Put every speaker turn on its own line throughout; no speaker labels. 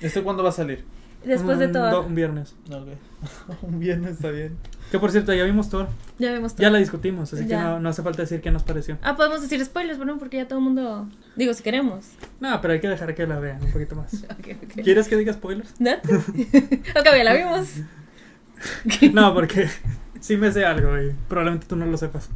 ¿Este cuándo va a salir?
Después de
Un-
todo.
Mm, do- Un viernes.
No, ok. Un viernes está bien.
Que por cierto, ya vimos Thor.
Ya vemos todo.
Ya la discutimos, así que
Ya.
no, no hace falta decir qué nos pareció.
Ah, podemos decir spoilers, bueno, porque ya todo el mundo. Digo, si queremos.
No, pero hay que dejar que la vean un poquito más.
Ok, ok.
¿Quieres que diga spoilers?
¿No? ok, ya la vimos.
No, porque sí me sé algo y probablemente tú no lo sepas.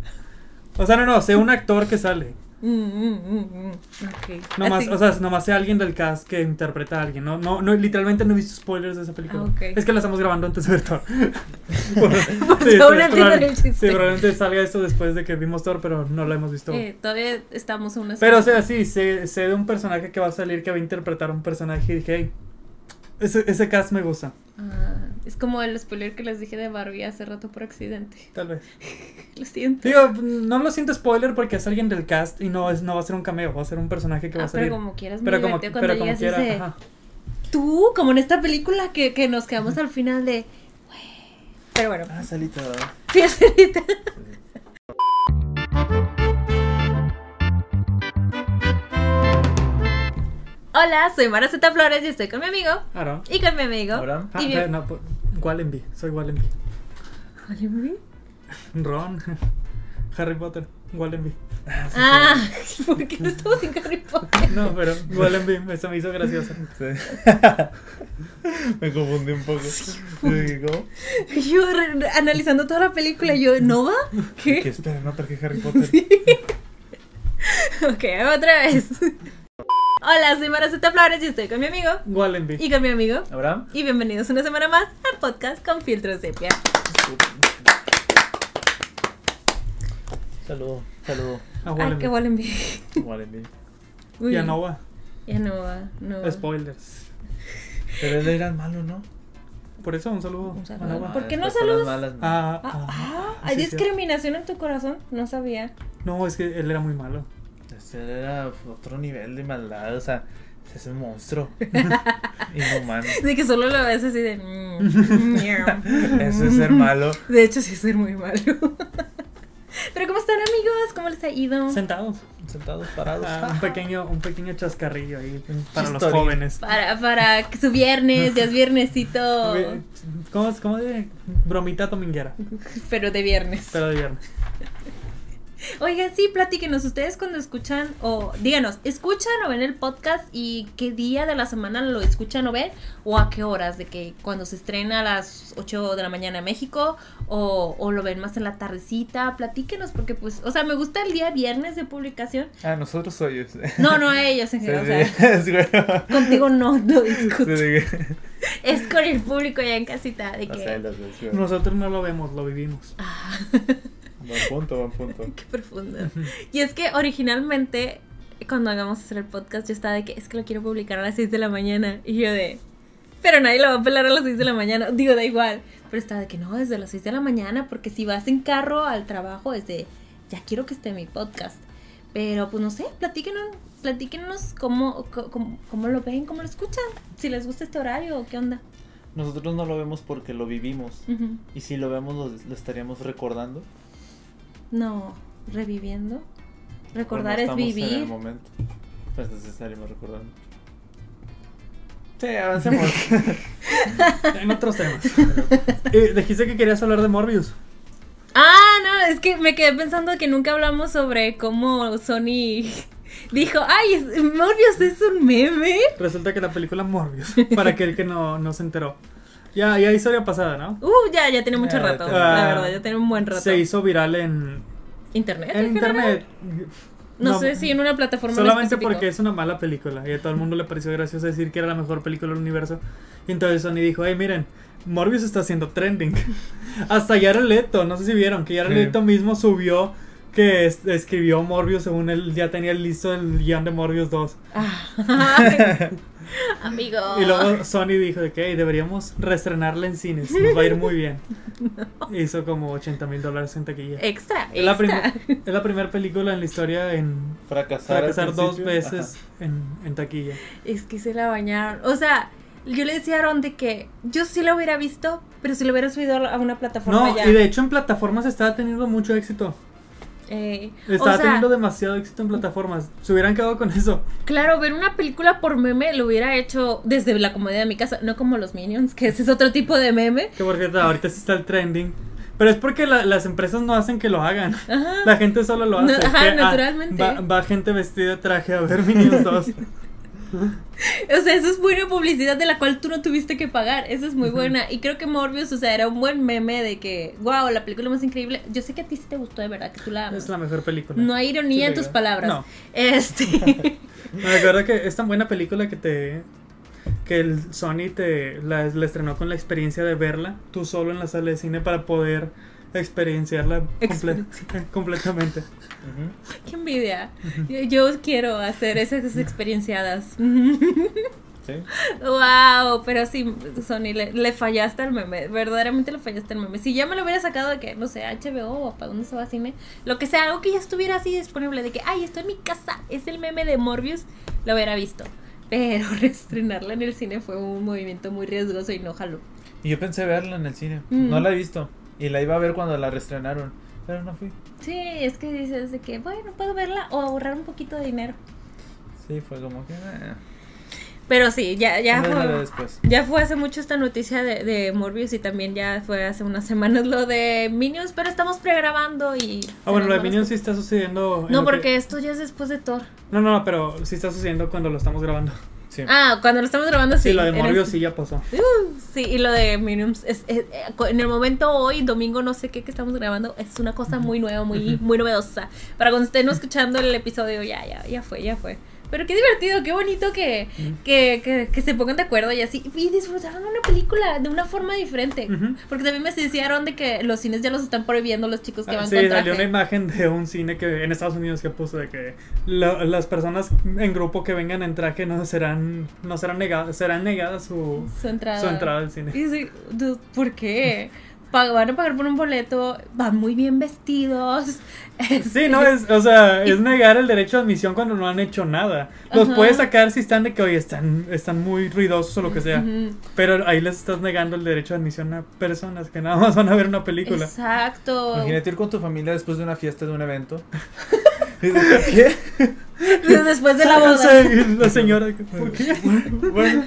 O sea, no, no, sé un actor que sale.
Mm, mm, mm, mm. Ok.
Nomás,
Así-
o sea, nomás sé alguien del cast que interpreta a alguien. No, no, no literalmente no he visto spoilers de esa película.
Ah, ok. Pues
Es que la estamos grabando antes de ver Thor. Por- sí,
no
sí,
entienden
probable-
el chiste.
sí, probablemente salga esto después de que vimos Thor, pero no lo hemos visto.
Eh, todavía estamos a unas.
Pero, o sea, sí, sé, sé de un personaje que va a salir que va a interpretar a un personaje y dije, hey, ese, ese cast me gusta,
Ah, es como el spoiler que les dije de Barbie hace rato por accidente.
tal vez.
Lo siento.
Digo, no lo siento spoiler porque es alguien del cast y no, es, no va a ser un cameo, va a ser un personaje que va
Ah,
a salir.
pero como quieras, me
Pero como,
divertido cuando
pero como
llegas y
quiera,
dice,
ajá.
Tú, como en esta película que, que nos quedamos al final de. "Güey". Pero bueno,
Ah, salita.
sí, ahorita. Hola, soy Mara Zeta Flores y estoy con mi amigo.
Aaron.
Y con mi amigo.
Abraham.
Ah,
Y mi-
eh, no, por- Wallenby, soy Wallenby. Ron, Harry Potter, Wallenby.
Ah, ¿por qué no estamos en Harry Potter?
No, pero Wallenby, eso me hizo gracioso.
Sí. Me confundí un poco. Dije, ¿Cómo?
Yo re- analizando toda la película, yo, ¿no va? ¿Qué?
Que espera, no traje Harry Potter.
Ok, otra vez. Hola, soy Maraceta Flores y estoy con mi amigo
Wallenby.
y con mi amigo.
¿Abraham?
Y bienvenidos una semana más al podcast con filtros sepia.
Saludo, saludo.
A
Ay,
Wallenby.
qué valen bien.
Wallenby.
Muy
y a
bien.
Nova.
Ya no va, no va.
Spoilers.
Pero él era el malo, ¿no? Ah,
Por eso, un saludo.
Un saludo.
a Nova.
¿Por qué no
Estas son las
saludas?
malas, ¿no?
Ah,
Ah, ah,
ah,
¿Hay
sí, sí.
discriminación en tu corazón? No sabía.
No, es que él era muy malo.
Este era otro nivel de maldad, o sea, es un monstruo. Inhumano.
De que solo lo ves así de... mm, miau.
Eso es ser malo.
De hecho, sí es ser muy malo. Pero ¿cómo están amigos? ¿Cómo les ha ido?
Sentados.
Sentados, parados.
Ah, un, pequeño, un pequeño chascarrillo ahí para los
Chistorín.
jóvenes.
Para, para que su viernes, ya es viernesito,
¿Cómo, es- cómo de bromita dominguera?
pero de viernes.
Pero de viernes.
Oigan, sí, platíquenos ustedes cuando escuchan o díganos, ¿escuchan o ven el podcast y qué día de la semana lo escuchan o ven? ¿O a qué horas? ¿De que cuando se estrena a las 8 de la mañana en México? ¿O, o lo ven más en la tardecita? Platíquenos porque pues, o sea, me gusta el día viernes de publicación.
Ah, nosotros soy ellos.
No, no a ellos en
Sí,
general, o
sí,
sea,
es bueno.
contigo no lo
Sí,
discuto.
de que-
Es con el público ya en casita, de
O
que...
sea, los dos, güey.
Nosotros no lo vemos, lo vivimos.
Ah.
Buen punto, buen punto.
Qué profundo. Y es que originalmente, cuando hagamos hacer el podcast, yo estaba de que es que lo quiero publicar a las 6 de la mañana. Y yo de, pero nadie lo va a pelar a las 6 de la mañana. Digo, da igual. Pero estaba de que no, desde las 6 de la mañana, porque si vas en carro al trabajo, es de, ya quiero que esté mi podcast. Pero pues no sé, platíquenos, platíquenos cómo, co- cómo, cómo lo ven, cómo lo escuchan, si les gusta este horario o qué onda.
Nosotros no lo vemos porque lo vivimos.
Ujú.
Y si lo vemos, lo, lo estaríamos recordando.
No, reviviendo. Recordar
Pero
es
no estamos En
vivir.
el momento. Pues nos estaríamos recordando. Sí, avancemos.
En otros temas. Eh, dijiste que querías hablar de Morbius.
Ah, no, es que me quedé pensando que nunca hablamos sobre cómo Sony dijo, ay, es- Morbius es un meme.
Resulta que la película Morbius, para aquel que no, no se enteró. Ya, ya historia pasada, ¿no?
Uh, ya, ya tiene mucho
Ya,
rato,
ya
la
tiene- Ah,
verdad, ya tiene un buen rato.
Se hizo viral en,
¿Internet? general?
en internet.
No, sé si en una plataforma en
Solamente
específico.
porque es una mala película y a todo el mundo le pareció gracioso decir que era la mejor película del universo. Y entonces Sony dijo, hey, miren, Morbius está haciendo trending. Hasta Jared Leto, no sé si vieron, que Jared
Sí.
Leto mismo subió que es- escribió Morbius según él ya tenía listo el guión de Morbius 2.
Ah, Amigo.
Y luego Sony dijo de que "Hey, deberíamos reestrenarla en cines, nos va a ir muy bien. Hizo como 80 mil dólares en taquilla.
Extra,
Es la,
extra.
primer- es la primera película en la historia en
Fracasar. al
fracasar dos
principio.
veces en, en taquilla.
Es que se la bañaron. O sea, yo le decía a Aaron de que yo sí la hubiera visto, pero si lo hubiera subido a una plataforma
No,
ya.
y de hecho en plataformas estaba teniendo mucho éxito.
Eh, o
Estaba
sea,
teniendo demasiado éxito en plataformas. Se hubieran quedado con eso.
claro, ver una película por meme lo hubiera hecho desde la comodidad de mi casa, no como los Minions, que ese es otro tipo de meme.
Que por cierto, ahorita sí está el trending. Pero es porque la- las empresas no hacen que lo hagan.
Ajá.
La gente solo lo
No,
hace.
ajá,
Que, ah,
naturalmente.
va, va gente vestida de traje a ver Minions 2.
O sea, eso es buena publicidad de la cual tú no tuviste que pagar. Eso es muy buena. Y creo que Morbius, o sea, era un buen meme de que, wow, la película más increíble. Yo sé que a ti sí te gustó de verdad, que tú la amas.
es la mejor película.
No hay ironía
Sí,
en tus
¿verdad?
palabras.
No.
Este.
Me acuerdo que es tan buena película que te. que el Sony te la, la estrenó con la experiencia de verla tú solo en la sala de cine para poder experienciarla comple- completamente.
Ujú.
Qué envidia. Yo, yo quiero hacer esas experienciadas.
Sí.
wow, pero sí, Sony, le, le fallaste al meme. Verdaderamente le fallaste al meme. Si ya me lo hubiera sacado de que, no sé, HBO o para dónde se va a cine, lo que sea, algo que ya estuviera así disponible, de que, ay, estoy en mi casa, es el meme de Morbius, lo hubiera visto. Pero reestrenarla en el cine fue un movimiento muy riesgoso y no jaló.
Y yo pensé verla en el cine.
Mm.
No la he visto. Y la iba a ver cuando la reestrenaron. Pero no fui.
Sí, es que dices de que, bueno, puedo verla o ahorrar un poquito de dinero.
Sí, fue como que. eh.
Pero sí, ya, ya
Entonces la
fue.
veo después.
Ya fue hace mucho esta noticia de, de Morbius y también ya fue hace unas semanas lo de Minions, pero estamos pregrabando y...
Ah, bueno,
tenemos-
la de Minions sí está sucediendo. en
No,
lo que-
porque esto ya es después de Thor.
No, no, no, pero sí está sucediendo cuando lo estamos grabando.
Sí.
Ah, cuando lo estamos grabando sí.
Sí, lo de
en este
Morbios
el-
sí ya pasó.
Sí, y lo de Minions. es- es- eh, co- en el momento hoy, domingo, no sé qué que estamos grabando, es una cosa muy nueva, muy, muy novedosa. Para cuando estén escuchando el episodio, ya, ya, ya fue, ya fue. Pero qué divertido, qué bonito que, que, que, que se pongan de acuerdo y así. Y disfrutaron una película de una forma diferente.
Ujú.
Porque también me sentenciaron de que los cines ya los están prohibiendo los chicos que
Ah,
van
sí,
con traje.
salió una imagen de un cine que en Estados Unidos que puso de que la- las personas en grupo que vengan en traje no serán no serán negadas serán negadas su,
Su entrada.
su entrada al cine.
Y dice, "Dude, ¿por qué? Pa- van a pagar por un boleto, van muy bien vestidos. Este,
Sí, no, es, o sea, es negar el derecho de admisión cuando no han hecho nada. Los
Ajá.
puedes sacar si están de que, oye, están, están muy ruidosos o lo que sea.
Ujú.
Pero ahí les estás negando el derecho de admisión a personas que nada más van a ver una película.
Exacto.
Imagínate ir con tu familia después de una fiesta, de un evento. Y dices, ¿Qué?
Después de la boda.
Sáquense, y la señora, ¿por qué?
Bueno,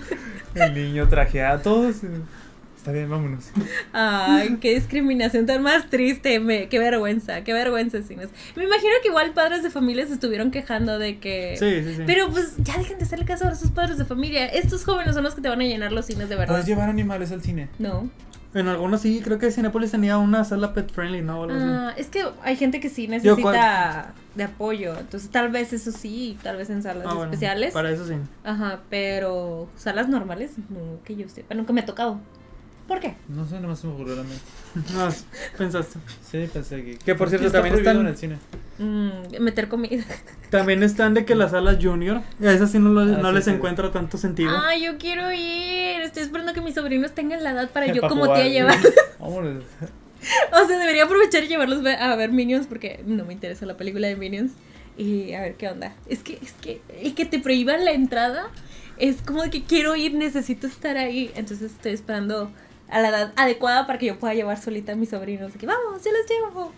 el niño trajeado, todos. eh, Está bien, vámonos.
Ay, qué discriminación tan más triste. Me, qué vergüenza, qué vergüenza, cines. Me imagino que igual padres de familia se estuvieron quejando de que.
Sí, sí, sí.
Pero pues ya dejen de hacerle caso a sus padres de familia. Estos jóvenes son los que te van a llenar los cines de verdad.
¿Puedes
Pues
llevar animales al cine?
No.
En algunos sí, creo que Cinepolis tenía una sala pet friendly, ¿no? O algo así.
Ah, es que hay gente que sí
Yo, ¿cuál?
necesita de apoyo. Entonces tal vez eso sí, tal vez en salas
Ah, bueno,
especiales.
Para eso sí.
Ajá, pero salas normales, no que yo sepa, nunca me ha tocado. ¿Por qué?
No sé, nomás se me ocurrió la mente.
No, pensaste.
Sí, pensé que.
Que, por cierto,
Está
también
prohibido
están-
en el cine.
Mm, meter comida.
También están de que las salas junior, esas sí no, lo-
Ah,
no
sí,
les
sí.
encuentro tanto sentido.
Ah, yo quiero ir. Estoy esperando que mis sobrinos tengan la edad para yo
Pa'
como
jugar,
tía
sí.
llevar.
Vámonos.
O sea, debería aprovechar y llevarlos ve- a ver Minions porque no me interesa la película de Minions. Y a ver qué onda. Es que, es que, el que te prohíban la entrada es como de que quiero ir, necesito estar ahí. Entonces estoy esperando a la edad adecuada para que yo pueda llevar solita a mis sobrinos. De que vamos, yo los llevo.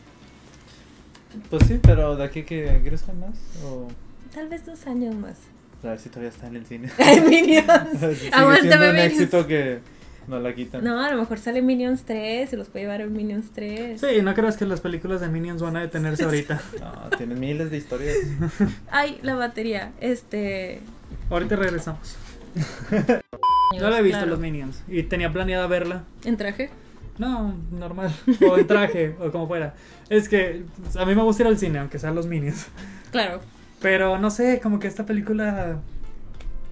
Pues sí, pero de aquí que crezcan más. O.
Tal vez dos años más.
A ver si todavía está en el cine.
Ay, Minions.
Sigue siendo
Aguántame,
un
Minions.
éxito que no la quitan.
No, a lo mejor sale Minions 3 y los puede llevar a Minions 3.
Sí, no creas que las películas de Minions van a detenerse ahorita.
No, tienen miles de historias.
Ay, la batería. Este.
Ahorita regresamos. No
pues,
la he visto los Minions y tenía planeada verla.
¿En traje?
No, normal. O en traje, o como fuera. Es que pues, a mí me gusta ir al cine, aunque sean los Minions.
Claro.
Pero no sé, como que esta película...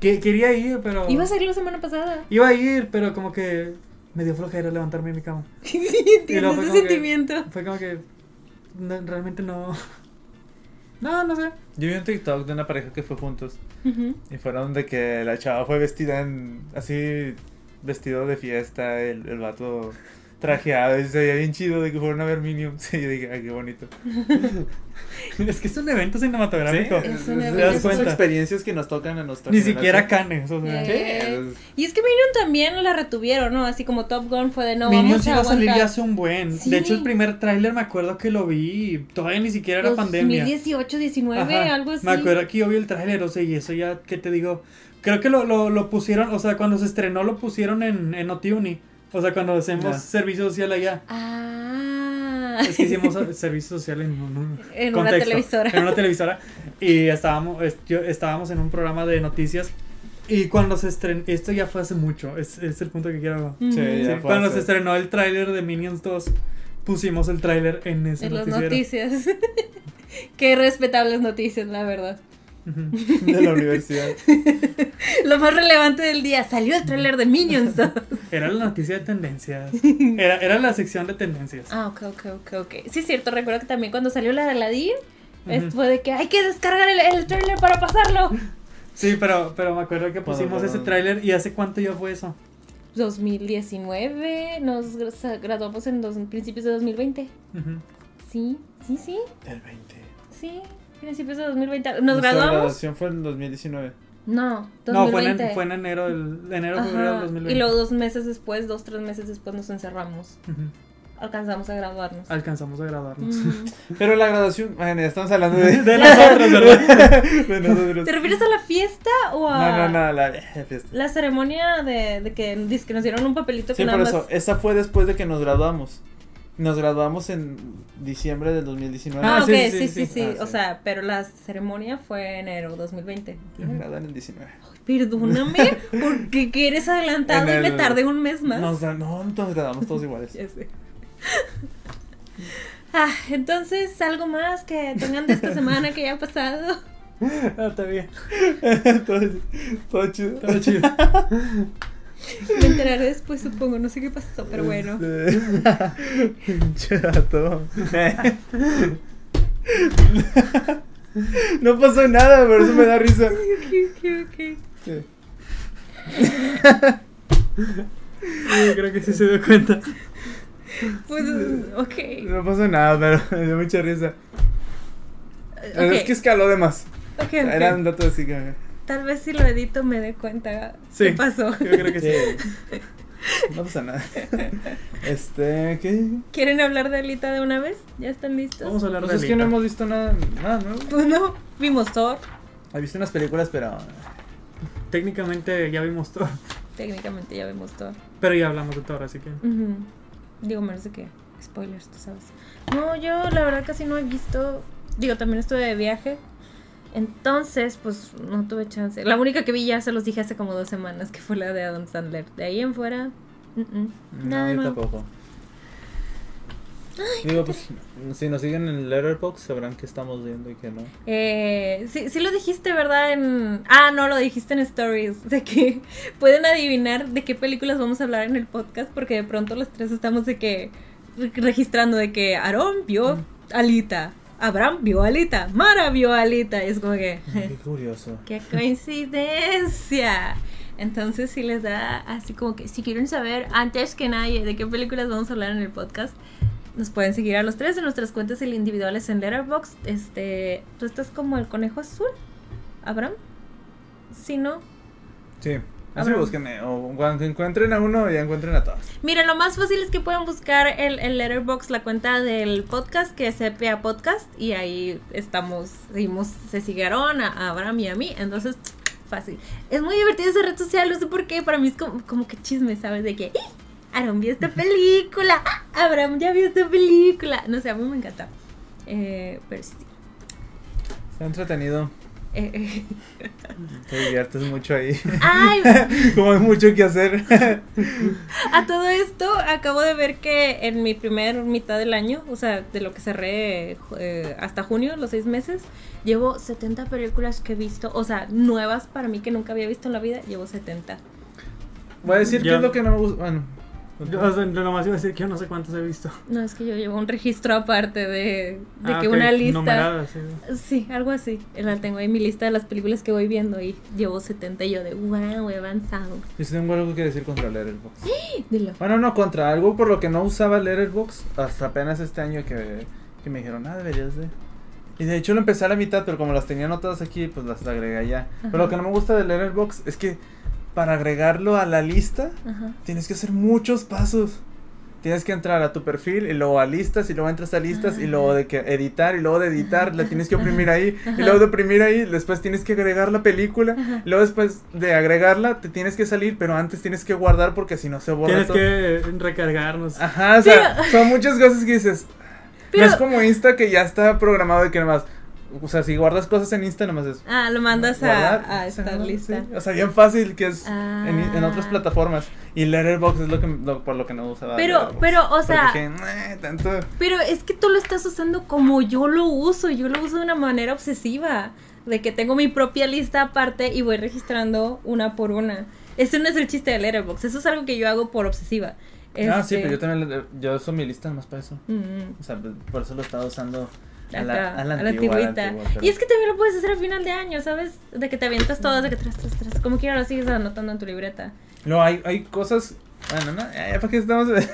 que- quería ir, pero...
Iba a salir la semana pasada.
Iba a ir, pero como que me dio flojera levantarme de mi cama.
sí,
Y
entiendo
luego fue
ese
como que-
sentimiento.
Fue como que no, realmente no. No, no sé.
Yo vi un TikTok de una pareja que fue juntos.
Ujú.
Y fueron de que la chava fue vestida en. Así, vestido de fiesta. El, el vato trajeado. Y se veía bien chido de que fueron a ver Minions. Y yo dije, ay, qué bonito.
Es que es un evento cinematográfico.
Sí. Es
Es
una-
una-
¿Te das
esas
cuenta?
experiencias que nos tocan a nuestra
Ni
generación.
siquiera canes. O sea.
Eh,
¿Qué?
Y es que Minion también la retuvieron, ¿no? Así como Top Gun fue de no
Minions
vamos a
iba a salir
aguantar".
ya hace un buen.
Sí.
De hecho, el primer tráiler me acuerdo que lo vi. y Todavía ni siquiera era pandemia.
2018, 19,
Ajá,
algo así.
Me acuerdo que yo vi el tráiler, o sea, y eso ya, ¿qué te digo? Creo que lo, lo, lo pusieron, o sea, cuando se estrenó lo pusieron en, en Otiuni. O sea, cuando hacemos
Ah.
servicio social allá.
Ah.
Es que hicimos servicio social en, un- un
En una
contexto,
televisora.
En una televisora. Y estábamos, es- yo- estábamos en un programa de noticias. Y cuando se estrenó, esto ya fue hace mucho, es, es el punto que quiero...
Ujú.
Sí, ya
Sí,
fue
cuando
hace-
se estrenó el tráiler de Minions 2, pusimos el tráiler en ese
En las
noticiero.
noticias. Qué respetables noticias, la verdad.
Ujú.
de la universidad.
Lo más relevante del día, salió el tráiler de Minions 2.
Era la noticia de tendencias. Era, era la sección de tendencias.
ah, ok, ok, ok, ok. Sí, es cierto, recuerdo que también cuando salió la de Aladdin,
Ujú.
es- fue de que hay que descargar el, el tráiler para pasarlo.
Sí, pero, pero me acuerdo que pusimos
Bueno,
ese
bueno.
tráiler y hace cuánto ya fue eso.
2019, nos gra- graduamos en dos- en principios de 2020.
Ujú.
Sí, sí, sí,
El 20.
sí. Principios de 2020. ¿Nos
Nuestra
graduamos?
graduación fue en 2019.
No, 2020.
No, fue en, fue en enero, del, de enero
Ajá,
febrero del 2020.
Y luego dos meses después, dos, tres meses después nos encerramos.
Ujú.
Alcanzamos a graduarnos. Mm.
Alcanzamos a graduarnos.
Ujú.
Pero la graduación, bueno, ya estamos hablando de,
De nosotros, ¿verdad?
de nosotros.
¿Te refieres a la fiesta o a
No, no, no, la
ah.
la fiesta.
la ceremonia de, de que, dice que nos dieron un papelito
Sí,
que nada
por eso, eh,
más...
esa fue después de que nos graduamos. Nos graduamos en diciembre del 2019.
Ah,
Ah,
ok, sí,
sí, sí,
sí, sí.
sí,
ah,
O
sí.
sea, pero la ceremonia fue enero 2020.
Yo me gradué en el 19.
Perdóname porque que eres adelantado
En
y me
el-
tardé un mes más.
Nos, gra- no, nos graduamos todos iguales.
Ya sé. Ah, entonces, algo más que tengan de esta semana que ya ha pasado.
Ah, está bien.
todo, todo chido.
Todo chido.
Me enteraré después, supongo. No sé qué pasó, pero bueno.
Este, pinche vato. no pasó nada, pero eso me da risa.
Ok, ok, ok.
Sí.
Yo creo que sí se dio cuenta.
Pues, ok.
No pasó nada, pero me dio mucha risa. Pero Es
Ok,
que escaló de más.
ok, ok.
Era un dato así que.
Tal vez si lo edito me dé cuenta
Sí.
qué pasó.
Yo creo que sí.
No pasa nada. Este, ¿qué?
¿Quieren hablar de Alita de una vez? ¿Ya están listos?
Vamos a hablar
Pues
de
es que no
Alita.
hemos visto nada, nada nuevo.
Pues no, vimos Thor,
He visto unas películas, pero.
Técnicamente ya vimos todo.
técnicamente ya vimos Thor.
Pero ya hablamos de todo, así que.
Ujú. Digo, menos de que spoilers, tú sabes. No, yo la verdad casi no he visto. Digo, también estuve de viaje. Entonces, pues no tuve chance. La única que vi ya se los dije hace como dos semanas, que fue la de Adam Sandler. De ahí en fuera, mm, mm, nada
no, yo
nuevo.
tampoco. Digo, pues, si nos siguen en Letterboxd sabrán que estamos viendo y que no.
Eh, sí, sí lo dijiste, ¿verdad? En... Ah, no, lo dijiste en Stories. De que pueden adivinar de qué películas vamos a hablar en el podcast, porque de pronto los tres estamos de que re- registrando de que Aarón vio Alita, Abraham vio Alita, Mara vio Alita. Y es como que,
Qué curioso.
¡qué coincidencia! Entonces, si les da así como que, si quieren saber antes que nadie de qué películas vamos a hablar en el podcast, nos pueden seguir a los tres en nuestras cuentas individuales en Letterboxd. Este, tú estás como el conejo azul, Abraham. Si no,
Sí. Así
Abraham.
búsquenme. O cuando encuentren a uno, ya encuentren a todos.
Mira, lo más fácil es que puedan buscar el, el Letterbox, la cuenta del podcast, que es CPA Podcast, y ahí estamos, seguimos, se siguieron a, a Abraham y a mí, entonces, fácil. Es muy divertido esa red social, no sé por qué, para mí es como, como que chisme, ¿sabes? De que, ¡ih! Aaron vio esta película, ¡Ah! Abraham ya vio esta película, no sé, a mí me encanta. Eh, pero sí.
Está entretenido.
Eh, eh.
Te diviertes mucho ahí.
Ay,
Como hay mucho que hacer.
A todo esto, acabo de ver que en mi primer mitad del año, o sea, de lo que cerré ju- eh, hasta junio, los seis meses, llevo 70 películas que he visto, o sea, nuevas para mí que nunca había visto en la vida, llevo 70.
Voy a decir
Ya.
qué es lo que no me gusta. Bueno,
Yo, o sea, yo nomás iba a decir que yo no sé cuántos he visto.
No, es que yo llevo un registro aparte de, de
Ah,
que
ok,
una lista.
numeradas, sí.
Sí, algo así. La tengo ahí mi lista de las películas que voy viendo y llevo 70 y yo de wow, he avanzado.
Yo sí tengo algo que decir contra Letterboxd.
Dilo.
Bueno, no contra, algo por lo que no usaba Letterboxd hasta apenas este año que, que me dijeron, ah, deberías de. Y de hecho lo empecé a la mitad, pero como las tenía anotadas aquí, pues las agregué allá. Pero lo
Ajá.
que no me gusta de Letterboxd es que para agregarlo a la lista,
Ajá.
tienes que hacer muchos pasos. Tienes que entrar a tu perfil y luego a listas y luego entras a listas y luego de que editar y luego de editar la tienes que oprimir ahí y luego de oprimir ahí después tienes que agregar la película luego después de agregarla te tienes que salir pero antes tienes que guardar porque si no se borra
Tienes
todo.
que eh,
Ah,
recargarnos.
Ajá, o sea, son muchas cosas que dices.
Pero-
No es como Insta que ya está programado de que nomás. O sea, si guardas cosas en Insta, nomás es.
Ah, lo mandas
guardar,
a, a estar
ajá,
lista.
sí. O sea, bien fácil que es
Ah.
en, en otras plataformas. Y Letterboxd es lo que, lo- por lo que no usaba.
Pero-
Letterboxd.
pero, o
Porque
sea-
dije, "Nah, tanto.
Pero es que tú lo estás usando como yo lo uso. Yo lo uso de una manera obsesiva. De que tengo mi propia lista aparte y voy registrando una por una. Ese no es el chiste de Letterboxd. Eso es algo que yo hago por obsesiva.
Ah, sí,
Este,
pero yo también. le- Yo uso mi lista nomás para eso.
mm,
O sea, por eso lo estaba usando. A la,
acá,
a la
a la
antigua, a la
antigüita.
antigua, pero-
Y es que también lo puedes hacer a final de año, ¿sabes? De que te avientas todo, de que tras, tras, tras. Como quiera lo sigues anotando en tu libreta.
No, hay, hay cosas. Bueno, no, ya, ya para qué estamos.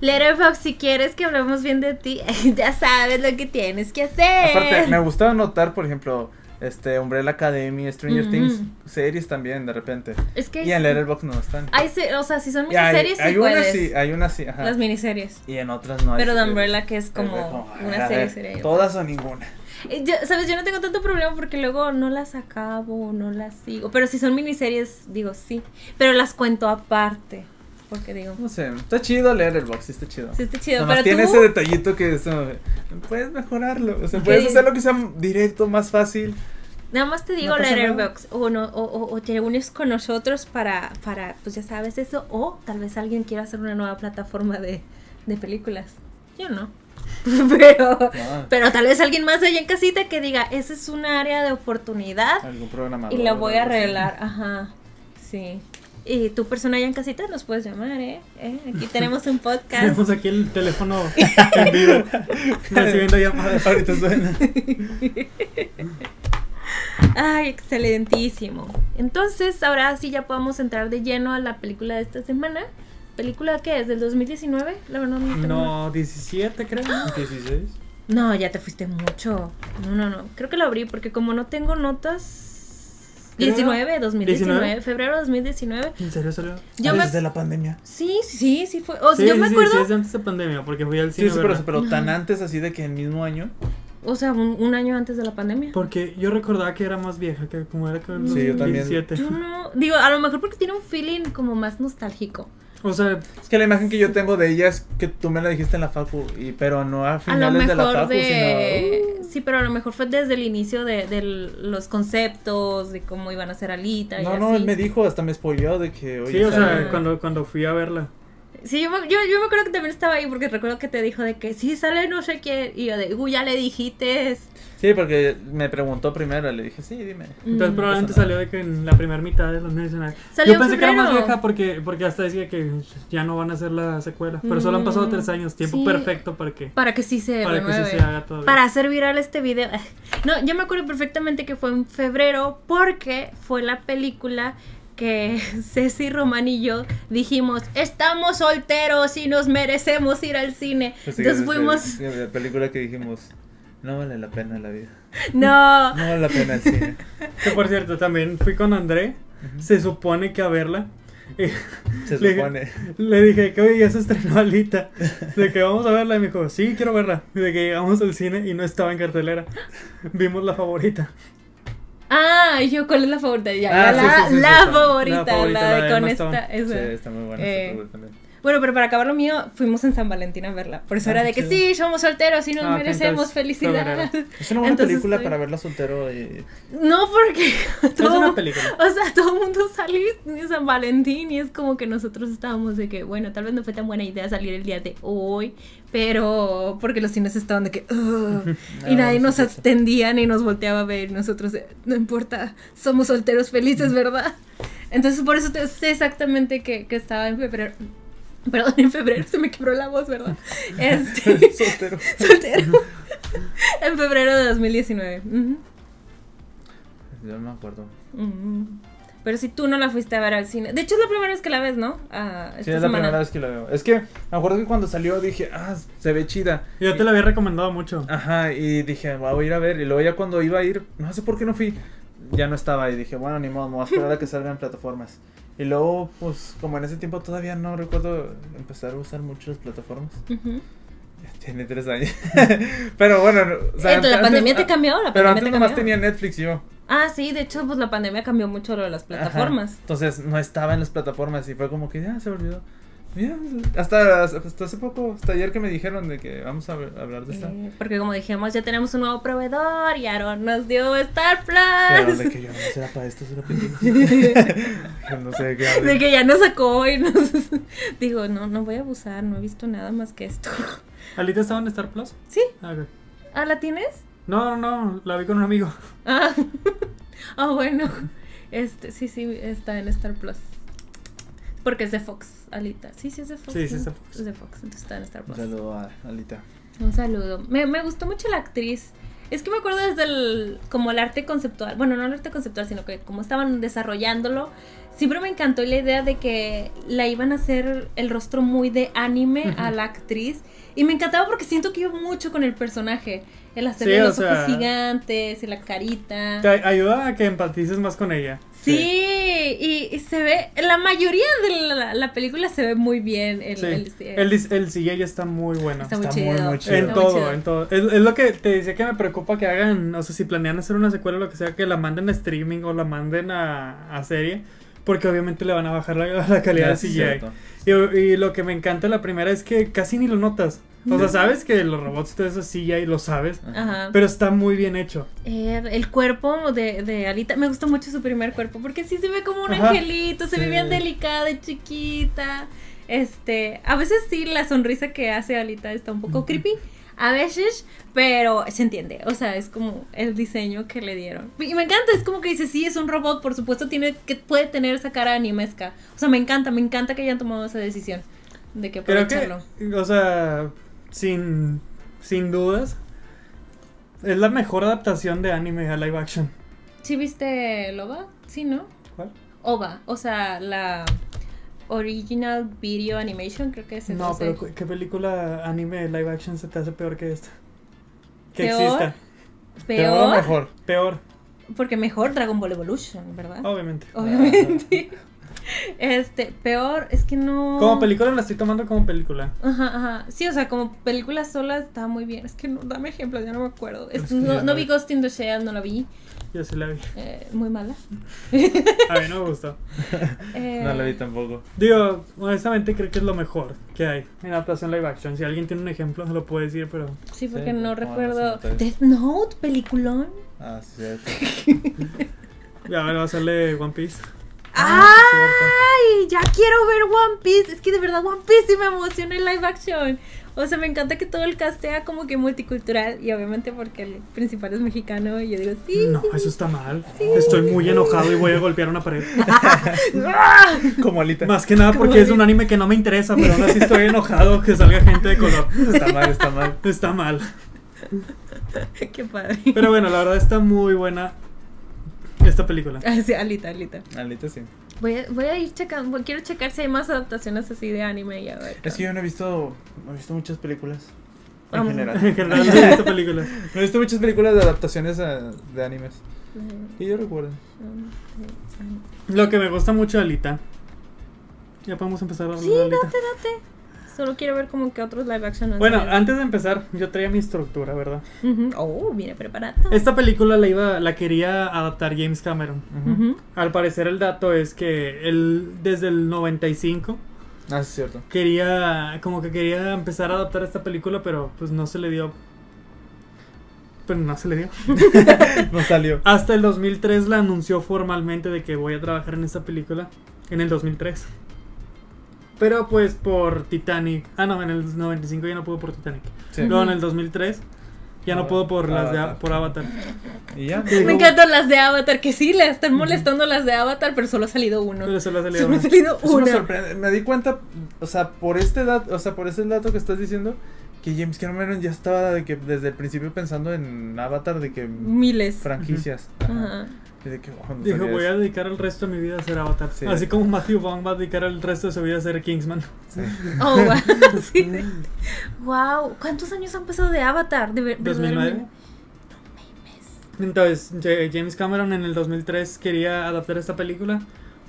Letterboxd, si quieres que hablemos bien de ti, ya sabes lo que tienes que hacer.
Aparte, me gustaba notar, por ejemplo, este Umbrella Academy, Stranger
Ujú.
Things, series también de repente.
es que
Y en Letterboxd no están.
hay se- o sea, si son
Y hay-
miniseries,
hay
sí
unas
puedes.
sí, hay unas sí, ajá.
Las miniseries.
Y en otras no hay.
Pero de
series.
Umbrella, que es como
de como,
una
a
serie,
ver,
serie.
Todas o ninguna.
Eh, yo- Sabes, yo no tengo tanto problema porque luego no las acabo, no las sigo. Pero si son miniseries, digo sí. Pero las cuento aparte. Porque digo, "Mm,
No sé, está chido Letterboxd, sí está chido.
sí está chido.
Nomás
pero
tiene
tú,
ese detallito que es, como, puedes mejorarlo, o sea, puedes
Sí.
hacerlo que sea directo, más fácil.
Nada más te digo
No pasa nada.
Letterboxd o, no, o, o- o te unes con nosotros para, para, pues ya sabes eso, o tal vez alguien quiera hacer una nueva plataforma de, de películas. Yo no. Pero,
No.
pero tal vez alguien más allá en casita que diga, esa es un área de oportunidad
Algún programa.
y la voy a arreglar. Ajá, sí. Y tu persona allá en casita nos puedes llamar, ¿eh? ¿Eh? Aquí tenemos un podcast.
Tenemos aquí el teléfono en vivo, recibiendo llamadas.
Ahorita suena.
Ay, excelentísimo. Entonces, ahora sí ya podemos entrar de lleno a la película de esta semana. ¿Película qué es? ¿Del 2019? La verdad no tengo-
No, 17 creo.
16.
No, ya te fuiste mucho. No, no, no. Creo que la abrí porque como no tengo notas...
Creo-
19, 2019,
19.
febrero de 2019.
¿En serio salió?
Yo me...
Desde la pandemia.
Sí, sí, sí, sí fue... O sea,
Ah, Sí,
yo me
sí,
acuerdo...
Sí, es de antes de pandemia, porque fui al
Sí,
cine.
sí, pero,
¿verdad?
pero tan antes así de que el mismo año.
O sea, un, un año antes de la pandemia.
Porque yo recordaba que era más vieja, que como era con
Sí, yo también.
17.
Yo no... Digo, a lo mejor porque tiene un feeling como más nostálgico.
O sea,
Es que la imagen que yo tengo de ella es que tú me la dijiste en la facu, y, pero no a
A lo
finales de la
mejor
facu,
de... Sí, pero a lo mejor fue desde el inicio de, de los conceptos, de cómo iban a ser Alita y
sino... No, no,
así.
él me dijo, hasta me spoileó de que... oye,
sí, o sea,
sale-
cuando, cuando fui a verla.
Mm. Sí, yo me, yo, yo me acuerdo que también estaba ahí porque recuerdo que te dijo de que sí, sale no sé quién. Y yo de, uy, ya le dijiste.
Sí, porque me preguntó primero, le dije, sí, dime.
Entonces
Mm.
probablemente
Pasa nada.
salió de que en la primera mitad de los nacional.
Salió
Yo
en
pensé que era más
febrero.
vieja porque, porque hasta decía que ya no van a hacer la secuela. Pero solo han pasado
Mm,
tres años, tiempo
sí.
perfecto para que,
Para que sí se
para que sí
renueve.
se haga todo.
Para hacer viral este video. No, yo me acuerdo perfectamente que fue en febrero porque fue la película que Ceci Román y yo dijimos, estamos solteros y nos merecemos ir al cine.
Pues sí, de-
Entonces fuimos,
de- de La película que dijimos, no vale la pena la vida,
no,
no vale la pena el cine.
Que por cierto, también fui con André. Se supone que a verla. Y
Se
Le-
supone.
le dije que hoy ya se estrenó Alita. De que vamos a verla. Y me dijo, sí, quiero verla. Y de que llegamos al cine y no estaba en cartelera. Vimos la favorita.
Ah, y yo, ¿cuál es la favorita? Ya,
Ah, sí,
ya,
sí,
la,
sí,
la
sí, está-
favorita,
la favorita,
la de
la de
con
Emma
esta.
Stone.
Sí,
esa.
está muy buena
Eh,
esa película también.
Bueno, pero para acabar lo mío, fuimos en San Valentín a verla. Por eso
Ah,
era
qué
de que
chido.
sí, somos solteros y nos
Ah, ok,
merecemos
entonces,
felicidad.
Es una buena
Entonces
película
estoy-
para verla soltero y...
No, porque
Es una
todo,
película.
o sea, todo el mundo salió en San Valentín y es como que nosotros estábamos de que, bueno, tal vez no fue tan buena idea salir el día de hoy, pero porque los cines estaban de que, "Ugh", y
No,
nadie
no
nos
sé eso.
atendía ni nos volteaba a ver, nosotros, de, no importa, somos solteros felices, ¿verdad? Entonces por eso te- sé exactamente que, que estaba en febrero. Perdón, en febrero se me quebró la voz, ¿verdad? Este,
Soltero.
soltero. en febrero de 2019. Ujú.
Yo no me acuerdo.
Ujú. Mm. Pero si tú no la fuiste a ver al cine. De hecho, es la primera vez que la ves, ¿no? Ah,
Sí,
esta
es la
semana.
primera vez que la veo. Es que me acuerdo que cuando salió dije, ah, se ve chida.
Yo te la había recomendado mucho.
Ajá, y dije, "Va, voy a ir a ver. Y luego ya cuando iba a ir, no sé por qué no fui. Ya no estaba ahí. Dije, bueno, ni modo, me voy a esperar a que salgan plataformas. Y luego, pues, como en ese tiempo todavía no recuerdo empezar a usar mucho las plataformas.
Ujú.
Ya tiene tres años. pero bueno, o sea,
Entonces, Eh, la
antes-
pandemia te
ah,
cambió, la
Pero
pandemia
antes
te
nomás
cambió.
tenía Netflix yo.
Ah, sí, de hecho, pues la pandemia cambió mucho lo de las
Ajá.
plataformas.
Entonces no estaba en las plataformas y fue como que ya se me olvidó. Ya, hasta, hasta hace poco, hasta ayer que me dijeron de que vamos a hab- hablar de esta.
Eh, porque como dijimos, ya tenemos un nuevo proveedor y Aaron nos dio Star
Pero
Plus.
de que yo no sé era para esto, es una película. Yo no sé de qué hablo.
De que ya nos sacó y nos digo, no, no voy a abusar, no he visto nada más que esto.
¿Alita estaba en Star Plus?
Sí.
Ah, ok.
¿Ah, la tienes?
No, no, no, la vi con un amigo.
Ah, ah, bueno. Este, sí, sí, está en Star Plus. Porque es de Fox, Alita. Sí, sí, es de Fox.
Sí, sí,
¿no?
es de Fox.
Es de Fox, entonces está en Star
Un
Plus.
saludo a Alita.
Un saludo. Me, me gustó mucho la actriz. Es que me acuerdo desde el, como el arte conceptual, bueno, no el arte conceptual, sino que como estaban desarrollándolo, siempre me encantó la idea de que la iban a hacer el rostro muy de anime a la actriz. Y me encantaba porque siento que iba mucho con el personaje. El hacerle
Sí, o
los ojos
sea,
gigantes y la carita.
Te ayuda a que empatices más con ella.
Sí, y, y se ve, la mayoría de la, la película se ve muy bien. El,
Sí.
el-
El, dis- el CGI está muy bueno.
está muy
está muy,
chido.
muy chido.
En
Está muy
todo,
chido.
en todo. Es, es lo que te decía que me preocupa que hagan, o sea, si planean hacer una secuela o lo que sea, que la manden a streaming o la manden a, a serie, porque obviamente le van a bajar la, la calidad del
Ah, Sí,
CGI.
cierto.
Y, y lo que me encanta de la primera es que casi ni lo notas. O sea, sabes que los robots y todo eso es CGI, lo sabes,
Ajá.
pero está muy bien hecho.
Eh, el cuerpo de, de Alita, me gustó mucho su primer cuerpo, porque sí se ve como un
Ajá.
angelito, se ve
Sí.
bien delicada y chiquita. Este, a veces sí la sonrisa que hace Alita está un poco creepy, a veces, pero se entiende, o sea, es como el diseño que le dieron. Y me encanta, es como que dice, sí, es un robot, por supuesto tiene que puede tener esa cara animesca. O sea, me encanta, me encanta que hayan tomado esa decisión de que
Creo que,
aprovecharlo.
o sea, sin, sin dudas, es la mejor adaptación de anime a live action.
¿Sí viste Loba? Sí, ¿no?
¿Cuál?
OVA, o sea, la Original Video Animation, creo que es el
No,
no sé.
pero ¿cu- ¿qué película anime de live action se te hace peor que esta? Que
¿Peor?
exista.
Pero no
peor,
mejor.
Peor,
porque mejor Dragon Ball Evolution, ¿verdad?
obviamente.
Obviamente. este, peor es que no.
Como película la estoy tomando como película.
Ajá, ajá. Sí, o sea, como película sola está muy bien. Es que no, dame ejemplos, ya no me acuerdo. Es-
Es que
no,
ya
no
no-
vi Ghost in the Shell, no la vi.
Yo sí la vi.
Eh, muy mala.
A mí no me gustó.
Eh,
No la vi tampoco.
Digo, honestamente creo que es lo mejor que hay en adaptación live action. Si alguien tiene un ejemplo, lo puede decir, pero...
Sí, porque
Sí,
no
no,
recuerdo.
no, sí, no te-
Death Note, peliculón.
Ah, sí, cierto.
Ya ahora va a sale One Piece. Ah,
¡Ay! Ya quiero ver One Piece. Es que de verdad One Piece sí me emociona en live action. O sea, me encanta que todo el cast sea como que multicultural. Y obviamente porque el principal es mexicano. Y yo digo, sí.
No, eso está mal. Estoy muy enojado y voy a golpear una pared.
¡Ah!
Como Alita.
Más que nada porque es un anime que no me interesa, pero aún así estoy enojado que salga gente de color.
Está mal, está mal.
Está mal.
¡Qué padre!
Pero bueno, la verdad está muy buena esta película.
Ah, sí, alita, alita.
Alita sí.
Voy a, voy a ir checando. Quiero checar si hay más adaptaciones así de anime. Y a ver.
Es que yo no he visto, no he visto muchas películas. En
Vamos.
general.
En general, esta película.
No he visto muchas películas de adaptaciones a- de animes.
Eh,
Y yo recuerdo.
Lo que me gusta mucho de Alita. Ya podemos empezar a hablar
Sí,
de Alita.
date, date. Solo quiero ver como que otros live action. han
Bueno,
salido.
antes de empezar, yo traía mi estructura, ¿verdad?
Ujú. Oh, viene preparada.
Esta película la iba, la quería adaptar James Cameron.
Ujú.
Al parecer el dato es que él desde el 95
Ah, sí, cierto.
quería, como que quería empezar a adaptar esta película, pero pues no se le dio. Pero no se le dio.
No salió.
Hasta el 2003 la anunció formalmente de que voy a trabajar en esta película. En el 2003. Pero pues por Titanic. Ah, no, en el 95 ya no pudo por Titanic.
Sí.
Luego en el 2003 Ya no
Ava-
puedo por las de
Avatar.
por Avatar.
Y ya.
Te digo,
Me encantan las de Avatar, que sí, le están molestando las de Avatar, pero solo ha salido uno.
Pero se las he leído.
Solo ha salido
Eso me
una.
sorprende. Me di cuenta, o sea, por este dato, o sea, por ese dato que estás diciendo, que James Cameron ya estaba de que desde el principio pensando en Avatar de que
Miles.
franquicias. Ajá.
Ajá.
Y de que, oh, no
Dijo,
sabía
voy a
eso".
dedicar el resto de mi vida a ser Avatar.
Sí.
Así como Matthew Vaughn va a dedicar el resto de su vida a ser Kingsman.
Sí.
Oh, wow. sí. Wow. ¿Cuántos años han pasado de Avatar? De ver-
2009.
verdaderamente?
Entonces, J- James Cameron en el 2003 quería adaptar esta película.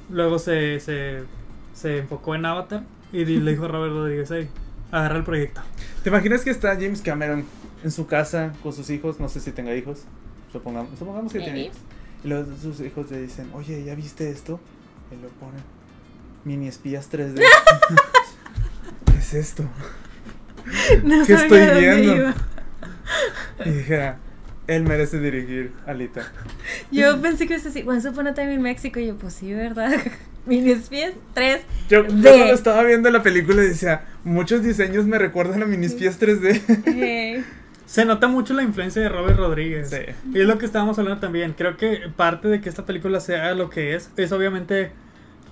Luego se, se, se enfocó en Avatar y di- le dijo a Robert Rodríguez, hey, agarra el proyecto.
¿Te imaginas que está James Cameron en su casa con sus hijos? No sé si tenga hijos. Supongamos, supongamos que tiene
Maybe.
hijos. Y luego sus hijos le dicen, oye, ¿ya viste esto? Y lo ponen. Mini espías 3D. ¿Qué es esto?
No
¿Qué
sabía
estoy
de dónde
viendo?
iba.
Y dijera, él merece dirigir Alita.
Yo pensé que eso sí. Once Upon a Time in Mexico. Y yo, pues sí, ¿verdad? Miles pies, tres.
Yo, yo
De-
cuando estaba viendo la película decía, muchos diseños me recuerdan a minispies 3D.
Eh,
Se nota mucho la influencia de Robert Rodríguez.
Sí.
Y es lo que estábamos hablando también. Creo que parte de que esta película sea lo que es, es obviamente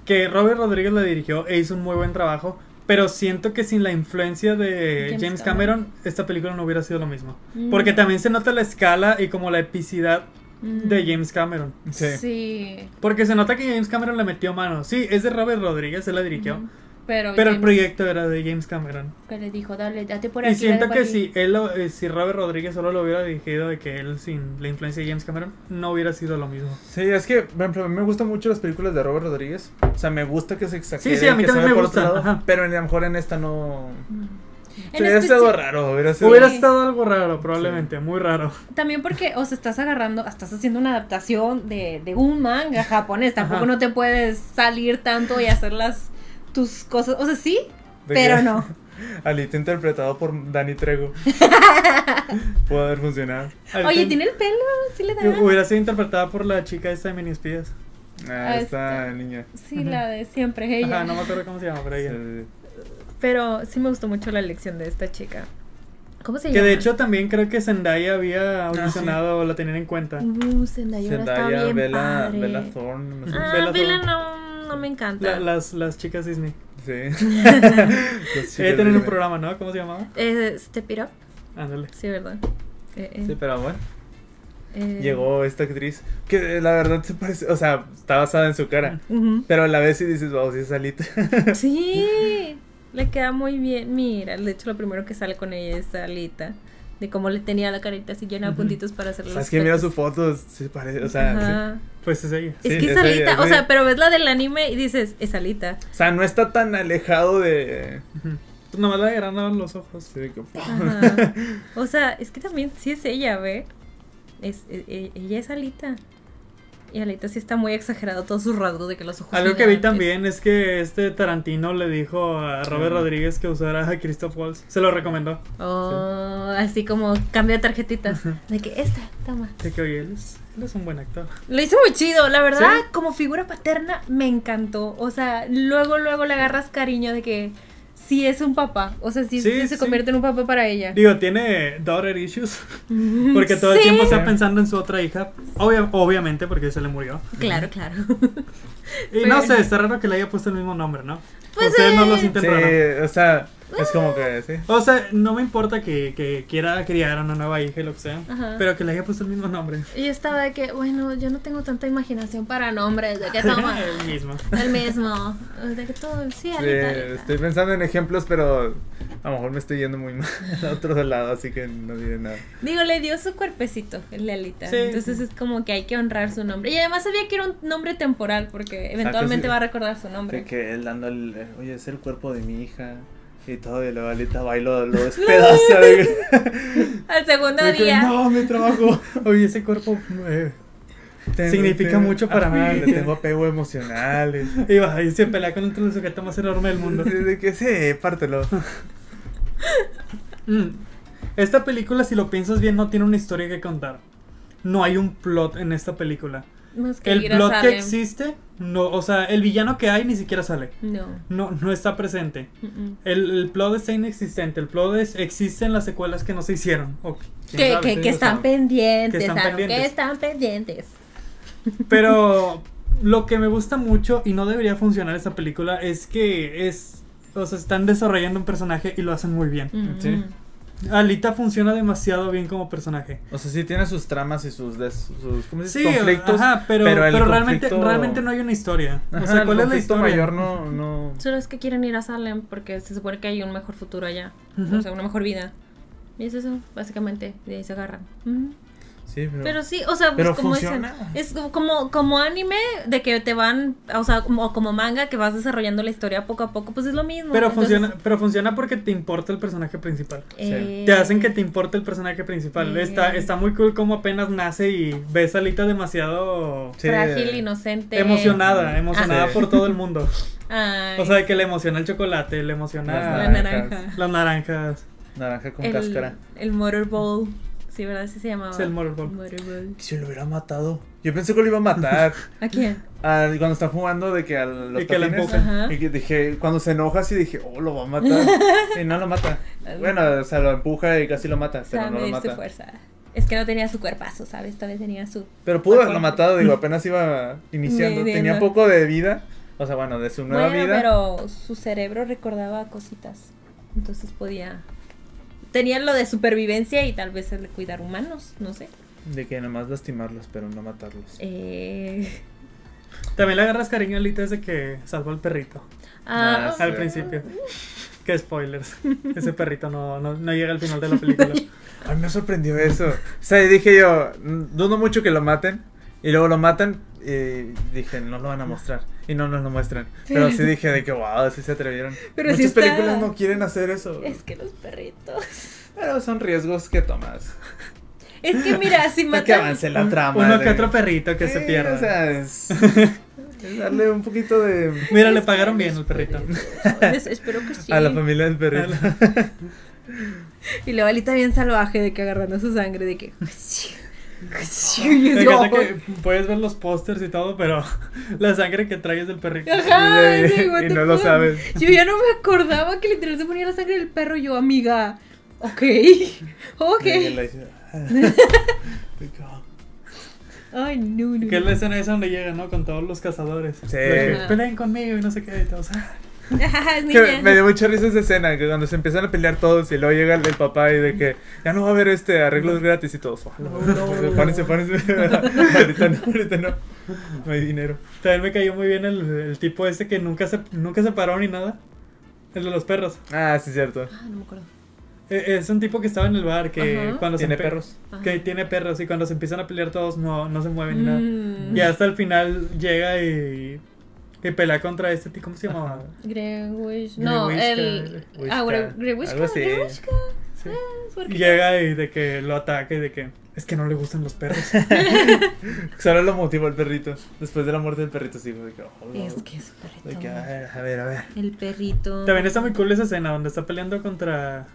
que Robert Rodríguez la dirigió e hizo un muy buen trabajo. Pero siento que sin la influencia de
James
James, Cameron, esta película no hubiera sido lo mismo.
Mm.
Porque también se nota la escala y como la epicidad
mm,
de James Cameron.
Sí.
Sí.
Porque se nota que James Cameron le metió mano. Sí, es de Robert Rodríguez, él la dirigió.
Ujú. Pero,
Pero el
James-
proyecto era de James Cameron.
Que le dijo, dale, date por
Y
aquí. dale
siento
por
que
aquí.
si él lo- eh, si Robert Rodríguez solo lo hubiera dirigido de que él sin la influencia de James Cameron no hubiera sido lo mismo.
Sí, es que, por ejemplo, a mí me gustan mucho las películas de Robert Rodríguez. O sea, me gusta que se exagere.
Sí, sí, a mí
que se
también
vaya
me
por otro
gusta,
lado,
ajá. este
pero a lo mejor en esta no...
Mm. En
Hubiera estado
especi-
raro, hubiera sido...
Hubiera estado algo raro, probablemente, muy raro.
También porque, o sea, estás agarrando, estás haciendo una adaptación de, de un manga japonés. Tampoco
Ajá.
no te puedes salir tanto y hacer las tus cosas. O sea, sí,
de
pero
que-
no.
Alita interpretado por Dani Trego. Pudo haber funcionado.
Oye,
Ahorita-
¿tiene el pelo? Sí le da.
Hubiera sido interpretada por la chica esta de Mini Espías.
Ah,
Ah,
esta
está.
niña.
Sí, la de siempre, ella.
Ajá, no me acuerdo cómo se llama, pero ella.
Sí.
Pero sí me gustó mucho la elección de esta chica. ¿Cómo se
Que
llama?
de hecho también creo que Zendaya había
sí.
audicionado o la tenían en cuenta.
Uh, Zendaya, ahora está
Zendaya,
bien
Bella,
padre.
Bella Thorne. no sé.
Ah,
Bella
Bella,
Thorne.
no, no me encanta.
La- las, las chicas Disney.
Sí. Los
Ella
chicos
tenía
Disney.
un programa, ¿no? ¿Cómo se llamaba?
Eh, Step It Up,
Ándale.
sí, ¿verdad? Eh, eh,
Sí, pero bueno.
eh.
Llegó esta actriz que eh, la verdad se parece, o sea, está basada en su cara.
Ujú.
Pero a la vez sí dices, wow, sí es Alita.
Sí, le queda muy bien. Mira, de hecho lo primero que sale con ella es Alita. De cómo le tenía la carita así llena de
Ujú.
puntitos para hacer
Sabes
las
que mira
fotos.
su foto, se parece, o sea,
Ajá.
Pues es ella.
sí,
es que es
es ella,
Alita, o
sí.
sea, pero ves la del anime y dices, es Alita.
sí. o sea, no está tan alejado de...
Ujú. Tú nomás le agranaban los ojos.
sí, de que-
Ajá. O sea, es que también sí es ella, ¿ve? Es, e- e- ella es Alita. Y Alita sí está muy exagerado todos sus rasgos de que los ojos.
Algo que vi
gigantes.
también es que este Tarantino le dijo a Robert
Ah.
Rodríguez que usara a Christoph Waltz. Se lo recomendó.
Oh, así como cambio de tarjetitas. De que esta, toma.
De que oye, él es, él es un buen actor.
Lo hizo muy chido, la verdad,
¿Sí?
como figura paterna me encantó. O sea, luego, luego le agarras cariño de que sí es un papá. O sea, sí,
Sí,
sí se
sí.
convierte en un papá para ella.
Digo, tiene daughter issues. Porque todo el
Sí.
tiempo está pensando en su otra hija. Obvia- obviamente, porque se le murió.
Claro, claro.
Y
Pero-
no sé, está raro que le haya puesto el mismo nombre, ¿no?
Pues,
Ustedes no
eh,
lo sienten raro.
Sí, o sea, es como que, sí.
O sea, no me importa que, que quiera criar a una nueva hija y lo que sea,
Ajá.
pero que le haya puesto el mismo nombre.
Y yo estaba de que, bueno, yo no tengo tanta imaginación para nombres, de que toma
el mismo.
el mismo. De que todo, sí,
Sí,
Alita, Alita.
este-
estoy pensando en ejemplos, pero a lo mejor me estoy yendo muy mal a otro lado, así que no diré nada.
Digo, le dio su cuerpecito, el de Alita.
Sí,
Entonces
sí.
es como que hay que honrar su nombre. Y además sabía que era un nombre temporal, porque eventualmente
sí.
va a recordar su
De
nombre.
que él dando el, eh, oye, es el cuerpo de mi hija y todo, y la Alita va y lo, lo despedaza. de que-
Al segundo
de que,
día.
no, mi trabajo.
Oye, ese cuerpo. eh,
Tengo-
Significa
tengo-
mucho para
ajá,
mí.
Le tengo apego emocional. y-
Y va, y se pelea con otro sujeto más enorme del mundo.
De que sí, pártelo.
Mm. Esta película, si lo piensas bien, no tiene una historia que contar. No hay un plot en esta película.
Más que
El
ir a
plot que
Salem.
existe, no, o sea, el villano que hay ni siquiera sale.
No.
No, no está presente.
Mm-mm.
El, el plot está inexistente. El plot es, existe en las secuelas que no se hicieron. O quién
Que,
sabe,
que,
sí,
que
no
están
sabe.
pendientes,
Que están
Aaron, que
pendientes.
están pendientes.
Pero lo que me gusta mucho y no debería funcionar esta película es que es. O sea, están desarrollando un personaje y lo hacen muy bien.
Mm.
Sí.
Alita funciona demasiado bien como personaje.
O sea, sí tiene sus tramas y sus, des- sus ¿cómo se
Sí,
dice? conflictos.
ajá, pero, pero,
pero el
realmente,
conflicto-
realmente no hay una historia. o
Ajá,
sea,
el
¿cuál es la
conflicto
historia?
mayor no, no...
Solo es que quieren ir a Salem porque se supone que hay un mejor futuro allá.
Ujú.
O sea, una mejor vida. Y es eso, básicamente. De ahí se agarran. Ujú.
Sí, pero...
Pero sí, o sea, pues,
Pero
como dicen,
funciona.
es como, como anime de que te van, o sea, como, como manga que vas desarrollando la historia poco a poco, pues es lo mismo.
Pero
Entonces,
funciona, pero funciona porque te importa el personaje principal.
eh,
Te hacen que te importe el personaje principal.
Eh.
Está, está muy cool como apenas nace y ves a Alita demasiado
Sí.
Frágil, inocente.
emocionada, emocionada
Sí.
por todo el mundo.
Ay,
O sea, que le emociona el chocolate, le
la
Las
emociona
naranja.
las naranjas.
Naranja con
el,
cáscara.
El motorball. Sí, ¿verdad? Sí se llamaba.
Es el motorball.
Motorball.
Si lo hubiera matado. Yo pensé que lo iba a matar.
¿A quién?
Al- cuando está jugando de que al los
Y que la
patines,
empuja. Ajá.
y que dije cuando se enoja así dije oh lo va a matar y no lo mata bueno o sea lo empuja y casi lo mata
O
pero
sea,
no lo
medir su
mata
fuerza. Es que no tenía su cuerpazo, ¿sabes? Tal vez tenía su.
pero pudo haberlo matado digo apenas iba iniciando
Midiendo.
tenía poco de vida o sea bueno de su nueva
bueno,
vida
pero su cerebro recordaba cositas. Entonces podía. Tenía lo de supervivencia y tal vez el de cuidar humanos, no sé.
de que nomás lastimarlos pero no matarlos
Eh,
También le agarras cariño a Alita desde que salvó al perrito.
ah,
Más.
Al principio. Qué spoilers. Ese perrito no, no, no llega al final de la película.
a mí me sorprendió eso o sea y dije yo "Mm, dudo mucho que lo maten y luego lo matan y dije no lo van a mostrar y no nos lo muestran pero sí dije de que wow sí se atrevieron
Pero sí
muchas
está-
películas no quieren hacer eso
es que los perritos.
Pero son riesgos que tomas.
Es que mira, si
Para que
matan.
avance la trama.
Uno
de-
que otro perrito que se
Sí,
pierde.
O sea, es, es darle un poquito de.
Mira, le pagaron bien al perrito.
Es- Espero que sí.
A la familia del perrito.
Y la balita bien salvaje de que agarrando su sangre, de que. Y
Me
yo,
encanta que puedes ver los pósters y todo, pero la sangre que traes del perrito.
Ajá,
Sí,
sí, what
y
the
no lo
fuck.
sabes.
Yo ya no me acordaba que literal se ponía la sangre del perro, yo, amiga. Ok, ok.
Y la dice, "Ah".
Ay, no, no.
Que es la escena esa donde llega, ¿no? Con todos los cazadores.
Sí.
De que, Peleen conmigo y no sé qué. Y todos, "Ah".
Ajá, es
Que me-
niña.
me dio mucha risa esa escena. Que cuando se empiezan a pelear todos y luego llega el, el papá y de que ya no va a haber este arreglos gratis y todos. "Ah,
Oh,
no, Pónganse, pónganse. ahorita no, ahorita no. No hay dinero.
También me cayó muy bien el, el tipo este que nunca se, nunca se paró ni nada. El de los perros.
Ah, sí, cierto.
Ah, no me acuerdo.
E- Es un tipo que estaba en el bar que
Ajá.
cuando
Tiene
se empe-
perros.
Que tiene perros y cuando se empiezan a pelear todos no, no se mueven ni nada.
Mm,
Y hasta el final llega y, y pelea contra este tipo. ¿Cómo se llamaba?
Grey Wish. No,
Grey Wish,
el.
Grey Wish,
Ah,
cara.
Grey Wish.
Algo así.
Grey Wish, cara.
Sí.
Ah, ¿por
Y
qué?
llega y de que lo ataca y de que es que no le gustan los perros.
Solo lo motivó el perrito. Después de la muerte del perrito, sí, fue de que, oh, no.
Es que es un
De que, a
perrito.
ver, a ver, a ver.
El perrito.
También está muy cool esa escena donde está peleando contra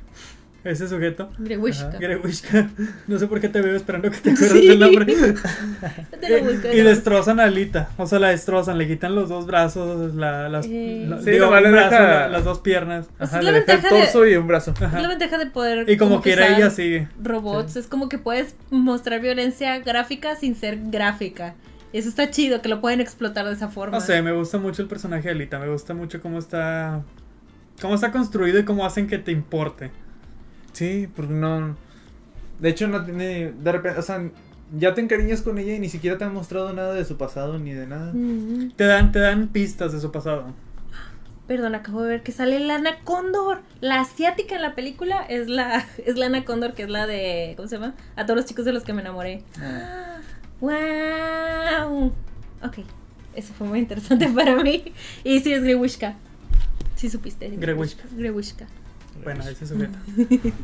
ese sujeto.
Grey Wish,
Ajá.
cara.
Grewishka. No sé por qué te veo esperando que te acuerdes
Sí.
del nombre.
Te lo busco,
Y
te lo busco.
destrozan a Alita. O sea, la destrozan, le quitan los dos brazos, la, las,
Eh. Pues
la-
Sí,
digo,
nomás
un
le
brazo,
deja-
la- las dos piernas.
Esa
Ajá,
es la
Ah, le dejó el
ventaja de-
torso y un brazo.
Es la
Ajá.
ventaja de poder.
Y como,
que
quiera
usar
ella sigue.
Robots, es como que puedes mostrar violencia gráfica sin ser gráfica. Eso está chido, que lo pueden explotar de esa forma.
No sé, me gusta mucho el personaje de Alita. Me gusta mucho cómo está. Cómo está construido y cómo hacen que te importe.
Sí, porque no. De hecho, no tiene. De repente, o sea, ya te encariñas con ella y ni siquiera te han mostrado nada de su pasado ni de nada.
Mm,
Te dan, te dan pistas de su pasado.
Perdón, acabo de ver que sale Lana Cóndor. La asiática en la película es la es Lana Cóndor, que es la de. ¿Cómo se llama? A todos los chicos de los que me enamoré.
Ah.
¡Wow! Ok, eso fue muy interesante para mí. Y sí, es Grewishka. Sí, supiste.
Grewishka.
Grewishka.
Bueno, ese sujeto.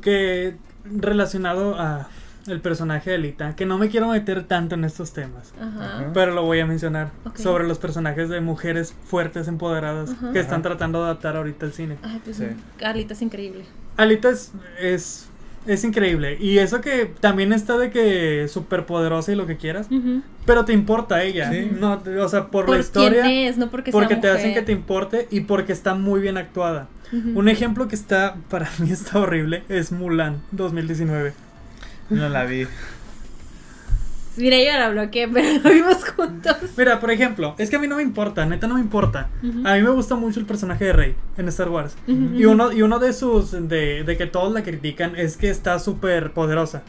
que relacionado a el personaje de Alita, que no me quiero meter tanto en estos temas.
Ajá.
Pero lo voy a mencionar
Ok.
sobre los personajes de mujeres fuertes, empoderadas,
Ajá.
que están
Ajá.
tratando de adaptar ahorita al cine.
Ay, pues
Sí.
Carlita es increíble.
Alita es, es Es increíble. Y eso que también está de que súper poderosa y lo que quieras.
Ujú.
Pero te importa ella.
Sí.
No, te- o sea, por,
Por
la historia.
quién es, no porque sea
porque te
mujer.
hacen que te importe y porque está muy bien actuada.
Ujú.
Un ejemplo que está, para mí está horrible, es Mulan 2019.
No la vi.
Mira, yo la bloqueé, pero lo vimos juntos.
Mira, por ejemplo, es que a mí no me importa, neta no me importa.
Ujú.
A mí me gusta mucho el personaje de Rey en Star Wars.
Ujú.
Y uno, y uno de sus, de, de que todos la critican, es que está súper poderosa.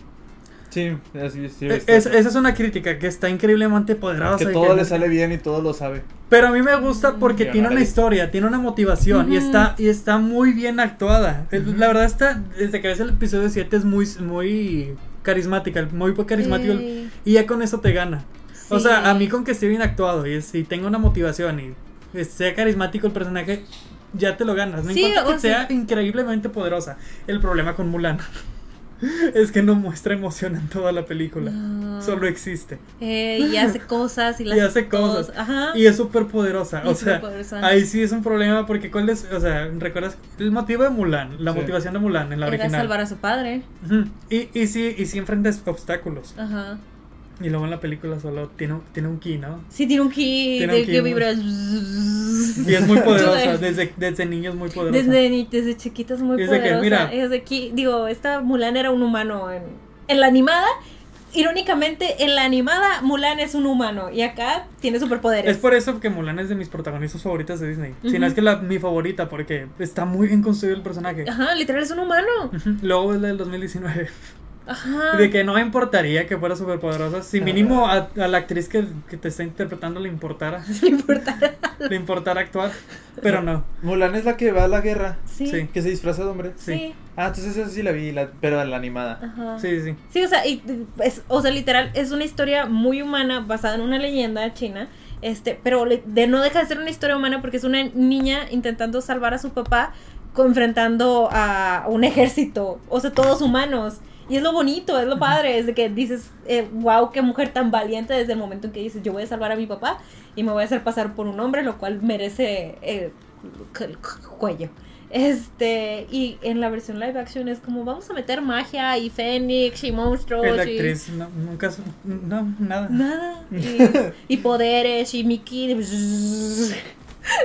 Sí, es, sí,
E-
está-
es- esa es una crítica, que está increíblemente poderosa.
que
y
todo
que-
le sale bien y todo lo sabe.
Pero a mí me gusta porque
Yo
tiene
no la
una
vi.
historia, tiene una motivación y
Ujú.
está y está muy bien actuada. Eh,
Ujú.
La verdad está desde que ves el episodio 7 es muy muy carismática, muy carismático el-
Sí,
y ya con eso te gana. O
sí.
sea, a mí con que esté bien actuado y, es- y tenga una motivación y es- sea carismático el personaje ya te lo ganas, no
Sí,
importa
o
que
sea-
sea increíblemente poderosa. El problema con Mulan es que no muestra emoción en toda la película.
No.
Solo existe.
Ah, Eh, y hace cosas y las
Y hace cosas.
Ajá.
Y es súper poderosa.
Ah. Y
O
es
sea,
superpoderosa.
ahí sí es un problema porque cuál es, o sea, ¿recuerdas el motivo de Mulan? La
Sí.
motivación de Mulan en la
Era
original.
salvar a su padre.
Ujú. y, y sí, y sí enfrentas obstáculos.
Ajá.
Y luego en la película solo tiene, un- tiene un ki, ¿no?
Sí, tiene un ki
Tiene
de
un ki
que
muy-
vibra.
Y es muy poderosa,
Ayuda.
desde, desde niño es muy poderosa.
Desde, ni- desde chiquita es muy
Es de que,
poderosa.
mira.
Es de aquí. Digo, esta Mulan era un humano en, en la animada. Irónicamente, en la animada Mulan es un humano y acá tiene superpoderes.
Es por eso que Mulan es de mis protagonistas favoritas de Disney. Si
Ujú.
no es que la, mi favorita, porque está muy bien construido el personaje.
Ajá, literal es un humano.
Ujú. Luego es la del 2019.
Ajá.
De que no me importaría que fuera superpoderosa. Si mínimo a, a la actriz que, que te está interpretando le importara.
No importa.
le importara actuar, pero no.
Mulan es la que va a la guerra,
Sí.
Sí.
Sí.
que se disfraza de hombre. Ah, entonces esa sí la vi, la- pero la animada.
Ajá.
Sí, sí.
Sí, o sea, y es- o sea, literal, es una historia muy humana basada en una leyenda china. Este, pero le- de, no deja de ser una historia humana porque es una niña intentando salvar a su papá, co- enfrentando a un ejército. O sea, todos humanos. Y es lo bonito, es lo padre, es de que dices, wow, qué mujer tan valiente desde el momento en que dices, yo voy a salvar a mi papá y me voy a hacer pasar por un hombre, lo cual merece eh, el cuello. Este, y en la versión live action es como vamos a meter magia y Fénix y monstruos
Es la
y
actriz, no, nunca, su- no, nada.
nada y, y poderes y Mickey.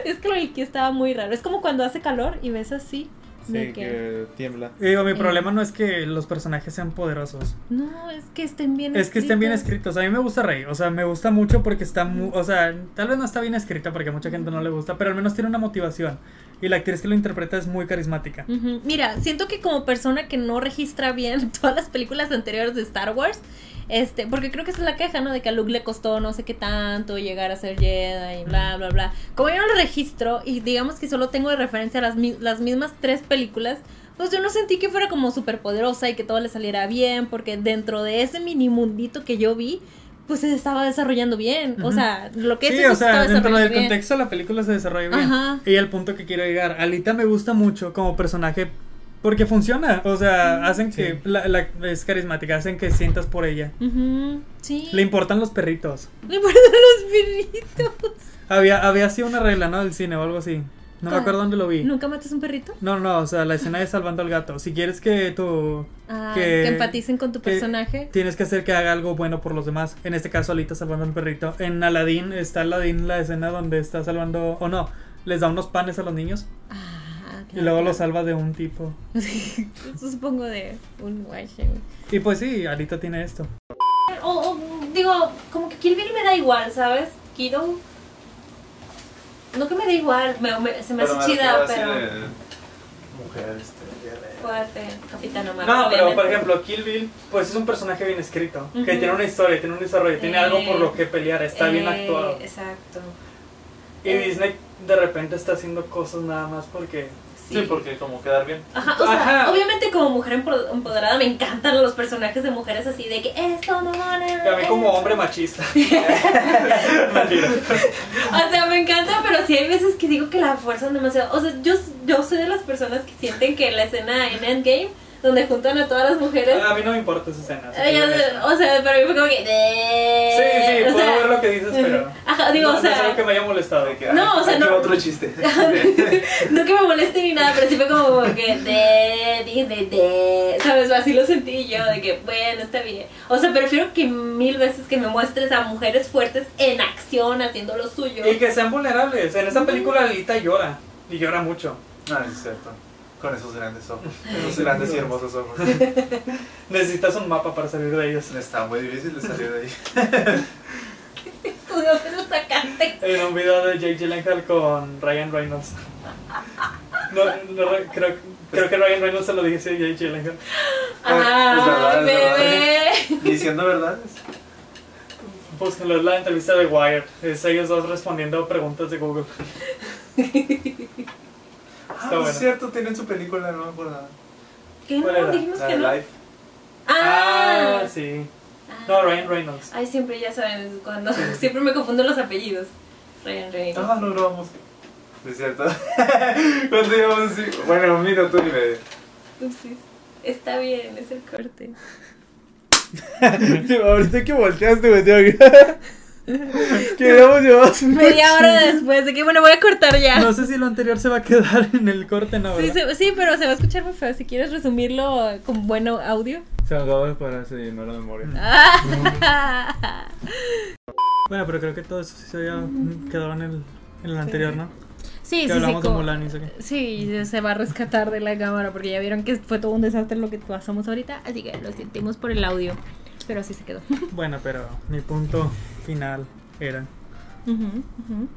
Es que lo de Mickey estaba muy raro. Es como cuando hace calor y ves así. de
Sí, que tiembla.
Y Digo, mi
Eh.
problema no es que los personajes sean poderosos,
No, es que estén bien
es que estén bien
escritos.
escritos. A mí me gusta Rey, o sea, me gusta mucho porque está, mu- o sea, tal vez no está bien escrita porque a mucha gente no le gusta, pero al menos tiene una motivación. Y la actriz que lo interpreta es muy carismática.
Ujú. Mira, siento que como persona que no registra bien todas las películas anteriores de Star Wars, este, porque creo que esa es la queja, ¿no? De que a Luke le costó no sé qué tanto llegar a ser Jedi y bla, bla, bla. Como yo no lo registro y digamos que solo tengo de referencia las, mi- las mismas tres películas, pues yo no sentí que fuera como súper poderosa y que todo le saliera bien, porque dentro de ese mini mundito que yo vi, pues se estaba desarrollando bien. O
Ujú.
sea, lo que es
Sí,
eso
o
se estaba
sea, dentro del
desarrollando bien.
contexto la película se desarrolla bien.
Ajá.
Y el punto que quiero llegar, Alita me gusta mucho como personaje porque funciona, o sea, hacen que
Sí.
la, la- es carismática, hacen que sientas por ella.
Ujú, Sí.
Le importan los perritos.
Le importan los perritos.
Había, había sido una regla, ¿no? Del cine o algo así. No me
¿Cuál?
acuerdo dónde lo vi.
¿Nunca matas un perrito?
No, no, o sea, la escena de salvando al gato. Si quieres que tú
Ah, que,
que-
empaticen con tu
que-
personaje.
tienes que hacer que haga algo bueno por los demás. En este caso, Alita salvando al perrito. En Aladdin está Aladdin la escena donde está salvando o no, les da unos panes a los niños
Ah,
y luego los salva de un tipo.
Eso supongo de un washing.
Y pues sí, Alita tiene esto.
O, o, digo, como que Kill Bill me da igual, ¿sabes? Kido. No que me da igual, me- me- se me hace chida, pero.
Mujer, este.
Fuerte, Capitán Omar.
No, pero
obviamente.
por ejemplo, Kill Bill, pues es un personaje bien escrito,
Ujú.
que tiene una historia, tiene un desarrollo, tiene algo por lo que pelear, está bien
Eh,
actuado.
Exacto.
Y Disney de repente está haciendo cosas nada más porque
Sí.
porque como quedar bien.
Ajá, o sea,
Ajá.
obviamente como mujer empo- empoderada me encantan los personajes de mujeres así de que esto no
Y a mí como hombre machista. Mentira.
O sea, me encanta, pero sí hay veces que digo que la fuerzan demasiado. O sea, yo, yo soy de las personas que sienten que la escena en Endgame, donde juntan a todas las mujeres.
A mí no me importa esa escena. así que
eh, ya
bueno.
sé, o sea, para mí fue como que.
Sí, sí,
o
puedo
sea,
ver lo que dices, pero...
Ajá, digo,
no,
o
no es
sea.
algo que me haya molestado.
No, o sea, no.
otro chiste.
no que me moleste ni nada, pero sí fue como que de, de, de, de, ¿sabes? Así lo sentí yo, de que, bueno, está bien. O sea, prefiero que mil veces que me muestres a mujeres fuertes en acción, haciendo lo suyo.
Y que sean vulnerables. En esa película Lita llora. Y llora mucho.
No, es cierto. Con esos grandes ojos. Esos grandes y hermosos ojos.
Necesitas un mapa para salir de ellos.
Está muy difícil de salir de ahí.
¿Tú de dónde lo sacaste?
En un video de Jake Gyllenhaal con Ryan Reynolds. No, no, re- creo, creo que Ryan Reynolds se lo dice a Jake Gyllenhaal. Ah,
es verdad,
¡Ay,
es verdad.
bebé!
Diciendo verdades.
Búsquenlo, es la entrevista de Wired. Es ellos dos respondiendo preguntas de Google.
Ah,
Está
no es
bueno.
cierto, tienen su película, no me acordaba.
¿Qué
¿Cuál era?
no? Dijimos
La
que
de
no.
Life.
¡Ah!
Ah, sí. No, Ryan Reynolds.
Ay, siempre ya saben, cuando siempre me confundo los apellidos. Ryan Reynolds.
Ah, no lo vamos. No es cierto. ¿Cuánto llevamos así? Bueno, mira tú y medio.
Upsis. Está bien, es el corte.
Ahorita que volteaste, güey, tengo que. Queríamos llevar
Media hora después de que, bueno, voy a cortar ya.
No sé si lo anterior se va a quedar en el corte, ¿no?
sí,
¿verdad?
se- sí, pero se va a escuchar muy feo. Si quieres resumirlo con buen audio.
Se me acabó de parar, se llenó la memoria.
Bueno, pero creo que todo eso sí se había quedado en el, en el anterior, ¿no?
sí, sí,
que
sí.
hablamos de
como-
Mulan y sé qué.
Sí, se va a rescatar de la cámara porque ya vieron que fue todo un desastre lo que pasamos ahorita. Así que lo sentimos por el audio. Pero así se quedó.
Bueno, pero mi punto final era.
Ujú, ujú.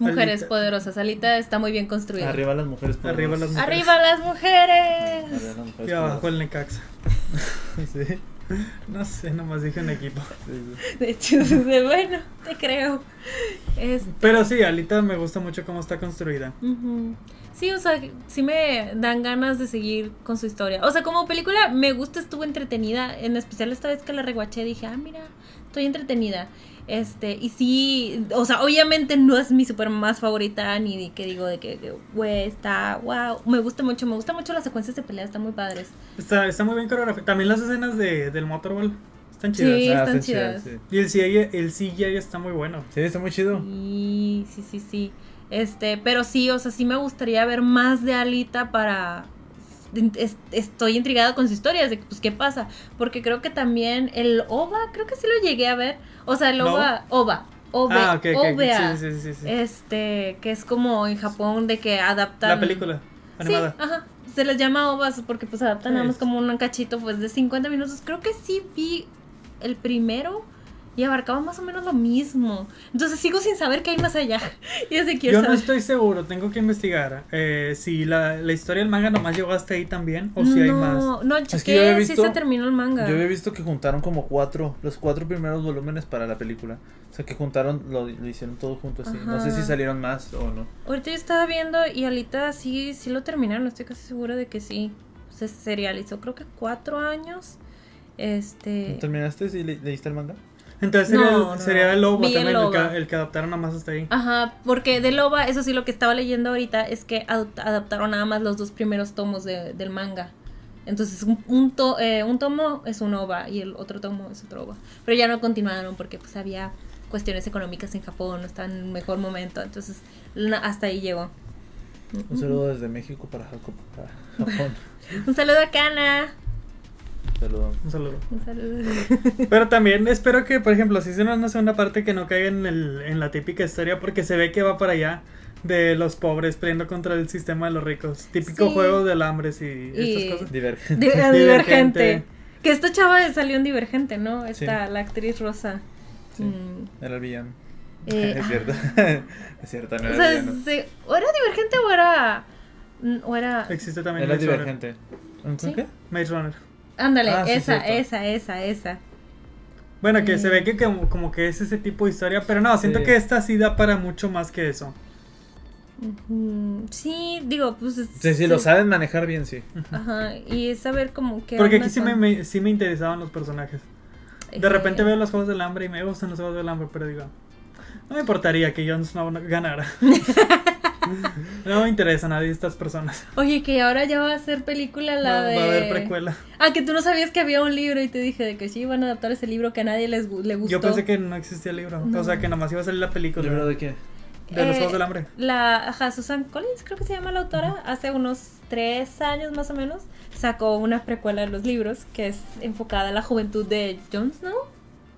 Mujeres
Alita.
poderosas. Alita está muy bien construida.
Arriba las mujeres. poderosas.
Arriba
¡Arriba las
las mujeres.
mujeres!
Arriba las mujeres
Y abajo
poderosas.
el Necaxa. sí. No sé, nomás dije un equipo.
Ah,
De hecho, de bueno, te creo. Este, Es,
Pero sí, Alita me gusta mucho cómo está construida.
ujú. Sí, o sea, sí me dan ganas de seguir con su historia. O sea, como película me gusta, estuvo entretenida. En especial esta vez que la reguaché dije, ah, mira, estoy entretenida. Este, y sí, o sea, obviamente no es mi super más favorita, ni de que digo de que, que, güey, está, wow. Me gusta mucho, me gusta mucho las secuencias de pelea, están muy padres.
Está, está muy bien coreografiada. También las escenas de, del Motorball están chidas.
Sí,
Ah,
están
están chidas,
chidas.
sí.
Y el CGI, el CGI está muy bueno.
Sí, está muy chido.
Sí, sí, sí, sí. Este, pero sí, o sea, sí me gustaría ver más de Alita para... es- Estoy intrigada con su historia, de que, pues qué pasa, porque creo que también el OVA, creo que sí lo llegué a ver, o sea, el
¿No?
OVA, OVA, OVA,
ah, ok, ok.
OVA,
Sí, sí, sí. sí.
este, que es como en Japón de que adaptan...
La película animada.
Sí, ajá. Se les llama ovas porque pues adaptan
Sí.
nada más como un cachito pues de 50 minutos. Creo que sí vi el primero y abarcaba más o menos lo mismo. Entonces sigo sin saber qué hay más allá. Y así quiero
Yo no
saber.
estoy seguro, tengo que investigar eh, si la, la historia del manga nomás llegó hasta ahí también o si hay más.
no, no,
que yo
chequé,
había
sí
visto-
se terminó el manga.
Yo había visto que juntaron como cuatro, los cuatro primeros volúmenes para la película. O sea, que juntaron, lo, lo hicieron todo junto así. No sé
Ajá.
si salieron más o no.
Ahorita yo estaba viendo y Alita sí, sí lo terminaron, estoy casi segura de que sí. Se serializó, creo que cuatro años. Este.
¿Terminaste y le- leíste el manga?
Entonces sería,
No, no.
el, sería el lobo
Vi el
también el,
OVA.
que, el que adaptaron nomás hasta ahí.
Ajá, porque de Loba, eso sí, lo que estaba leyendo ahorita es que adap- adaptaron nada más los dos primeros tomos de- del manga. Entonces, un, un to- eh, un tomo es un OVA y el otro tomo es otro OVA. Pero ya no continuaron porque pues había cuestiones económicas en Japón, no estaban en un mejor momento. Entonces, na- hasta ahí llegó.
Un saludo desde México para, Jacob, para Japón.
Un saludo a Kana.
Un saludo.
Un saludo.
Un saludo.
Pero también espero que, por ejemplo, si hicieron una segunda parte que no caiga en, el- en la típica historia porque se ve que va para allá de los pobres peleando contra el sistema de los ricos. Típico
Sí.
juego del hambre y,
Y-
estas cosas.
Divergente.
Di- a
Divergente.
Divergente. Que esta chava salió en Divergente, ¿no? Esta,
Sí.
la actriz rosa.
Sí.
Mm,
Era el villano.
eh,
es
ah.
cierto. es cierto, no
O
era
sea,
el villano.
se- o era divergente o era. mm, O era.
Existe también
Era
Maze Runner.
divergente. ¿Con
Sí.
qué?
Maze Runner.
Ándale,
Ah, sí,
esa,
cierto.
esa, esa, esa.
Bueno, que se
Mm.
ve que como, como que es ese tipo de historia, pero no, siento
Sí.
que esta sí da para mucho más que eso.
Ujú, Sí, digo, pues. es-
Sí, sí, lo saben manejar bien, sí.
Ajá, y es saber como que.
Porque aquí sí me, me- sí me interesaban los personajes. De repente veo los Juegos del Hambre y me gustan los Juegos del Hambre, pero digo, no me importaría que Jon Snow no ganara. no me interesa a nadie estas personas.
Oye, que ahora ya va a ser película la
No,
de.
Va a haber precuela.
Ah, que tú no sabías que había un libro y te dije de que sí iban a adaptar ese libro que a nadie les gu- le gustó.
Yo pensé que no existía el libro, o sea que nomás iba a salir la película.
¿Libro de qué?
De
Eh,
los Juegos del Hambre.
La, ajá, Susan Collins, creo que se llama la autora, hace unos tres años más o menos, sacó una precuela de los libros que es enfocada a la juventud de Jon Snow.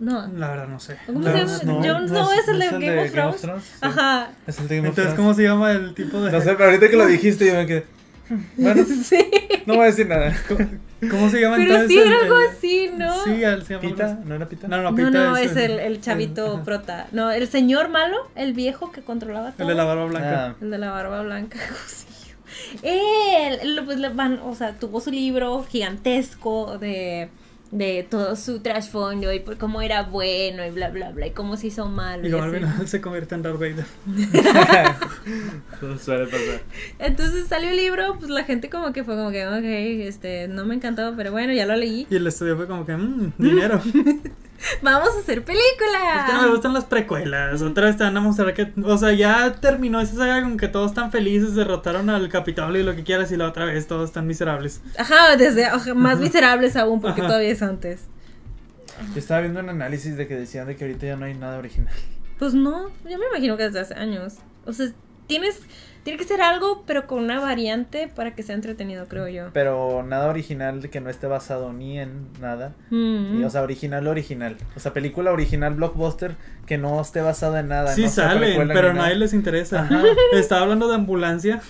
No.
La verdad no sé.
¿Cómo
La
se
verdad,
llama?
no.
Jon Snow es el de Game of Thrones.
Sí.
Ajá.
Es el de Game of Thrones.
Entonces, ¿cómo se llama el tipo de...?
No sé, pero ahorita que lo dijiste yo me quedé. Bueno,
Sí.
no voy a decir nada.
¿Cómo se llama
Pero
entonces?
sí
el-
era algo
el-
así, ¿no?
Sí, al- se llama algo
¿Pita?
así.
¿No era Pita?
No, no,
No,
Pita
no, es el, el
el-
chavito
ajá.
prota. No, el señor malo, el viejo que controlaba todo.
El de la barba blanca.
Ah,
El de la barba blanca, Josillo. Él, lo- pues, le van, o sea, tuvo su libro gigantesco de, de todo su trasfondo y por cómo era bueno y bla, bla, bla, y cómo se hizo malo.
Y
y
como al
así.
final se convierte en Darth Vader.
suele Ah. pasar.
Entonces salió el libro, pues la gente como que fue como que, ok, este, no me encantó, pero bueno, ya lo leí.
Y el estudio fue como que, mmm, dinero. es
¡Vamos a hacer película!
que no me gustan las precuelas. Otra vez te van a mostrar que. O sea, ya terminó esa saga con que todos están felices, derrotaron al Capitolio y lo que quieras. Y la otra vez todos están miserables.
Ajá, desde ajá, más miserables aún, porque
Ajá.
todavía es antes.
Yo estaba viendo un análisis de que decían de que ahorita ya no hay nada original.
Pues no, yo me imagino que desde hace años. O sea, tienes, tiene que ser algo, pero con una variante para que sea entretenido, creo yo.
Pero nada original que no esté basado ni en nada.
Mm.
Y, o sea, original, original. O sea, película original, blockbuster, que no esté basada en nada.
sí
Ah, no sea
salen,
precuela
pero a
ni nada.
nadie les interesa. Estaba hablando de Ambulancia.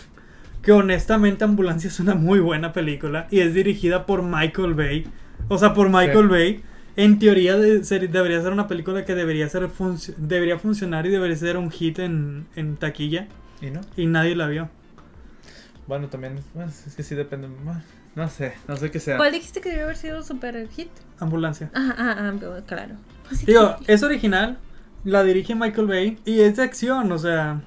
Que honestamente, Ambulancia es una muy buena película. Y es dirigida por Michael Bay. O sea, por Michael Bay. En teoría de- ser- debería ser una película que debería, ser func- debería funcionar y debería ser un hit en, en taquilla.
¿Y no?
Y nadie la vio.
Bueno, también, pues, es que sí depende. bueno, no sé, no sé qué sea.
¿Cuál dijiste que debió haber sido super hit?
Ambulancia.
Ah, ah, ah, pero claro. Pues Así que-
Digo, es original. La dirige Michael Bay. Y es de acción. O sea,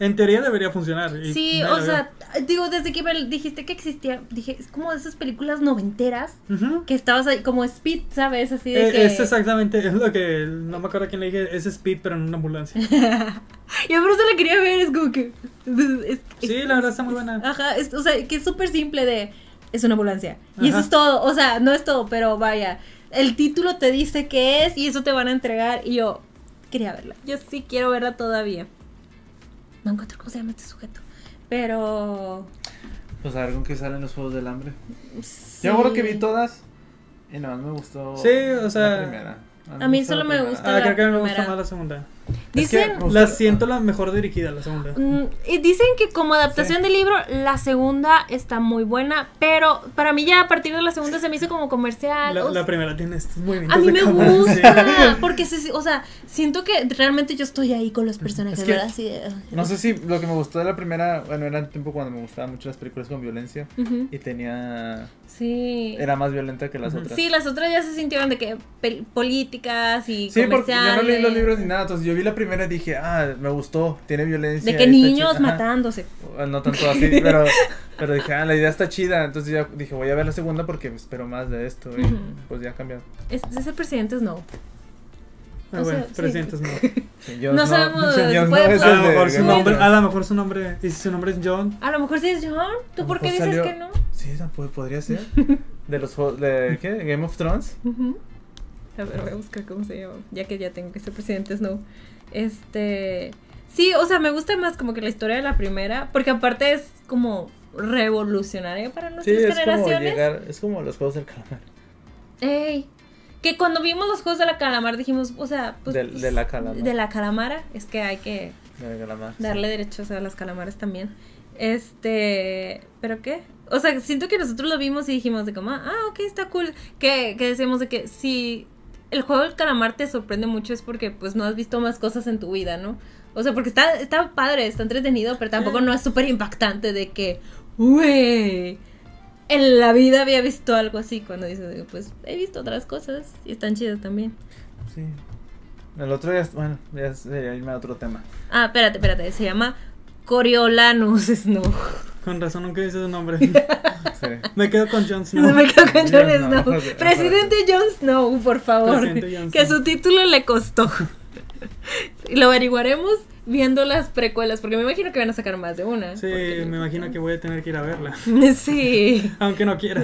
en teoría debería funcionar. y
Sí,
nadie
o
la
sea, digo, desde que me dijiste que existía, dije, es como de esas películas noventeras
vio. Ujú.
que estabas ahí, como Speed, ¿sabes? Así de
Eh,
que.
Es exactamente es lo que no me acuerdo quién le dije, es Speed pero en una ambulancia.
Yo por eso la quería ver, es como que. es- es-
Sí, la verdad está muy buena.
Ajá, es- o sea, que es súper simple de es una ambulancia. Y eso
Ajá.
es todo, o sea, no es todo, pero vaya, el título te dice qué es y eso te van a entregar y yo quería verla. Yo sí quiero verla todavía. No encuentro cómo se llama este sujeto, pero
Pues a ver con qué salen los Juegos del Hambre.
sí.
Yo creo que vi todas y nada más me gustó.
Sí, o sea,
La primera. me
a mí
gustó la
solo me
primera.
gusta.
Ah, creo que a mí me
primera.
gusta más la segunda.
Dicen,
Me gusta-
La siento la mejor dirigida, la segunda.
mm, y dicen que como adaptación de libro, la segunda está muy buena, pero para mí ya a partir de la segunda se me hizo como comercial.
La,
o
la primera tiene estos movimientos
A mí
de
me
cámara,
gusta, porque, se- o sea, siento que realmente yo estoy ahí con los personajes,
Es que-
¿verdad? eh, Así de-
No sé si lo que me gustó de la primera, bueno, era el tiempo cuando me gustaban mucho las películas con violencia
eh. Ujú.
y tenía
Sí.
era más violenta que las
Ujú.
otras.
Sí, las otras ya se sintieron de que pel- políticas y
Sí, porque yo no
comerciales,
leí los libros ni nada, entonces yo vi la primera y dije, "Ah, me gustó, tiene violencia."
De que
está chida".
niños
Ajá.
matándose.
Eh, No tanto así, pero pero dije, "Ah, la idea está chida." Entonces ya dije, "Voy a ver la segunda porque espero más de esto." Y
Ujú.
pues ya cambió.
Es, es el presidente Snow.
Ah,
O sea,
bueno,
sí.
presidentes no.
Señor,
No sabemos,
señor,
puede
no,
ser-
eso
A
es
lo
de-
mejor
de-
su nombre, a lo mejor su nombre, y si su nombre es John,
A lo mejor sí es John. ¿Tú
A lo
por qué dices
mejor Pues salió-
que no?
Sí, esa po- podría ser. De los juegos- de ¿qué? Game of Thrones.
Ujú. A ver, voy a buscar cómo se llama, ya que ya tengo que ser presidente Snow. Este. Sí, o sea, me gusta más como que la historia de la primera, porque aparte es como revolucionaria para
Sí,
nuestras
es como
generaciones.
llegar, es como los juegos del calamar.
Ey, que cuando vimos los juegos de la calamar dijimos, o sea, pues.
Del- de la calamar.
De la calamara, es que hay que
del calamar, sí.
darle derechos a las calamares también. Este, ¿pero qué? O sea, siento que nosotros lo vimos y dijimos de como, ah, ok, está cool. Que, que decíamos de que si el juego del calamar te sorprende mucho es porque pues no has visto más cosas en tu vida, ¿no? O sea, porque está, está padre, está entretenido, pero tampoco no es súper impactante de que, güey, en la vida había visto algo así cuando dices, pues he visto otras cosas y están chidas también.
Sí. El otro día, bueno, ya sería irme a otro tema.
Ah, espérate, espérate, se llama Coriolanus Snow.
con razón nunca dice su nombre.
Sí.
Me quedo con John
No
Snow.
me quedo con
Jon
Jon
Snow.
Snow.
Ok, ok.
Presidente Jon Snow, por favor.
Presidente Jon
Que
Snow.
su título le costó. Y Lo averiguaremos viendo las precuelas, porque me imagino que van a sacar más de una.
Sí,
porque-
me imagino que voy a tener que ir a verla,
Sí.
aunque no quiera.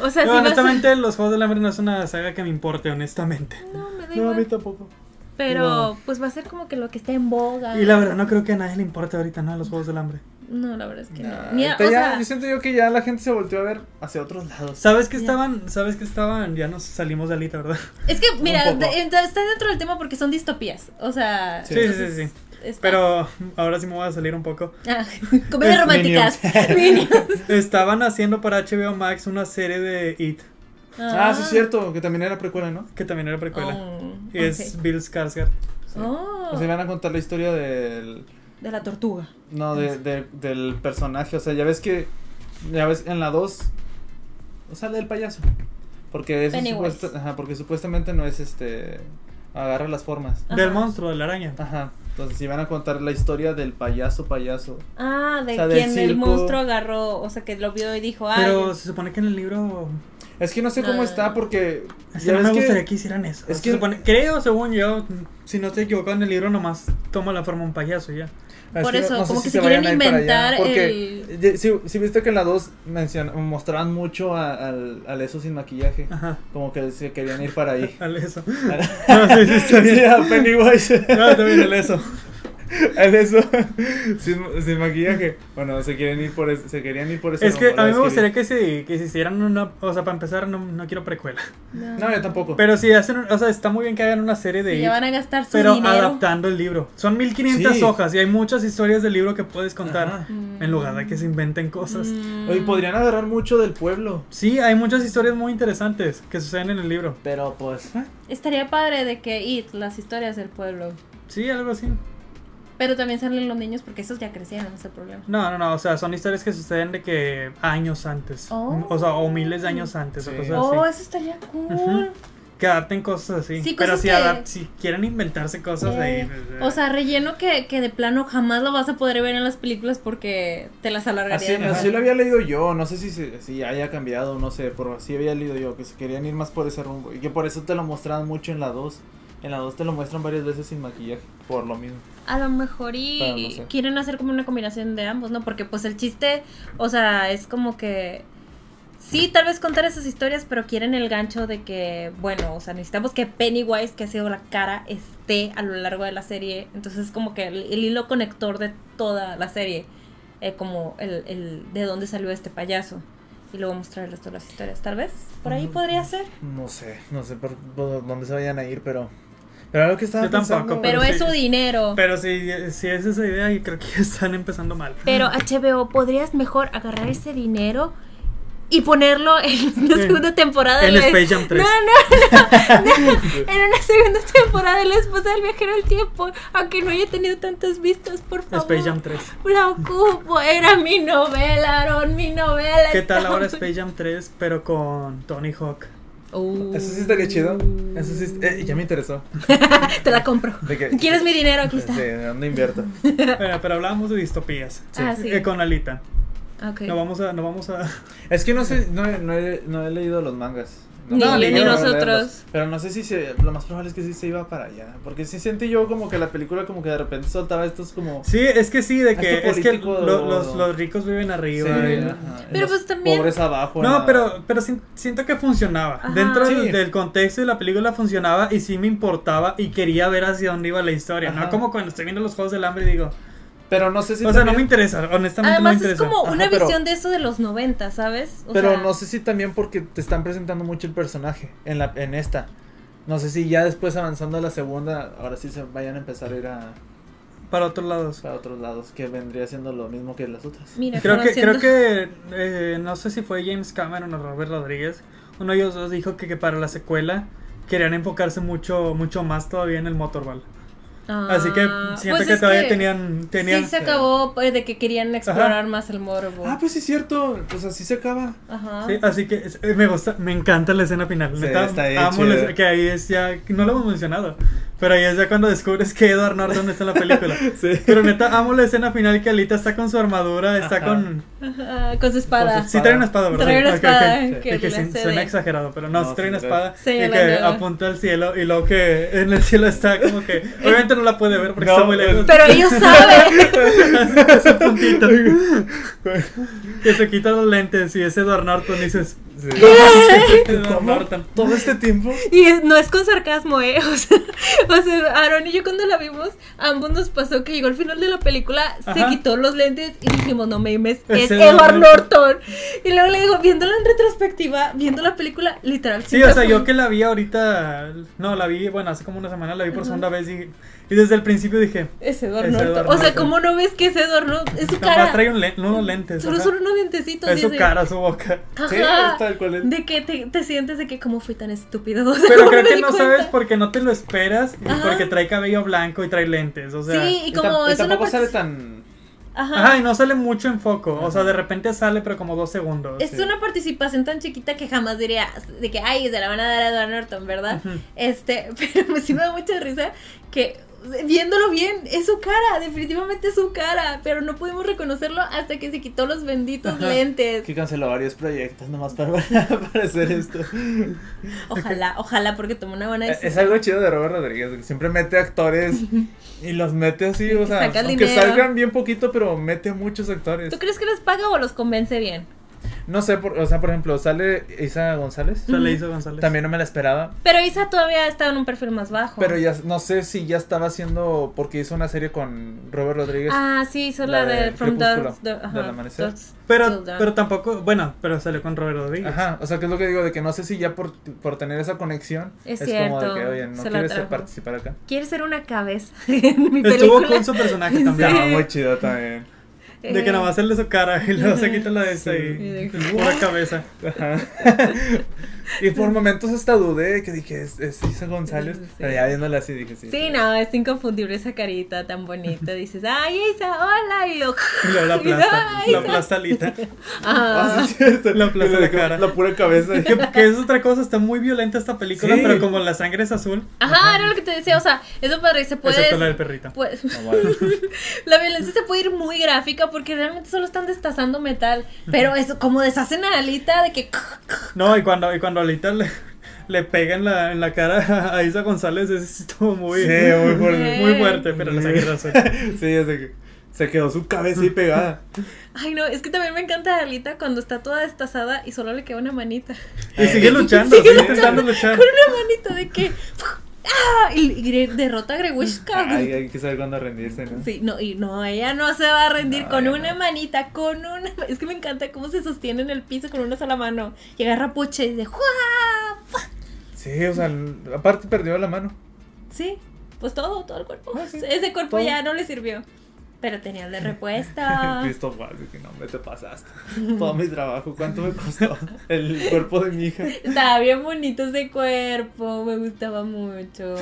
O sea, si vas
Yo,
a-
honestamente, los Juegos del Hambre no es una saga que me importe, honestamente.
No, me
No,
da
a mí
igual.
tampoco.
Pero
Wow.
pues va a ser como que lo que está en boga.
Y la verdad no creo que a nadie le importe ahorita, ¿no? Los Juegos del Hambre.
No, la verdad es que
Nah,
no. Ni a-
Ahorita
o
ya-
sea,
yo siento yo que ya la gente se volteó a ver hacia otros lados.
¿Sabes que
Ya.
estaban? ¿Sabes que estaban? Ya nos salimos de alita, ¿verdad?
es que, mira,
poco.
de- está está dentro del tema porque son distopías. O sea,
Sí, sí, sí,
entonces,
sí.
está-
Pero ahora sí me voy a salir un poco.
Ah, comedias
Es
románticas. Minions.
Estaban haciendo para HBO Max una serie de It,
Ah, sí es cierto, que también era precuela, ¿no?
que también era precuela.
Oh,
Y es
ok.
Bill Skarsgård.
Oh,
O sea, van a contar la historia del...
de la tortuga.
No, de- de- del personaje, o sea, ya ves que... Ya ves, en la 2... O sea, del payaso. Porque, eso
Pennywise.
supuesta- ajá, porque supuestamente no es este... Agarra las formas.
Ajá.
Del monstruo, de la araña.
Ajá. Entonces, si van a contar la historia del payaso, payaso.
Ah, de
O sea, del
quien el
circo.
monstruo agarró, o sea, que lo vio y dijo, ah,
Pero se supone que en el libro.
Es que no sé cómo
Ah.
está porque...
así
ya
no
ves
me
que-
gustaría que, hicieran eso.
es
Se
que-
supone- creo, según yo, si no te equivoco, en el libro nomás toma la forma de un payaso y ya.
Es
Por
que no-
eso,
no sé
como
si
que se
vayan
quieren
a ir para allá,
inventar
porque ya- Si, si viste que en la 2 mencion- mostraban mucho a- al, al eso sin maquillaje.
Ajá.
Como que se querían ir para ahí.
Al eso.
no, sí, sí, a Pennywise.
No, también el eso.
al eso sin, sin maquillaje. Bueno, se quieren ir por es- se querían ir por eso.
Es que a mí me gustaría que si, que si hicieran una. O sea, para empezar, no, no quiero precuela.
No,
No, yo tampoco.
Pero si hacen. un- O sea, está muy bien que hagan una serie de.
si
It,
ya van a gastar su
pero
dinero.
adaptando el libro. Son 1500
Sí.
hojas y hay muchas historias del libro que puedes contar.
Ajá.
Mm.
En lugar de que se inventen cosas.
Mm.
Oye, podrían agarrar mucho del pueblo.
Sí, hay muchas historias muy interesantes que suceden en el libro.
Pero pues. ¿eh?
Estaría padre de que It, las historias del pueblo.
Sí, algo así.
Pero también salen los niños porque esos ya crecieron, ese problema.
No, no, no. O sea, son historias que suceden de que años antes.
Oh.
O sea, o miles de años antes.
Sí.
O cosas
Oh,
así.
eso estaría cool.
Ujú. Que adapten cosas así.
Sí,
Pero
cosas
si,
que-
adap- si quieren inventarse cosas de
Eh,
ahí. pues,
O
eh.
sea, relleno que, que de plano jamás lo vas a poder ver en las películas porque te las
Así,
alargarían.
así lo había leído yo, no sé si, se- si haya cambiado, no sé, pero así había leído yo, que se querían ir más por ese rumbo y que por eso te lo mostraban mucho en la 2. En la 2 te lo muestran varias veces sin maquillaje, por lo mismo.
A lo mejor y
Pero no sé.
quieren hacer como una combinación de ambos, ¿no? Porque pues el chiste, o sea, es como que... Sí, tal vez contar esas historias, pero quieren el gancho de que, bueno, o sea, necesitamos que Pennywise, que ha sido la cara, esté a lo largo de la serie. Entonces es como que el, el hilo conector de toda la serie, eh, como el, el de dónde salió este payaso. Y luego mostrar el resto de las historias, tal vez. Por
Mm.
ahí podría ser.
No sé, no sé por, por dónde se vayan a ir, pero. Pero algo que estaba
Yo tampoco,
pensando-
Pero
sí.
es su dinero.
Pero si, si es esa idea, y creo que ya están empezando mal.
Pero HBO, ¿podrías mejor agarrar ese dinero y ponerlo en una
Sí.
segunda temporada? de
El
la-
Space Jam 3.
No, no, no, no. En una segunda temporada de la esposa del viajero del tiempo, aunque no haya tenido tantas vistas, por favor.
Space Jam 3.
La ocupo, era mi novela, Aaron, mi novela.
¿Qué tal ahora Space Jam 3, pero con Tony Hawk?
Uh,
Eso sí estaría chido. Eso sí. eh, ya me interesó.
Te la compro.
¿De qué?
¿Quieres mi dinero? Aquí
Sí,
está.
¿de dónde invierto?
Pero, pero hablábamos de distopías.
Ah, sí.
Eh, con Alita.
Ok.
No vamos a. No vamos a...
Es que no sé, no, he- no he, no he leído los mangas.
Ni-
tengo
ni
tiempo de
nosotros.
leerlos, Pero no sé si se, lo más probable es que sí se iba para allá. Porque sí sentí yo como que la película como que de repente soltaba estos como...
Sí, es que sí, de que.
Esto
Es que
este político-
lo- los, los ricos viven arriba.
Sí,
y-
ajá,
Pero
los
pues también-
Pobres abajo. en
No,
la-
pero, pero sin- siento que funcionaba.
Ajá.
Dentro del,
Sí.
del contexto de la película funcionaba y sí me importaba y quería ver hacia dónde iba la historia. No
Ajá.
como cuando estoy viendo los Juegos del Hambre y digo,
Pero no sé si...
o sea, no
también-
me interesa, honestamente no me
Además, es
interesa.
como
Ajá,
una
pero-
visión de eso de los 90, ¿sabes? O
Pero
sea,
no sé si también porque te están presentando mucho el personaje en la en esta. No sé si ya después avanzando a la segunda, ahora sí se vayan a empezar a ir a,
Para otros lados.
a otros lados, que vendría siendo lo mismo que las otras.
Mira,
Creo que,
conociendo-
creo que eh, no sé si fue James Cameron o Robert Rodríguez. Uno de ellos dos dijo que, que para la secuela querían enfocarse mucho, mucho más todavía en el motorball. Así que
Ah,
siento
pues
que
es
todavía
que
tenían, tenían
Sí, se acabó pues, de que querían explorar
Ajá.
más el morbo.
Ah, pues sí es cierto, pues así se acaba.
Ajá.
Sí, así que es- eh, me gusta, me encanta la escena final.
Sí,
neta,
está bien
amo la
chida.
es- que ahí es ya, no lo hemos mencionado, pero ahí es ya cuando descubres que Edward Norton está en la película.
Sí.
Pero neta, amo la escena final que Alita está con su armadura, está
Ajá.
con...
Ajá, Ah, con su espada.
Con
Sí, trae una espada, ¿verdad?
Trae una
Ok, ok.
espada
Sí.
que
Y que
le
sí,
hace
suena
de-
extraño, pero no,
No,
sí trae
sí,
una
trae.
espada
Sí,
y
la
que
nada.
apunta al cielo y luego que en el cielo está como que... Obviamente no la puede ver porque
No,
está muy lejos.
Pero ellos saben.
Ese puntito. que se quita los lentes y es Edward Norton y dices...
Sí.
¿Cómo?
Norton.
¿Todo este tiempo?
Y es- no es con sarcasmo, ¿eh? O sea, o sea, Aaron y yo cuando la vimos, ambos nos pasó que llegó al final de la película, se
Ajá.
quitó los lentes y dijimos, no me imes, es
Es el
Edward
Norton".
Norton. Y luego le digo, viéndola en retrospectiva, viendo la película, literal.
Sí, o sea,
fue-
yo que la vi ahorita. No, la vi, bueno, hace como una semana la vi por segunda vez y, y desde el principio dije.
Es Edward
es
Norton.
Edward
O sea,
Norton.
¿cómo no ves que es Edward Norton? Es su
Nomás
cara.
trae un len- unos lentes.
Solo
ajá.
son unos lentecitos.
es
y
su
de-
cara, su boca.
Ajá.
Sí, es tal cual es.
De que te, te sientes de que, ¿cómo fui tan estúpido? O sea,
Pero
¿cómo
creo
me
que
di
no
cuenta?
sabes porque no te lo esperas y
Ajá.
porque trae cabello blanco y trae lentes. O sea.
Sí, y como
tam- y
es una
tampoco sale
parte-
tan.
Ajá.
Ajá, y no sale mucho en foco. O sea, de repente sale, pero como dos segundos.
Es
Sí.
una participación tan chiquita que jamás diría de que, ay, se la van a dar a Edward Norton, ¿verdad?
Ujú.
Este, pero me sí me da mucha risa que viéndolo bien, es su cara, definitivamente es su cara, pero no pudimos reconocerlo hasta que se quitó los benditos
Ajá.
lentes.
Que canceló varios proyectos nomás para, para hacer esto.
Ojalá, ojalá, porque tomó una
Eh,
buena
Es,
decisión.
E-, es algo chido de Robert Rodríguez, que siempre mete actores y los mete así, o sea,
Saca el
aunque
dinero.
salgan bien poquito, pero mete muchos actores.
¿Tú crees que les paga o los convence bien?
No sé, por- o sea, por ejemplo, sale Isa González.
O sea, le hizo González.
También no me la esperaba,
Pero Isa todavía está en un perfil más bajo.
pero ya no sé si ya estaba haciendo, porque hizo una serie con Robert Rodríguez.
Ah, sí, hizo
La
la, de
de
From
Crepúsculo,
Dusk- Dusk- ajá,
del amanecer.
Dusk
Pero,
Till Dawn.
pero tampoco. Bueno, pero salió con Robert Rodríguez.
Ajá, o sea, que es lo que digo, de que no sé si ya por, por tener esa conexión
Es
como
cierto,
de que, oye, no
se la
quieres
trajo.
participar acá.
Quiere ser una cabeza en mi
Estuvo
película.
con su personaje
Sí.
también.
Estaba muy chido también.
De
Eh,
que nada más hacerle su cara y luego se quita la de esta
Y de
y
que,
pura cabeza.
Ajá. y por momentos hasta dudé que dije, es, es Isa González.
Sí.
Pero ya viéndola así dije, sí.
Sí, no, es inconfundible esa carita tan bonita. Dices, ay, Isa, hola, y lo...
Y luego la
Y luego,
aplasta.
ay,
La
sa-
aplasta alita.
Ah,
Ah, sí, es cierto.
La plaza
Y le
de
dejó
cara.
La pura cabeza.
Que, que es otra cosa, está muy violenta esta película,
Sí.
pero como la sangre es azul,
Ajá, era lo que te decía, o sea, eso padre, se puede...
excepto la del perrito.
pues,
No, vale.
la violencia se puede ir muy gráfica porque realmente solo están destazando metal. Pero eso, como deshacen a Alita de que...
No, y cuando, y cuando Alita le, le pega en la, en la cara a Isa González, es estuvo muy,
Sí, muy fuerte.
muy fuerte, pero la sangre es azul.
Sí, ya sé que se quedó su cabeza ahí pegada.
Ay, no, es que también me encanta Alita cuando está toda destazada y solo le queda una manita.
Y sigue luchando, sigue,
Sigue
intentando luchar.
Con una manita de que... ¡Ah! Y, y derrota a Grewishka.
Mm. Ay, hay que saber cuándo rendirse, ¿no?
Sí, no, y no, ella no se va a rendir
No,
con
ella
una
no.
manita, con una... Es que me encanta cómo se sostiene en el piso con una sola mano. Y agarra puche y dice, ¡juá!
Sí, o sea, aparte perdió la mano.
Sí, pues todo, todo el cuerpo.
Ah, sí,
Ese cuerpo
todo.
ya no le sirvió. Pero tenía el de repuesto.
Cristo Paz, que no, me te pasaste. Todo mi trabajo, ¿cuánto me costó? El cuerpo de mi hija.
Estaba bien bonito ese cuerpo, me gustaba mucho.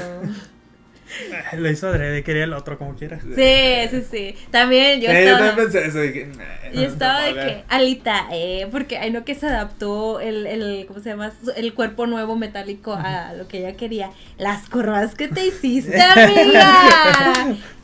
Ay, Lo hizo adrede, quería el otro como quiera.
Sí, sí, sí. También yo
Sí, Eh, yo
estaba...
también pensé eso. Dije, nah,
Y estaba de
no,
que, Alita, eh, porque ay no que se adaptó el, el, ¿cómo se llama? Su- El cuerpo nuevo metálico a lo que ella quería. Las corvadas que te hiciste, amiga.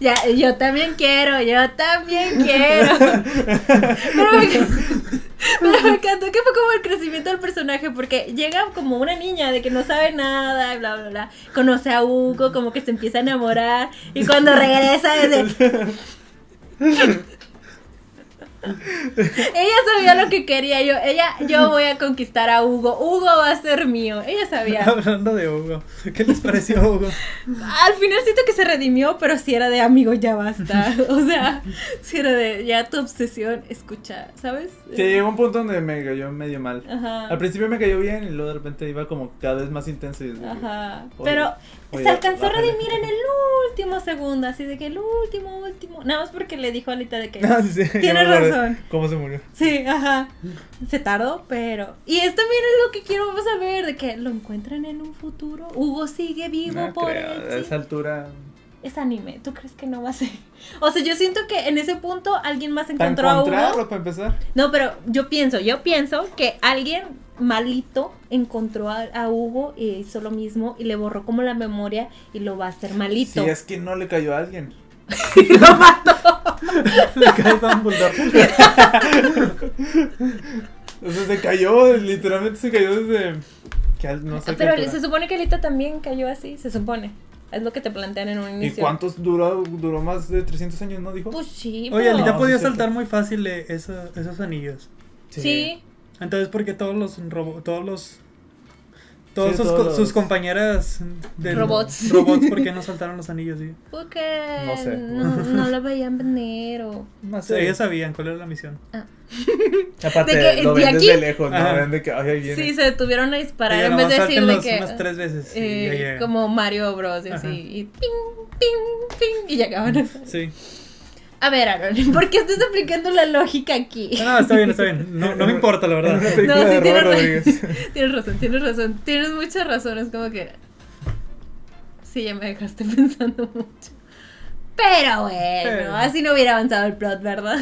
Ya, yo también quiero, yo también quiero. Pero me, enc- pero me encantó que fue como el crecimiento del personaje, porque llega como una niña de que no sabe nada, bla, bla, bla. Conoce a Hugo, como que se empieza a enamorar. Y cuando regresa, desde, Ella sabía lo que quería yo. Ella, yo voy a conquistar a Hugo. Hugo va a ser mío. Ella sabía.
Hablando de Hugo, ¿qué les pareció Hugo?
Al final siento que se redimió, pero si era de amigo ya basta. O sea, si era de ya tu obsesión, escucha, ¿sabes?
Sí, llegó un punto donde me cayó medio mal.
Ajá.
Al principio me cayó bien y luego de repente iba como cada vez más intenso. Y dije,
Ajá.
Oye,
Pero
oye,
se alcanzó a
bájale.
redimir en el último segundo, así de que el último, último. Nada más porque le dijo a Alita de que.
No, Ah, sí, sí,
Tienes
ya me acordé.
razón.
¿Cómo se murió?
Sí, ajá. Se tardó, pero. Y esto, mira lo que quiero vamos a ver, de que lo encuentran en un futuro. Hugo sigue vivo
no
por
creo,
él.
a
sí.
esa altura.
es anime. ¿Tú crees que no va a ser? O sea, yo siento que en ese punto alguien más
¿Para
encontró a
encontrarlo
Hugo.
para empezar?
No, pero yo pienso, yo pienso que alguien malito encontró a, a Hugo y hizo lo mismo y le borró como la memoria y lo va a hacer
Si
malito.
es que no le cayó a alguien.
y lo mató.
Le cae Dumbledore.
O sea, se cayó, literalmente se cayó desde. Que al- no sé qué
Ah, pero
altura.
se supone que Alita también cayó así, se supone. Es lo que te plantean en un
¿Y
inicio.
cuántos duró? Duró más de 300 años, ¿no dijo?
Pues sí.
Oye,
po.
Alita
No,
podía
sí,
saltar muy fácil eh, eso- esos anillos.
Sí.
Entonces, ¿por qué todos los robo- todos los todos sus,
todos
co- sus
los-
compañeras de
Robots.
robots por qué no saltaron los anillos? sí?
Porque
No sé.
no, no lo veían venir o...
No sé.
Ellas sabían cuál era la misión.
Aparte,
de que-
lo
de
ven
aquí-
desde lejos, ¿no?
Ajá.
Ven de que, ay, ahí viene.
Sí, se detuvieron a disparar
Oigan,
en vez
nomás
de decir
sáltenlos
de que...
unas tres veces y
eh,
ya llegan.
como Mario Bros. Y así.
Ajá.
Y ping, ping, ping. Y llegaban.
Sí.
A ver, Aaron, ¿por qué estás aplicando la lógica aquí?
No, no, está bien, está bien. No, no me importa, la
En una
verdad.
película
No, sí
de
tiene
Robert
razón.
Rodríguez.
Tienes razón, tienes razón. Tienes muchas razones, como que. Sí, ya me dejaste pensando mucho. Pero bueno,
Pero-
así no hubiera avanzado el plot, ¿verdad?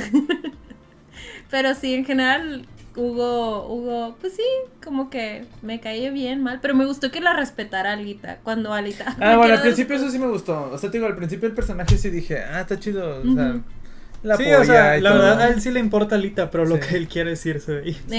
Pero sí, en general, Hugo, Hugo, pues sí, como que me cayó bien, mal. Pero me gustó que la respetara Alita. Cuando Alita. me
Ah,
quiero
bueno, al
dar-
principio eso sí me gustó. O sea, te digo, al principio el personaje sí dije, ah, está chido. O sea,
Ujú.
la
sí,
polla
o sea,
y
la
todo.
verdad a él sí le importa a Lita, pero lo
Sí.
que él quiere es irse de ahí.
Ey,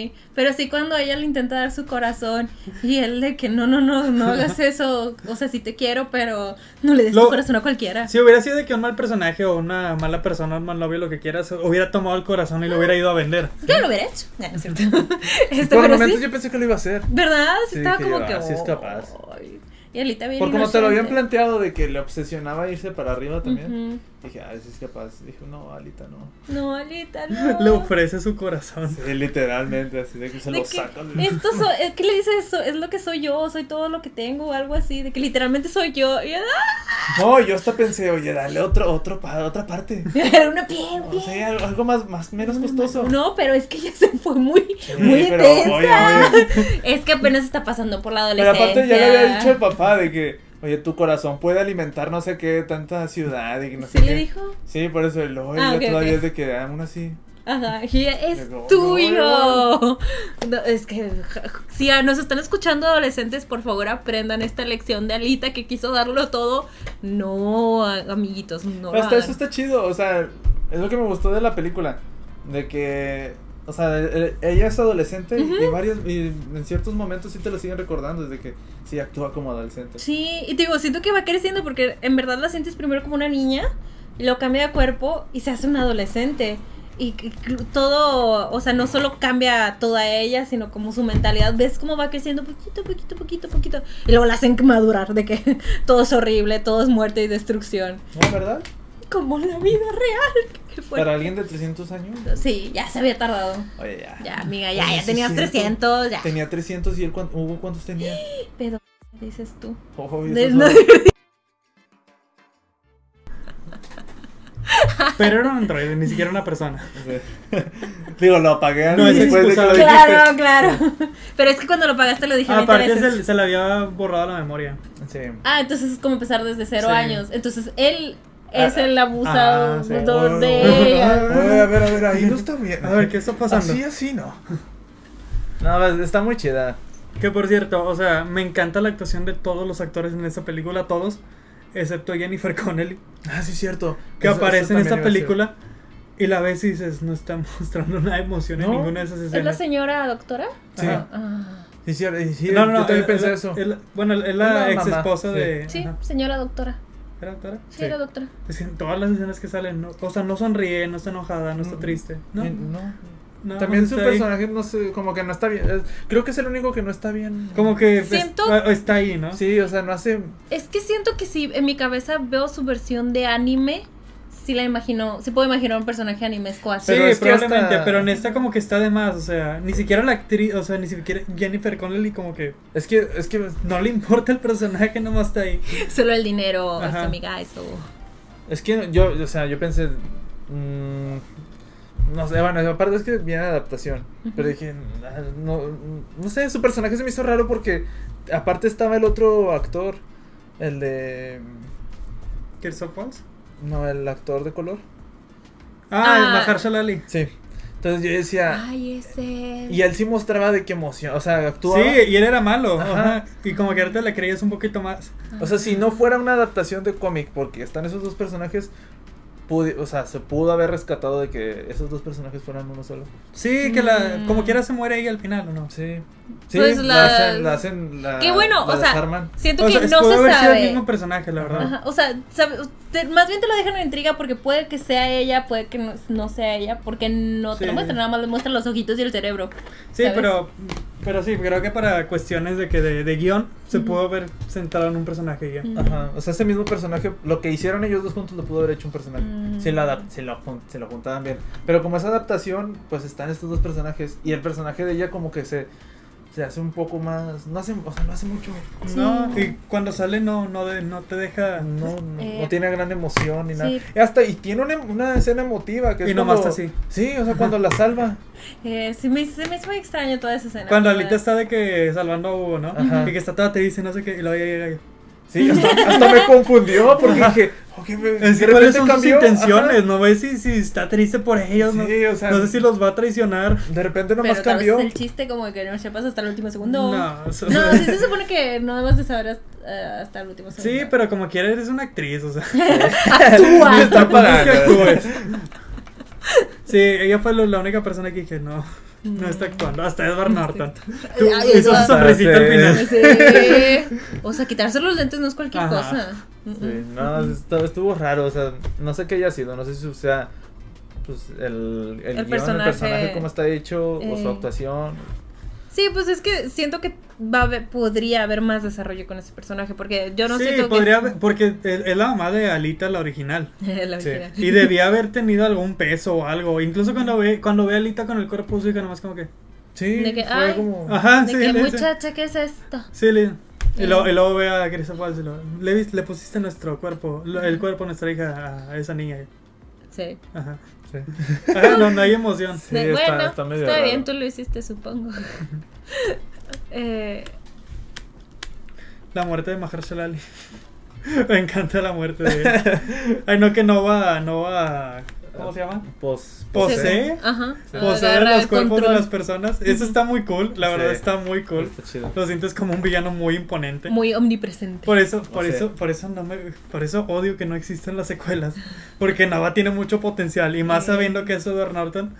Eh, pero sí cuando ella le intenta dar su corazón y él de que no, no, no, no hagas eso, o sea, sí te quiero, pero no le des
Lo-
tu corazón a cualquiera.
Si hubiera sido de que un mal personaje o una mala persona, un mal novio, lo que quieras, hubiera tomado el corazón y lo hubiera ido a vender.
Yo lo hubiera hecho. No, no es cierto. Este,
Por
pero
momentos
sí,
yo pensé que lo iba a hacer.
¿Verdad? Sí
Sí,
estaba
dije
como
yo,
que.
ah, sí es capaz.
"Ay". Y Alita bien.
Por como te lo habían
inocente.
planteado de que le obsesionaba irse para arriba también.
Ujú.
Dije, ah, si es capaz. Dije, no, Alita, no.
No, Alita, no.
Le ofrece su corazón.
Sí, literalmente, así de que se
De
lo
que,
sacan.
esto so- eh, ¿Qué le dice eso? Es lo que soy yo, soy todo lo que tengo, o algo así, de que literalmente soy yo. Y, ¡ah!
No, yo hasta pensé, oye, dale otro, otro pa- otra parte.
Era una piel,
O
piel.
sea, algo, algo más, más, menos costoso.
No, pero es que ya se fue muy, muy
Sí, pero,
intensa.
oye, oye.
Es que apenas está pasando por la
Pero
adolescencia.
aparte ya le había dicho el papá de que, oye, tu corazón puede alimentar no sé qué, tanta ciudad y que no
¿Sí
sé
le
qué.
dijo?
Sí, por eso el ojo
Ah, ok,
todavía
ok.
es de que aún así.
Ajá, y es
Llegó,
tuyo. No, es que ja, si a- nos están escuchando adolescentes, por favor aprendan esta lección de Alita que quiso darlo todo. No, a- amiguitos, no.
Pero
lo
hasta eso
hagan.
está chido, o sea, es lo que me gustó de la película. De que, o sea, e- e- ella es adolescente y, varias, y en ciertos momentos sí te lo siguen recordando, desde que sí actúa como adolescente.
Sí, y te digo, siento que va creciendo porque en verdad la sientes primero como una niña, y lo cambia de cuerpo y se hace una adolescente. Y que- que todo, o sea, no solo cambia toda ella, sino como su mentalidad. Ves cómo va creciendo poquito, poquito, poquito, poquito. Y luego la hacen madurar de que todo es horrible, todo es muerte y destrucción.
¿No, verdad?
Como la vida real. Qué fuerte.
Para alguien de 300 años.
Sí, ya se había tardado.
Oye, ya.
Ya, amiga, ya,
Oye,
ya
sí
tenías
es cierto.
300, ya.
Tenía 300 y él, cuan- Hugo, ¿cuántos tenía?
Pero, ¿qué dices tú?
Oh, eso
Des-
es
no-
horrible.
Pero era un androide, ni siquiera una persona.
Digo, lo apagué
No, es
después de que lo
excusable.
dijiste.
Claro, claro. Pero es que cuando lo pagaste lo dije 20
Aparte
veces.
se, se le había borrado la memoria.
Sí.
Ah, entonces es como empezar desde cero
Sí.
años. Entonces él es
Ah, Oh.
el abusador
ah, sí.
de ella.
Oye, a ver, a ver, ahí no está bien.
A ver, ¿qué está pasando?
Así, así no. No, pues, está muy chida.
Que por cierto, o sea, me encanta la actuación de todos los actores en esta película, todos, excepto Jennifer Connelly,
Ah, sí, es cierto.
que
Eso-
aparece
eso
en
también
esta
iba a ser.
película. Y la ves y dices, no está mostrando una emoción en
No.
ninguna de esas
¿Es la
escenas.
señora doctora?
Sí.
Ajá.
Ah.
Sí, sí, eh, sí,
no, no, no,
yo también
eh,
pensé
eh,
eso.
eh, bueno, es
Es
la
la
ex
mamá,
esposa
sí.
de.
Sí,
ajá.
señora doctora.
¿Era doctora?
Sí,
Sí.
era doctora.
Es que en todas las escenas que salen, no, o sea, no sonríe, no está enojada, no está
Mm.
triste. No,
Eh, no.
nada
También
más
su
está ahí.
personaje, no sé, como que no está bien. Eh, Creo que es el único que no está bien.
Como que es-
Siento-
ah, está ahí, ¿no?
Sí, o sea, no hace.
Es que siento que si en mi cabeza veo su versión de anime, sí la imagino, sí puedo imaginar un personaje animesco así.
Sí,
Pero es que
probablemente,
hasta-
pero en esta como que está de más, o sea, ni siquiera la actriz, o sea, ni siquiera Jennifer Connelly como que
Es que, es que.
no le importa el personaje, nomás está ahí.
Solo el dinero,
Ajá.
es amiga, eso.
Es que yo, o sea, yo pensé. mm, no sé, bueno, aparte es que viene adaptación. Pero dije, ah, no, no sé, su personaje se me hizo raro porque. Aparte estaba el otro actor. El de.
¿Kirsten Falls?
No, el actor de color.
Ah,
Ah.
Mahershala Ali.
Sí. Entonces yo decía.
Ay, ese.
Ah. Y él sí mostraba de qué emoción. O sea, actuaba.
Sí, y él era malo,
Ajá.
ajá, Y como que ahorita le creías un poquito más.
O sea, si no fuera una adaptación de cómic, porque están esos dos personajes, pudi- o sea, se pudo haber rescatado de que esos dos personajes fueran uno solo.
Sí, que la.
Mm.
Como quiera se muere ella al final, ¿o no?
Sí. Sí,
Pues
la,
la-
hacen, la hacen la-
Qué bueno,
la
o sea,
desarman.
Siento
O
que
sea,
no
pudo
se
haber sido el
sabe.
mismo personaje, la verdad.
Ajá, o sea, sabe- te- más bien te lo dejan en intriga porque puede que sea ella, puede que no, no sea ella, porque no te lo
Sí.
muestran, nada más le muestran los ojitos y el cerebro.
Sí,
¿sabes?
pero. Pero sí, creo que para cuestiones de que de, de guión se
Ujú.
pudo haber centrado en un personaje y ya.
Mm.
Ajá, o sea, ese mismo personaje, lo que hicieron ellos dos juntos lo pudo haber hecho un personaje.
Mm.
Si, lo adap- si lo jun- si lo juntaban bien. Pero como es adaptación, pues están estos dos personajes. Y el personaje de ella como que se, se hace un poco más... No hace, o sea, no hace mucho.
Sí.
No, y cuando sale no, no, de- no te deja.
No, no,
Eh,
no tiene gran emoción ni nada.
sí.
Y hasta, y tiene una, una escena emotiva que es
Y nomás
cuando-
así.
Sí, o sea, cuando la salva.
Eh, sí me, se me hizo muy extraño toda esa escena.
Cuando
la
Alita está de que salvando a Hugo, ¿no?
Ajá.
Y que está toda te dice no sé qué, y luego llega llega.
Sí, hasta, hasta me confundió porque dije, ok, me,
Es
de
que cuáles
repente
son
cambió,
sus intenciones,
ajá.
no ves si, si está triste por ellos, ¿no?
Sí, o sea,
no sé si los va a traicionar.
de repente nomás
Pero tal vez
cambió.
es el chiste como de que no sepas hasta el último segundo.
No, o sea,
No, sí se supone que no debes de saber hasta, eh, hasta el último segundo.
Sí, pero como quiera eres una actriz, o sea.
¡Actúa!
Está para-
que actúes. Sí, ella fue lo- la única persona que dije, no, no está actuando. Hasta Edward Norton. Tú
Mm. Ay,
hizo
Edward.
su sonrisita al final.
Sí. O sea, quitarse los lentes no es cualquier
Ajá.
cosa. Mm,
Sí, no, estuvo, estuvo raro, o sea, no sé qué haya sido, no sé si sea pues el, el, guión, el
personaje.
personaje, cómo está hecho, o
Eh.
su actuación.
Sí, pues es que siento que va a haber- podría haber más desarrollo con ese personaje, porque yo no
sí,
siento
podría
que...
haber- porque es es la mamá de Alita, la original.
La
Sí.
original.
Y debía haber tenido algún peso o algo. Incluso cuando ve, cuando ve a Alita con el cuerpo suyo, nomás como que.
Sí,
De que,
fue
ay.
como...
Ajá,
Oh. De
Ah, sí,
que,
le dice.
muchacha, ¿qué es esto?
Sí, le, y,
Eh.
luego, y luego ve a Grisa Falls y luego, le, vis- le pusiste nuestro cuerpo, lo- el cuerpo de nuestra hija a esa niña.
Sí.
Ajá.
Sí.
Ajá, no, no hay emoción.
Sí,
De-
está-
bueno,
está
está,
medio raro.
bien, tú lo hiciste, supongo. eh,
La muerte de Mahershala Ali. Me encanta la muerte de él. Ay, no, que no va, no va, ¿cómo se llama?
Pos, ¿eh?
Posee.
Ajá.
Poseer
agarra
los
Ah, el
cuerpos
control.
de las personas. Eso está muy cool, la
Sí.
verdad está muy cool.
Está chido.
Lo sientes como un villano muy imponente.
Muy omnipresente.
Por eso, por
O sea.
eso, por eso no me, por eso odio que no existan las secuelas, porque Nava tiene mucho potencial y más
Sí.
sabiendo que es Edward Norton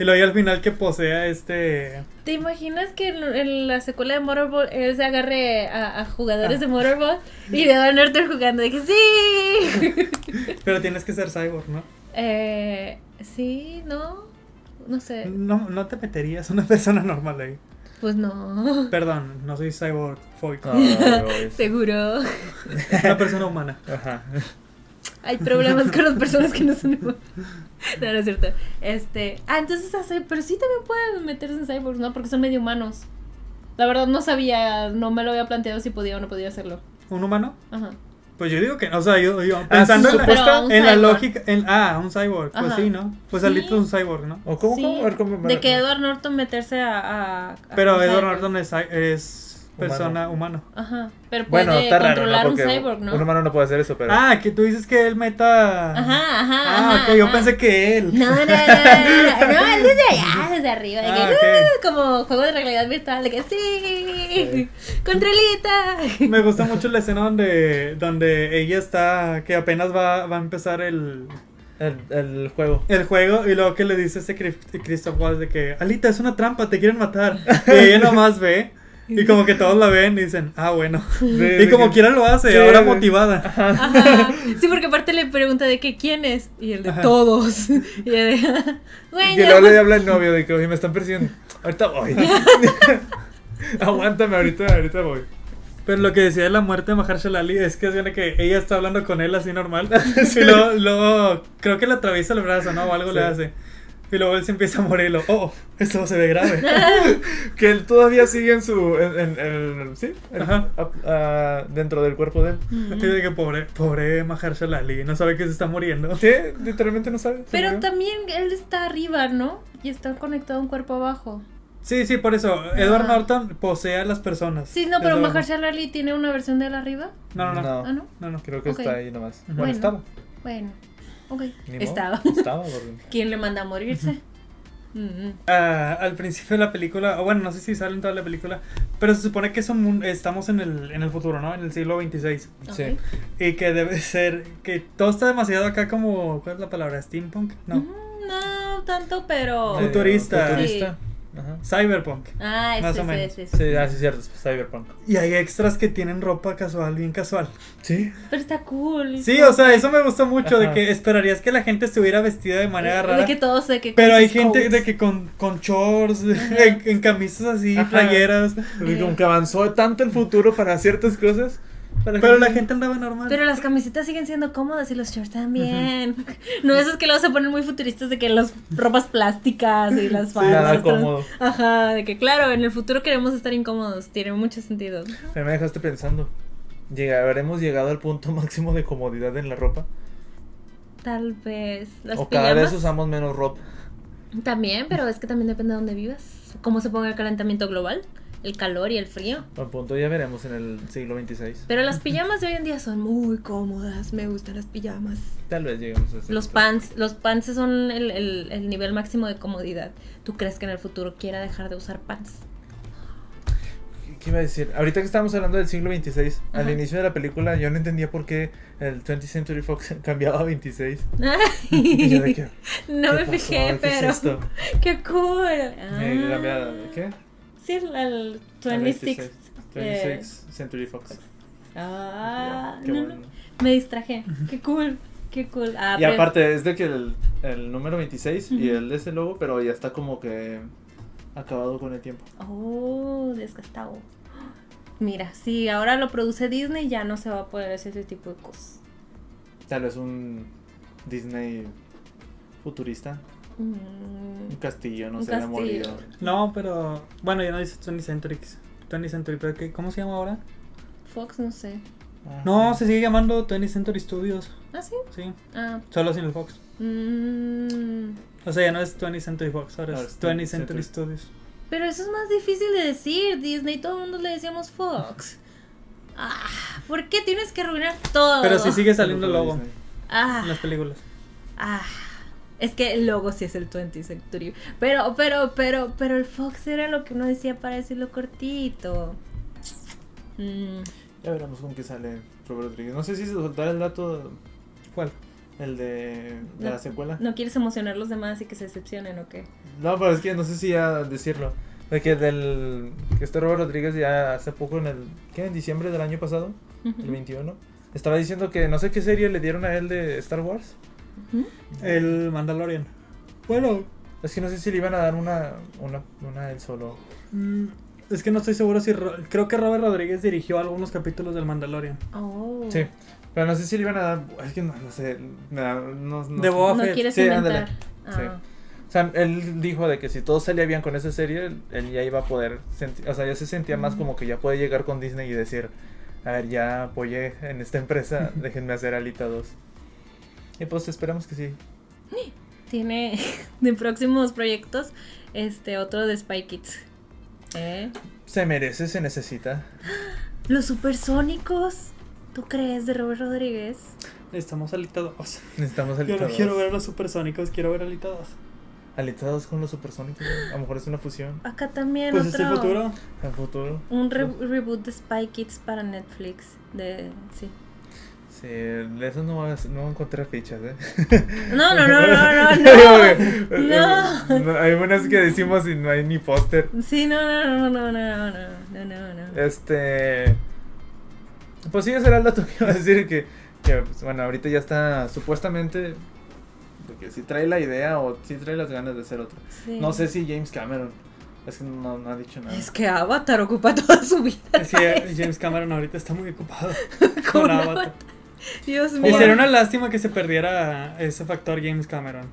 y luego ya al final que posea este,
¿Te imaginas que en, en la secuela de Motorball él se agarre a, a
Ah.
jugadores de Motorball y de Van Norton jugando? Dije, ¡sí!
pero tienes que ser cyborg, ¿no?
eh, sí, no. No sé.
No, no te meterías una persona normal ahí.
Pues no.
Perdón, no soy cyborg, soy
Ah, güey.
Seguro.
una persona humana.
Ajá.
Hay problemas con las personas que no son humanas. No, no es cierto. Este. Ah, entonces hace. Pero sí también pueden meterse en cyborgs, ¿no? Porque son medio humanos. La verdad no sabía, no me lo había planteado si podía o no podía hacerlo.
¿Un humano?
Ajá.
Pues yo digo que, no, o sea, yo, yo
Ah,
pensando
sí,
en,
supuesto.
la,
Pero un
en la
cyborg.
lógica, en- ah, un cyborg, pues
Ajá.
sí, ¿no? Pues
Sí.
Alito es un cyborg, ¿no?
¿O cómo,
Sí,
cómo? A ver, cómo-
de que Edward Norton meterse a. a- a-
Pero
un
Edward
cyborg.
Norton es, cy- es
Humano.
persona humano.
Ajá. Pero puede
Bueno, está raro,
controlar
¿no?
un
Porque
cyborg, ¿no?
un humano no puede hacer eso, pero...
Ah, que tú dices que él meta.
Ajá, ajá.
Ah,
ajá,
ok, yo
ajá.
pensé que él.
No, no, no, no, no, no, es desde allá, desde arriba, de que,
Ah, ok.
"Uh", como juego de realidad virtual, de que sí, controlita.
Me gusta mucho la escena donde, donde ella está, que apenas va, va a empezar el,
El, el juego.
el juego y luego que le dice este Cri- Christoph Waltz de que, Alita, es una trampa, te quieren matar. Y ella nomás ve y como que todos la ven y dicen, ah, bueno. Y como quiera lo hace,
Sí,
ahora
güey.
motivada.
Ajá. Sí, porque aparte le pregunta de que quién es, y el de
Ajá.
todos. Y ella de,
Y
bueno,
que luego le habla el novio de que, oye, me están persiguiendo. Ahorita voy. Aguántame, ahorita, ahorita voy.
Pero lo que decía de la muerte de Mahershala Ali es que es bien que ella está hablando con él así normal. Y luego, luego creo que le atraviesa el brazo, ¿no? O algo le
Sí.
hace. Y luego él se empieza a morir. y luego, Oh, esto se ve grave.
Que él todavía sigue en su. En, en- en- sí, en-
Ajá.
ah, ah, dentro del cuerpo de él.
Mm.
Y de que pobre, pobre Mahershala Ali, no sabe que se está muriendo.
Sí, literalmente no sabe. se
pero
murió.
también él está arriba, ¿no? Y está conectado a un cuerpo abajo.
Sí, sí, por eso. Edward
Ah.
Norton posee a las personas.
Sí, no, pero
Desde abajo.
Mahershala Ali tiene una versión de él arriba.
No, no, no.
Ah, no.
No, no.
Creo que
Ok.
está ahí nomás. Bueno,
Bueno.
estaba.
Bueno, ok.
Ni modo,
Estaba.
Estaba, porque-
¿Quién le manda a morirse? Mm, mm.
a- ah, al principio de la película, o bueno, no sé si sale en toda la película, pero se supone que es un mun- estamos en el, en el futuro, ¿no? En el siglo 26.
Sí.
Ok.
Y que debe ser, que todo está demasiado acá como, ¿cuál es la palabra? ¿Steampunk? No.
Mm, No tanto, pero.
Fut- Futurista.
Futurista. Ajá.
Cyberpunk.
Ah,
Más
ese, ese,
o menos.
ese, ese.
Sí, ah, sí, cierto, es Cyberpunk.
Y hay extras que tienen ropa casual, bien casual.
Sí.
Pero está cool.
Sí, o sea, eso me gustó mucho, de
Ajá.
que esperarías que la gente estuviera vestida de manera rara.
De que todos de que.
Pero
con
hay
sus
gente
coats.
de que con, con shorts, en, en camisas así,
Ajá.
playeras.
Eh.
Porque Como que avanzó tanto el futuro para ciertas cosas. para
Pero la gente andaba normal.
Pero las camisetas siguen siendo cómodas y los shorts también. No esos que luego se ponen muy futuristas de que las ropas plásticas y las faldas.
nada
las trans-
cómodo.
Ajá, de que claro, en el futuro queremos estar incómodos. Tiene mucho sentido.
Pero me dejaste pensando. Llega- ¿Habremos llegado al punto máximo de comodidad en la ropa?
Tal vez. Las
o cada vez
pijamas
usamos menos ropa.
También, pero es que también depende de dónde vivas. Cómo se ponga el calentamiento global, el calor y el frío.
Al punto ya veremos en el siglo 26.
Pero las pijamas de hoy en día son muy cómodas. Me gustan las pijamas.
Tal vez lleguemos a ese
Los
punto.
pants, los pants son el, el- el nivel máximo de comodidad. ¿Tú crees que en el futuro quiera dejar de usar pants?
¿Qué iba a decir? Ahorita que estábamos hablando del siglo 26, al
Ajá.
inicio de la película yo no entendía por qué el 20th Century Fox cambiaba a 26. Y yo de que,
no
¿qué
me
pasó?
fijé,
¿Qué es
pero
esto?
qué cool.
Eh,
Ah.
cambiaba- ¿Qué?
Sí, el, el
Al
26.
26 Century Fox.
Ah,
Ya, qué
no,
bueno.
no, me distraje. Qué cool, qué cool. Ah,
Y
pero-
aparte es de que el, el número 26 y
Ujú.
el ese logo, pero ya está como que acabado con el tiempo.
Oh, desgastado. Mira, si ahora lo produce Disney, ya no se va a poder hacer ese tipo de cosas.
Tal vez un Disney futurista,
Mm.
un castillo, no
Un
sé, de
castillo.
molido.
No, pero. Bueno, ya no dice Tony Centrix. Tony Century, pero ¿qué- ¿cómo se llama ahora?
Fox, no sé.
Ah,
No, se sigue llamando Tony Century Studios.
¿Ah, sí?
Sí,
Ah,
solo sin el Fox.
mm,
O sea, ya no es Tony Century Fox, ahora
Ahora
es
es
20
20th Century.
Century Studios.
pero eso es más difícil de decir, Disney. Todo el mundo le decíamos Fox. Ah, ¿Por qué tienes que arruinar todo?
Pero sí sigue saliendo el logo
Disney.
Ah,
en las películas.
ah. Es que el logo sí es el 20 Century. Pero, pero, pero, pero el Fox era lo que uno decía para decirlo cortito. Mm.
Ya veremos con qué sale Robert Rodríguez. No sé si se soltará el dato,
¿Cuál?
el de, de
No.
la secuela.
¿No quieres emocionar a los demás y que se decepcionen o qué?
No, pero es que no sé si ya decirlo. De que del que este Robert Rodríguez ya hace poco en el ¿qué? en diciembre del año pasado, el 21, estaba diciendo que no sé qué serie le dieron a él de Star Wars.
El Mandalorian. Bueno,
Es que no sé si le iban a dar una una una a él solo.
mm, es que no estoy seguro si. Ro- Creo que Robert Rodríguez dirigió algunos capítulos del Mandalorian.
Oh.
Sí. Pero no sé si le iban a dar, es que no, no sé, me da- no, no
De
sé.
Boba
No
Fett.
quieres
Sí,
inventar.
ándale.
Ah.
O sea, él dijo de que si todos salía bien con esa serie, él- él ya iba a poder, senti- o sea, ya se sentía más como que ya puede llegar con Disney y decir, a ver, ya apoyé en esta empresa, déjenme hacer Alita 2. Y pues esperamos que sí.
Tiene de próximos proyectos este otro de Spy Kids. ¿Eh?
Se merece, se necesita.
Los supersónicos. ¿Tú crees de Robert Rodríguez?
Estamos Alita 2.
Necesitamos
Yo
Alita
no
2.
quiero ver a los supersónicos, quiero ver Alita 2.
Alita 2 con los supersónicos, ¿no? a lo mejor es una fusión
Acá también
Pues este
otro.
futuro.
en futuro.
Un re- reboot de Spy Kids para Netflix. De, sí.
Sí, de eso no, vas- no encontré fichas, ¿eh?
No, no, no, no, no, no.
eh,
No.
eh, No, Hay unas que decimos y no hay ni póster.
Sí, no, no, no, no, no, no, no, no, no.
Eh,
Este. Pues sí, ese era el dato que iba a decir. Que, que, pues, bueno, ahorita ya está supuestamente. de que si trae la idea o si trae las ganas de hacer otro.
Sí.
No sé si James Cameron. Es que no, no ha dicho nada.
Es que Avatar ocupa toda su vida.
Sí, eh, James Cameron ahorita está muy ocupado
Con
con Avatar.
Dios mío.
Y sería una lástima que se perdiera ese factor James Cameron.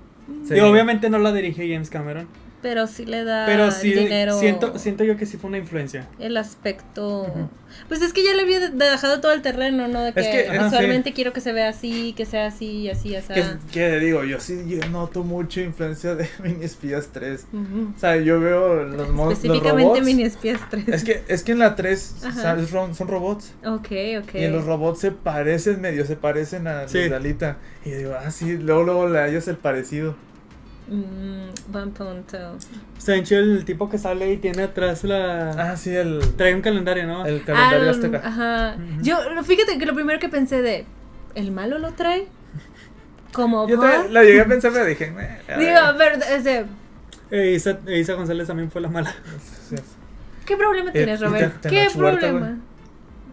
Sí.
Y obviamente no la dirige James Cameron,
Pero sí le da
pero sí
Ah, el dinero.
siento siento yo que sí fue una influencia.
El aspecto.
Ujú.
Pues es que ya le había de- dejado todo el terreno, ¿no? De que,
Es que, ajá,
visualmente quiero que se vea así, que sea así, y así, así.
Que, que digo, yo sí yo noto mucha influencia de Mini Espías 3.
Ujú.
O sea, yo veo los, mon- los
Específicamente
robots.
mini espías 3.
Es que, es que en la 3
Ajá.
¿sabes? Ron- son robots.
Ok, ok.
Y en los robots se parecen medio, se parecen a
Sí.
Dalita. Y yo digo, ah, sí, luego, luego le hallas el parecido.
Mm, buen punto.
Está bien chido el tipo que sale y tiene atrás la.
Ah, sí, el,
Trae un calendario, ¿no?
el calendario
Al-
azteca.
Ajá.
Ujú.
Yo, lo- fíjate que lo primero que pensé de. ¿El malo lo trae? Como.
Yo
por-
también lo llegué a pensar, pero dije, "Meh, a
Digo,
ver".
pero. es de,
E Isa, e Isa González también fue la mala.
Sí, sí.
¿Qué problema tienes,
Eh, y
Robert?
Te-
¿Qué
Tenoch Huerta,
problema?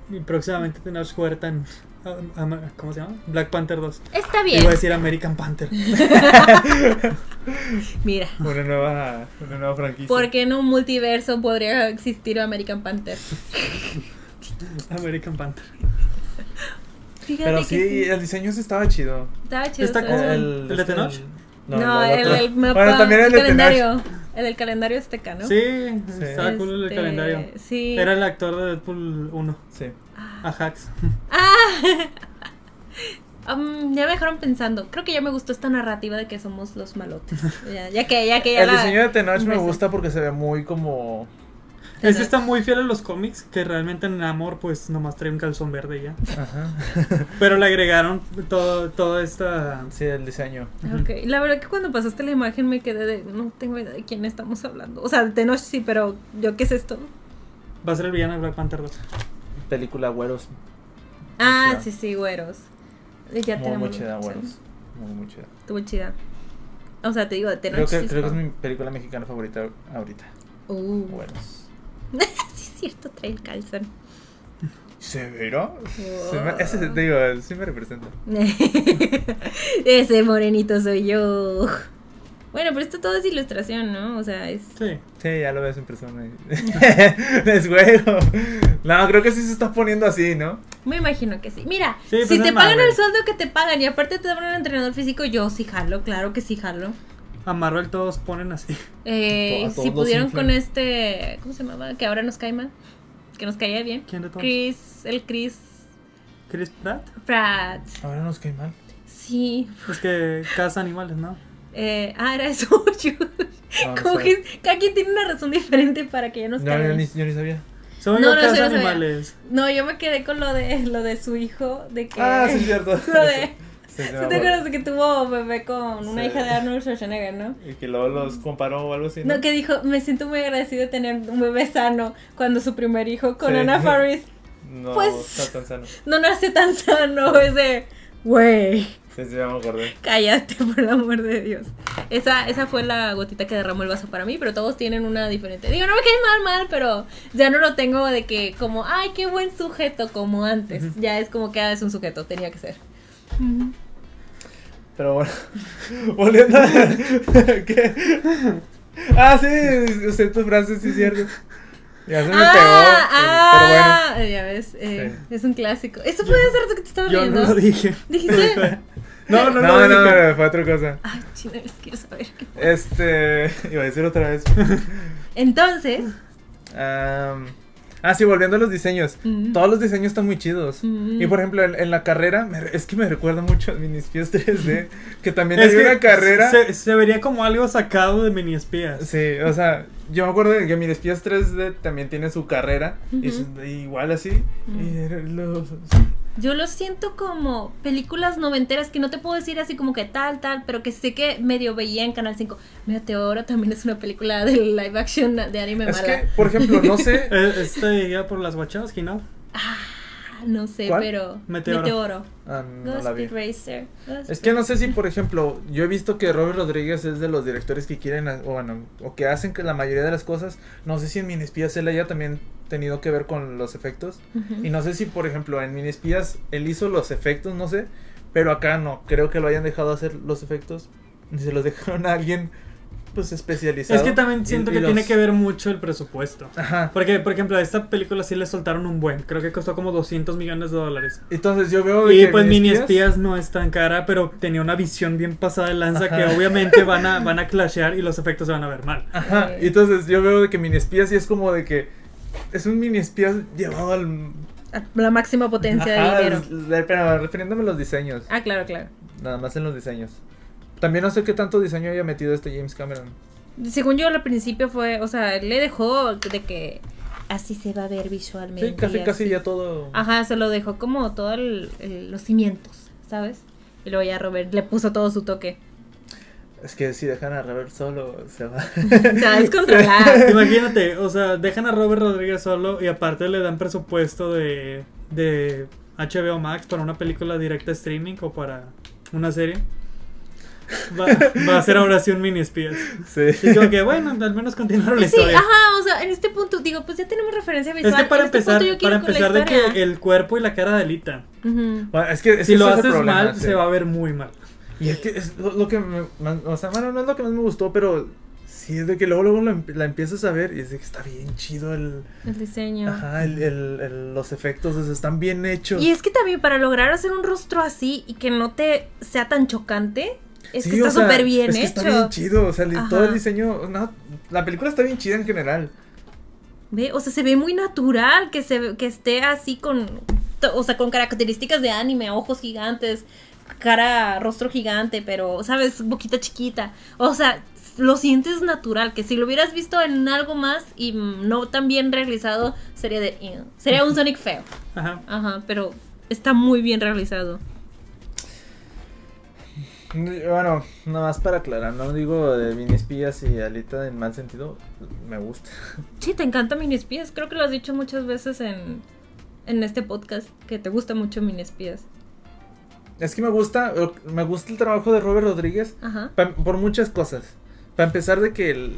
güey.
Y próximamente tenemos que jugar tan. a- a- ah, ¿Cómo se llama? Black Panther 2.
Está
Iba
bien.
a decir American Panther.
Mira,
Una nueva, una nueva franquicia.
¿por qué en un multiverso podría existir American Panther?
American Panther.
Fíjate
Pero
que
sí, el diseño ese estaba chido.
Estaba chido.
Está
¿sabes?
cool.
El,
¿El de Tenoch?
No,
el
el,
otro.
el mapa,
Bueno, también el,
el,
de Tenoch.
calendario. El del calendario azteca, ¿no?
Sí,
Sí.
estaba cool el
Este,
calendario.
Sí.
Era el actor de Deadpool 1,
Sí.
Ajax.
Ah. Am, Um, ya me dejaron pensando. Creo que ya me gustó esta narrativa de que somos los malotes. Ya, ya que, ya que, ya
El
la-
diseño de Tenoch me
Beso.
gusta porque se ve muy como.
Es que está muy fiel a los cómics, que realmente en Amor pues nomás trae un calzón verde y ya. Pero le agregaron todo, toda esta...
Sí, el diseño.
Ok, la verdad que cuando pasaste la imagen me quedé de. No tengo idea de quién estamos hablando. O sea, de Tenoch sí, pero yo, ¿qué es esto?
Va a ser el villano de Black Panther 2.
Película Güeros.
Ah,
O sea,
sí, sí, güeros. Eh, Ya
muy,
tenemos
muy chida,
la
Güeros.
opción.
Muy, muy chida.
Estuvo chida. O sea, te digo, de
Creo
Tenoch.
que,
sí
creo que es
está-
mi película mexicana favorita ahorita.
Uh,
Güeros.
Sí, es cierto, trae el calzón.
¿Se verá? Se me- ese, te digo, sí me representa.
Ese morenito soy yo. Bueno, pero esto todo es ilustración, ¿no? O sea, es.
Sí.
Sí, ya lo ves en persona. es juego. No, creo que sí se está poniendo así, ¿no?
Me imagino que sí. Mira,
Sí, pues
si
es
te pagan
Marvel.
el sueldo que te pagan y aparte te dan un entrenador físico, yo sí jalo, claro que sí jalo.
A Marvel todos ponen así.
Eh,
A todos
si
los
pudieron
inflan.
con este. ¿Cómo se llamaba? Que ahora nos cae mal. Que nos caía bien.
¿Quién de todos?
Chris, el Chris
Chris Pratt.
Pratt.
Ahora nos cae mal.
Sí.
Es que caza animales, ¿no?
Eh, ah, era eso. yo-
No, Ah, no
Como
sabía.
que cada quien tiene una razón diferente para que ya nos
No,
caiga
yo
bien. Eh,
ni, yo ni sabía.
Son
No,
yo
no,
caza
sí lo sabía.
animales.
No, yo me quedé con lo de lo de su hijo, de que
Ah, sí, es cierto.
lo de
Sí, sí,
¿sí
me
te
acuerdo.
acuerdas de que tuvo bebé con una
Sí.
hija de Arnold Schwarzenegger, ¿no?
Y que luego los comparó o algo así.
No, que dijo, me siento muy agradecido de tener un bebé sano cuando su primer hijo con
Sí.
Ana Faris
No,
Pues-
está tan sano.
no nació tan sano, es de, güey,
Sí, sí, ya me acordé.
cállate por el amor de Dios. Esa, esa fue la gotita que derramó el vaso para mí, pero todos tienen una diferente. Digo, no me cae mal, mal, pero ya no lo tengo de que como, ay, qué buen sujeto como antes. Ya es como que ah, es un sujeto, tenía que ser. Ujú.
Pero bueno, volviendo a... ¿Qué? Ah, sí, usé tu frase, sí, es cierto. Ya se me
ah,
eh,
pegó. pero-
ah, ya ves, eh, es un clásico. Eso fue hace rato que te estaba
Yo
riendo.
no lo dije.
Dijiste,
No, no,
pero
no.
bueno. No, no,
lo dije.
no, fue otra cosa.
ay, chino, les quiero saber. qué-
Este, iba a decir otra vez.
Entonces,
Am, ah, sí, volviendo a los diseños.
mm,
Todos los diseños están muy chidos.
Mm.
Y por ejemplo, en, en la carrera, me re- es que me recuerda mucho a Minispies 3D, que también
Es
hay
que
una carrera.
Se, se vería como algo sacado de mini espías.
Sí, o sea, yo me acuerdo que mi Espías 3D también tiene su carrera, y es
Ujú.
igual así. y
Ujú.
era los-
yo lo siento como películas noventeras que no te puedo decir así como que tal, tal, pero que sé que medio veía en Canal 5. Meteoro también es una película de live action de anime
Es
mala.
que, por ejemplo, no sé,
Eh, Este iría por las Wachowski, ¿no?
Ah, No sé,
¿Cuál?
pero.
Meteoro.
Ah, no
Ghost
la vi.
Racer. Ghost
Es que no sé si, por ejemplo, yo he visto que Robert Rodríguez es de los directores que quieren, ha- o bueno, o que hacen que la mayoría de las cosas, no sé si en Minispías él haya también tenido que ver con los efectos,
Ujú.
y no sé si, por ejemplo, en Minispías él hizo los efectos, no sé, pero acá no, creo que lo hayan dejado hacer los efectos, y se los dejaron a alguien, pues, especializado.
Es que también siento que tiene que ver mucho el presupuesto.
Ajá,
Porque, por ejemplo, a esta película sí le soltaron un buen. Creo que costó como 200 millones de dólares.
entonces yo veo de
Y
que
pues Mini
Miniespías-
Espías no es tan cara, pero tenía una visión bien pasada de lanza
Ajá.
que obviamente van a, van a clashear y los efectos se van a ver mal.
Ajá, y entonces yo veo de que mini espías y es como de que es un mini espías llevado al...
A Ah, La máxima potencia
Ajá,
de dinero.
es- de- pero refiriéndome a los diseños,
Ah, claro, claro.
nada más en los diseños. También no sé qué tanto diseño haya metido este James Cameron.
Según yo, al principio fue, o sea, le dejó de que así se va a ver visualmente.
Sí, casi,
y
casi
así.
ya todo...
Ajá, se lo dejó como todos los cimientos, ¿sabes? Y luego ya Robert le puso todo su toque.
Es que si dejan a Robert solo, se va.
Se va a descontrolar.
Imagínate, o sea, dejan a Robert Rodríguez solo y aparte le dan presupuesto de, de HBO Max para una película directa streaming o para una serie. Va, va a ser ahora sí un mini espías.
Sí.
Y como que, bueno, al menos continuaron la
Sí,
historia.
ajá, o sea, en este punto, digo, pues ya tenemos referencia visual.
Es que para
en este
empezar,
punto yo quiero
para
con la
empezar de que
historia.
el cuerpo y la cara de Alita,
Ujú.
Bueno, es que es
si
que
lo
ese es el
haces
problema,
mal,
sí.
se va a ver muy mal.
Y es que es lo, lo que me, más- o sea, bueno, no es lo que más me gustó, pero sí es de que luego, luego lo emp- la empiezas a ver y es de que está bien chido el,
El diseño.
ajá, el, el- el- los efectos, o sea, están bien hechos.
Y es que también para lograr hacer un rostro así y que no te sea tan chocante, es
Sí,
que
o
está
sea,
súper bien
es que
hecho.
Está bien chido, o sea, li- todo
Ajá.
el diseño, no, la película está bien chida en general.
Ve, o sea, se ve muy natural que se que esté así con to- o sea, con características de anime, ojos gigantes, cara, rostro gigante, pero sabes, boquita chiquita. O sea, lo sientes natural, que si lo hubieras visto en algo más y mm, no tan bien realizado, sería de "Ew". sería un Sonic feo.
Ajá.
Ajá, pero está muy bien realizado.
Bueno, nada más para aclarar, no digo de mini espías y Alita en mal sentido, me gusta.
Sí, te encanta Minispías. Creo que lo has dicho muchas veces en, en este podcast, que te gusta mucho Minispías.
Es que me gusta, me gusta el trabajo de Robert Rodríguez
Ajá.
pa- por muchas cosas. Para empezar de que el-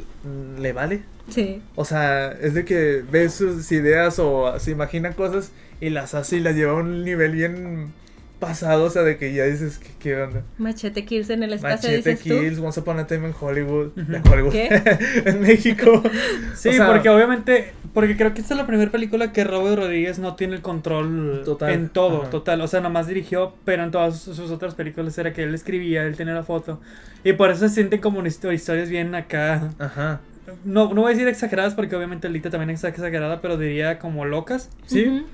le vale.
Sí.
O sea, es de que ve sus ideas o se imagina cosas y las hace y las lleva a un nivel bien pasado, o sea, de que ya dices, ¿qué, qué onda?
Machete Kills en el
Pues,
espacio,
Machete
dices tú.
Kills, Once Upon a Time in Hollywood,
Ujú.
en Hollywood,
¿Qué?
en México.
Sí,
O sea,
porque obviamente, porque creo que esta es la primera película que Robert Rodríguez no tiene el control
Total.
en todo,
Ajá.
total. O sea, nomás dirigió, pero en todas sus, sus otras películas era que él escribía, él tenía la foto. Y por eso se sienten como una histo- historias bien acá.
Ajá.
No, no voy a decir exageradas, porque obviamente Alita también es exagerada, pero diría como locas.
Sí.
Ujú.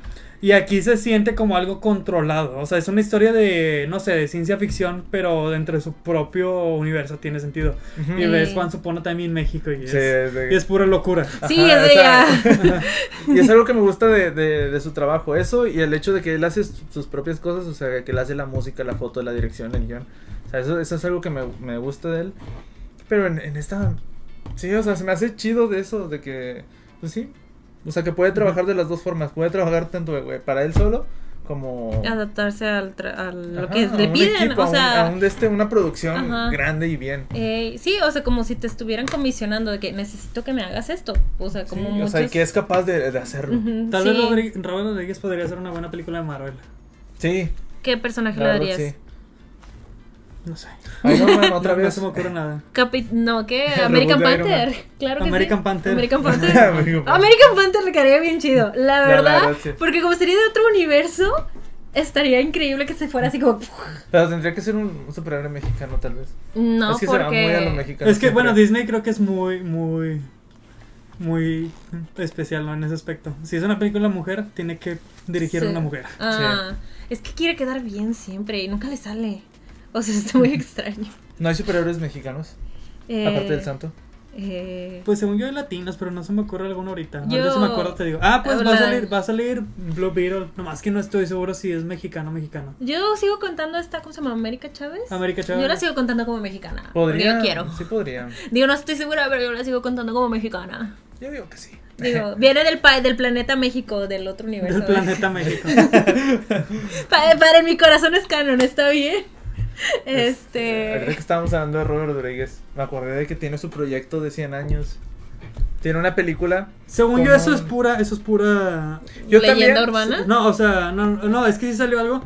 Y aquí se siente como algo controlado. O sea, es una historia de, no sé, de ciencia ficción, pero dentro de su propio universo tiene sentido.
Ujú.
Y
Sí.
ves Juan Supono también en México y es,
Sí, es de-
y es pura locura.
Mm. Sí,
Ajá,
es de
o sea,
ya.
Y es algo que me gusta de, de- de su trabajo, eso y el hecho de que él hace su- sus propias cosas, o sea, que él hace la música, la foto, la dirección, el guión. O sea, eso, eso es algo que me, me gusta de él. Pero en, en esta, sí, o sea, se me hace chido de eso, de que, pues sí, o sea, que puede trabajar de las dos formas, puede trabajar tanto eh, para él solo como...
Adaptarse al tra- a lo
ajá,
que
a
le
un
piden.
equipo, a
o
un-
sea.
a un de este, una producción
Ajá.
grande y bien.
eh, sí, o sea, como si te estuvieran comisionando de que necesito que me hagas esto. O sea, como
Sí,
muchos...
O sea, que es capaz de, de hacerlo.
Ujú,
Tal
sí.
vez Rodri- Robert Rodríguez podría hacer una buena película de Marvel.
Sí,
¿Qué personaje
la
le
verdad,
darías?
sí.
No sé.
Ay, no, man, otra
No- no
vez.
se me ocurre nada.
Capi- no, ¿qué?
Reboot
American
de Iron
Panther. Claro que
American
sí.
Panther.
American Panther.
American Panther.
American Panther le quedaría bien chido. La
la
verdad,
verdad, sí.
porque como sería de otro universo, estaría increíble que se fuera así como.
Pero tendría que ser un, un superhéroe mexicano, tal vez.
No,
es que se va muy a lo
porque.
mexicano.
es que,
siempre.
bueno, Disney creo que es muy, muy, muy especial ¿no? en ese aspecto. Si es una película de mujer, tiene que dirigir
Sí.
a una mujer.
Ah, Es que quiere quedar bien siempre y nunca le sale. O sea, está muy extraño.
No hay superhéroes mexicanos,
Eh,
aparte del santo.
eh,
Pues según yo hay latinos, pero no se me ocurre alguno ahorita. Yo,
Yo-
si me acuerdo te digo. Ah, pues va a
Hola.
salir, va a salir Blue Beetle. Nomás que no estoy seguro si es mexicano o mexicano.
yo sigo contando esta, ¿cómo se llama? América Chávez.
América Chávez.
Yo la sigo contando como mexicana. porque
Podría.
Yo quiero.
Sí, podría.
Digo, no estoy segura, pero yo la sigo contando como mexicana.
Yo digo que sí.
Digo, viene del, pa- del planeta México, del otro universo.
Del planeta México.
Pa- para en mi corazón es canon, está bien.
Pues,
eh,
eh, Ahorita que
Este.
estábamos hablando de Robert Rodríguez, me acordé de que tiene su proyecto de 100 años. Tiene una película.
Según yo
Como-
eso es pura, eso es pura.
¿Eh?
Yo
¿Leyenda
también-
urbana?
No, o sea, no, no, es que sí salió algo.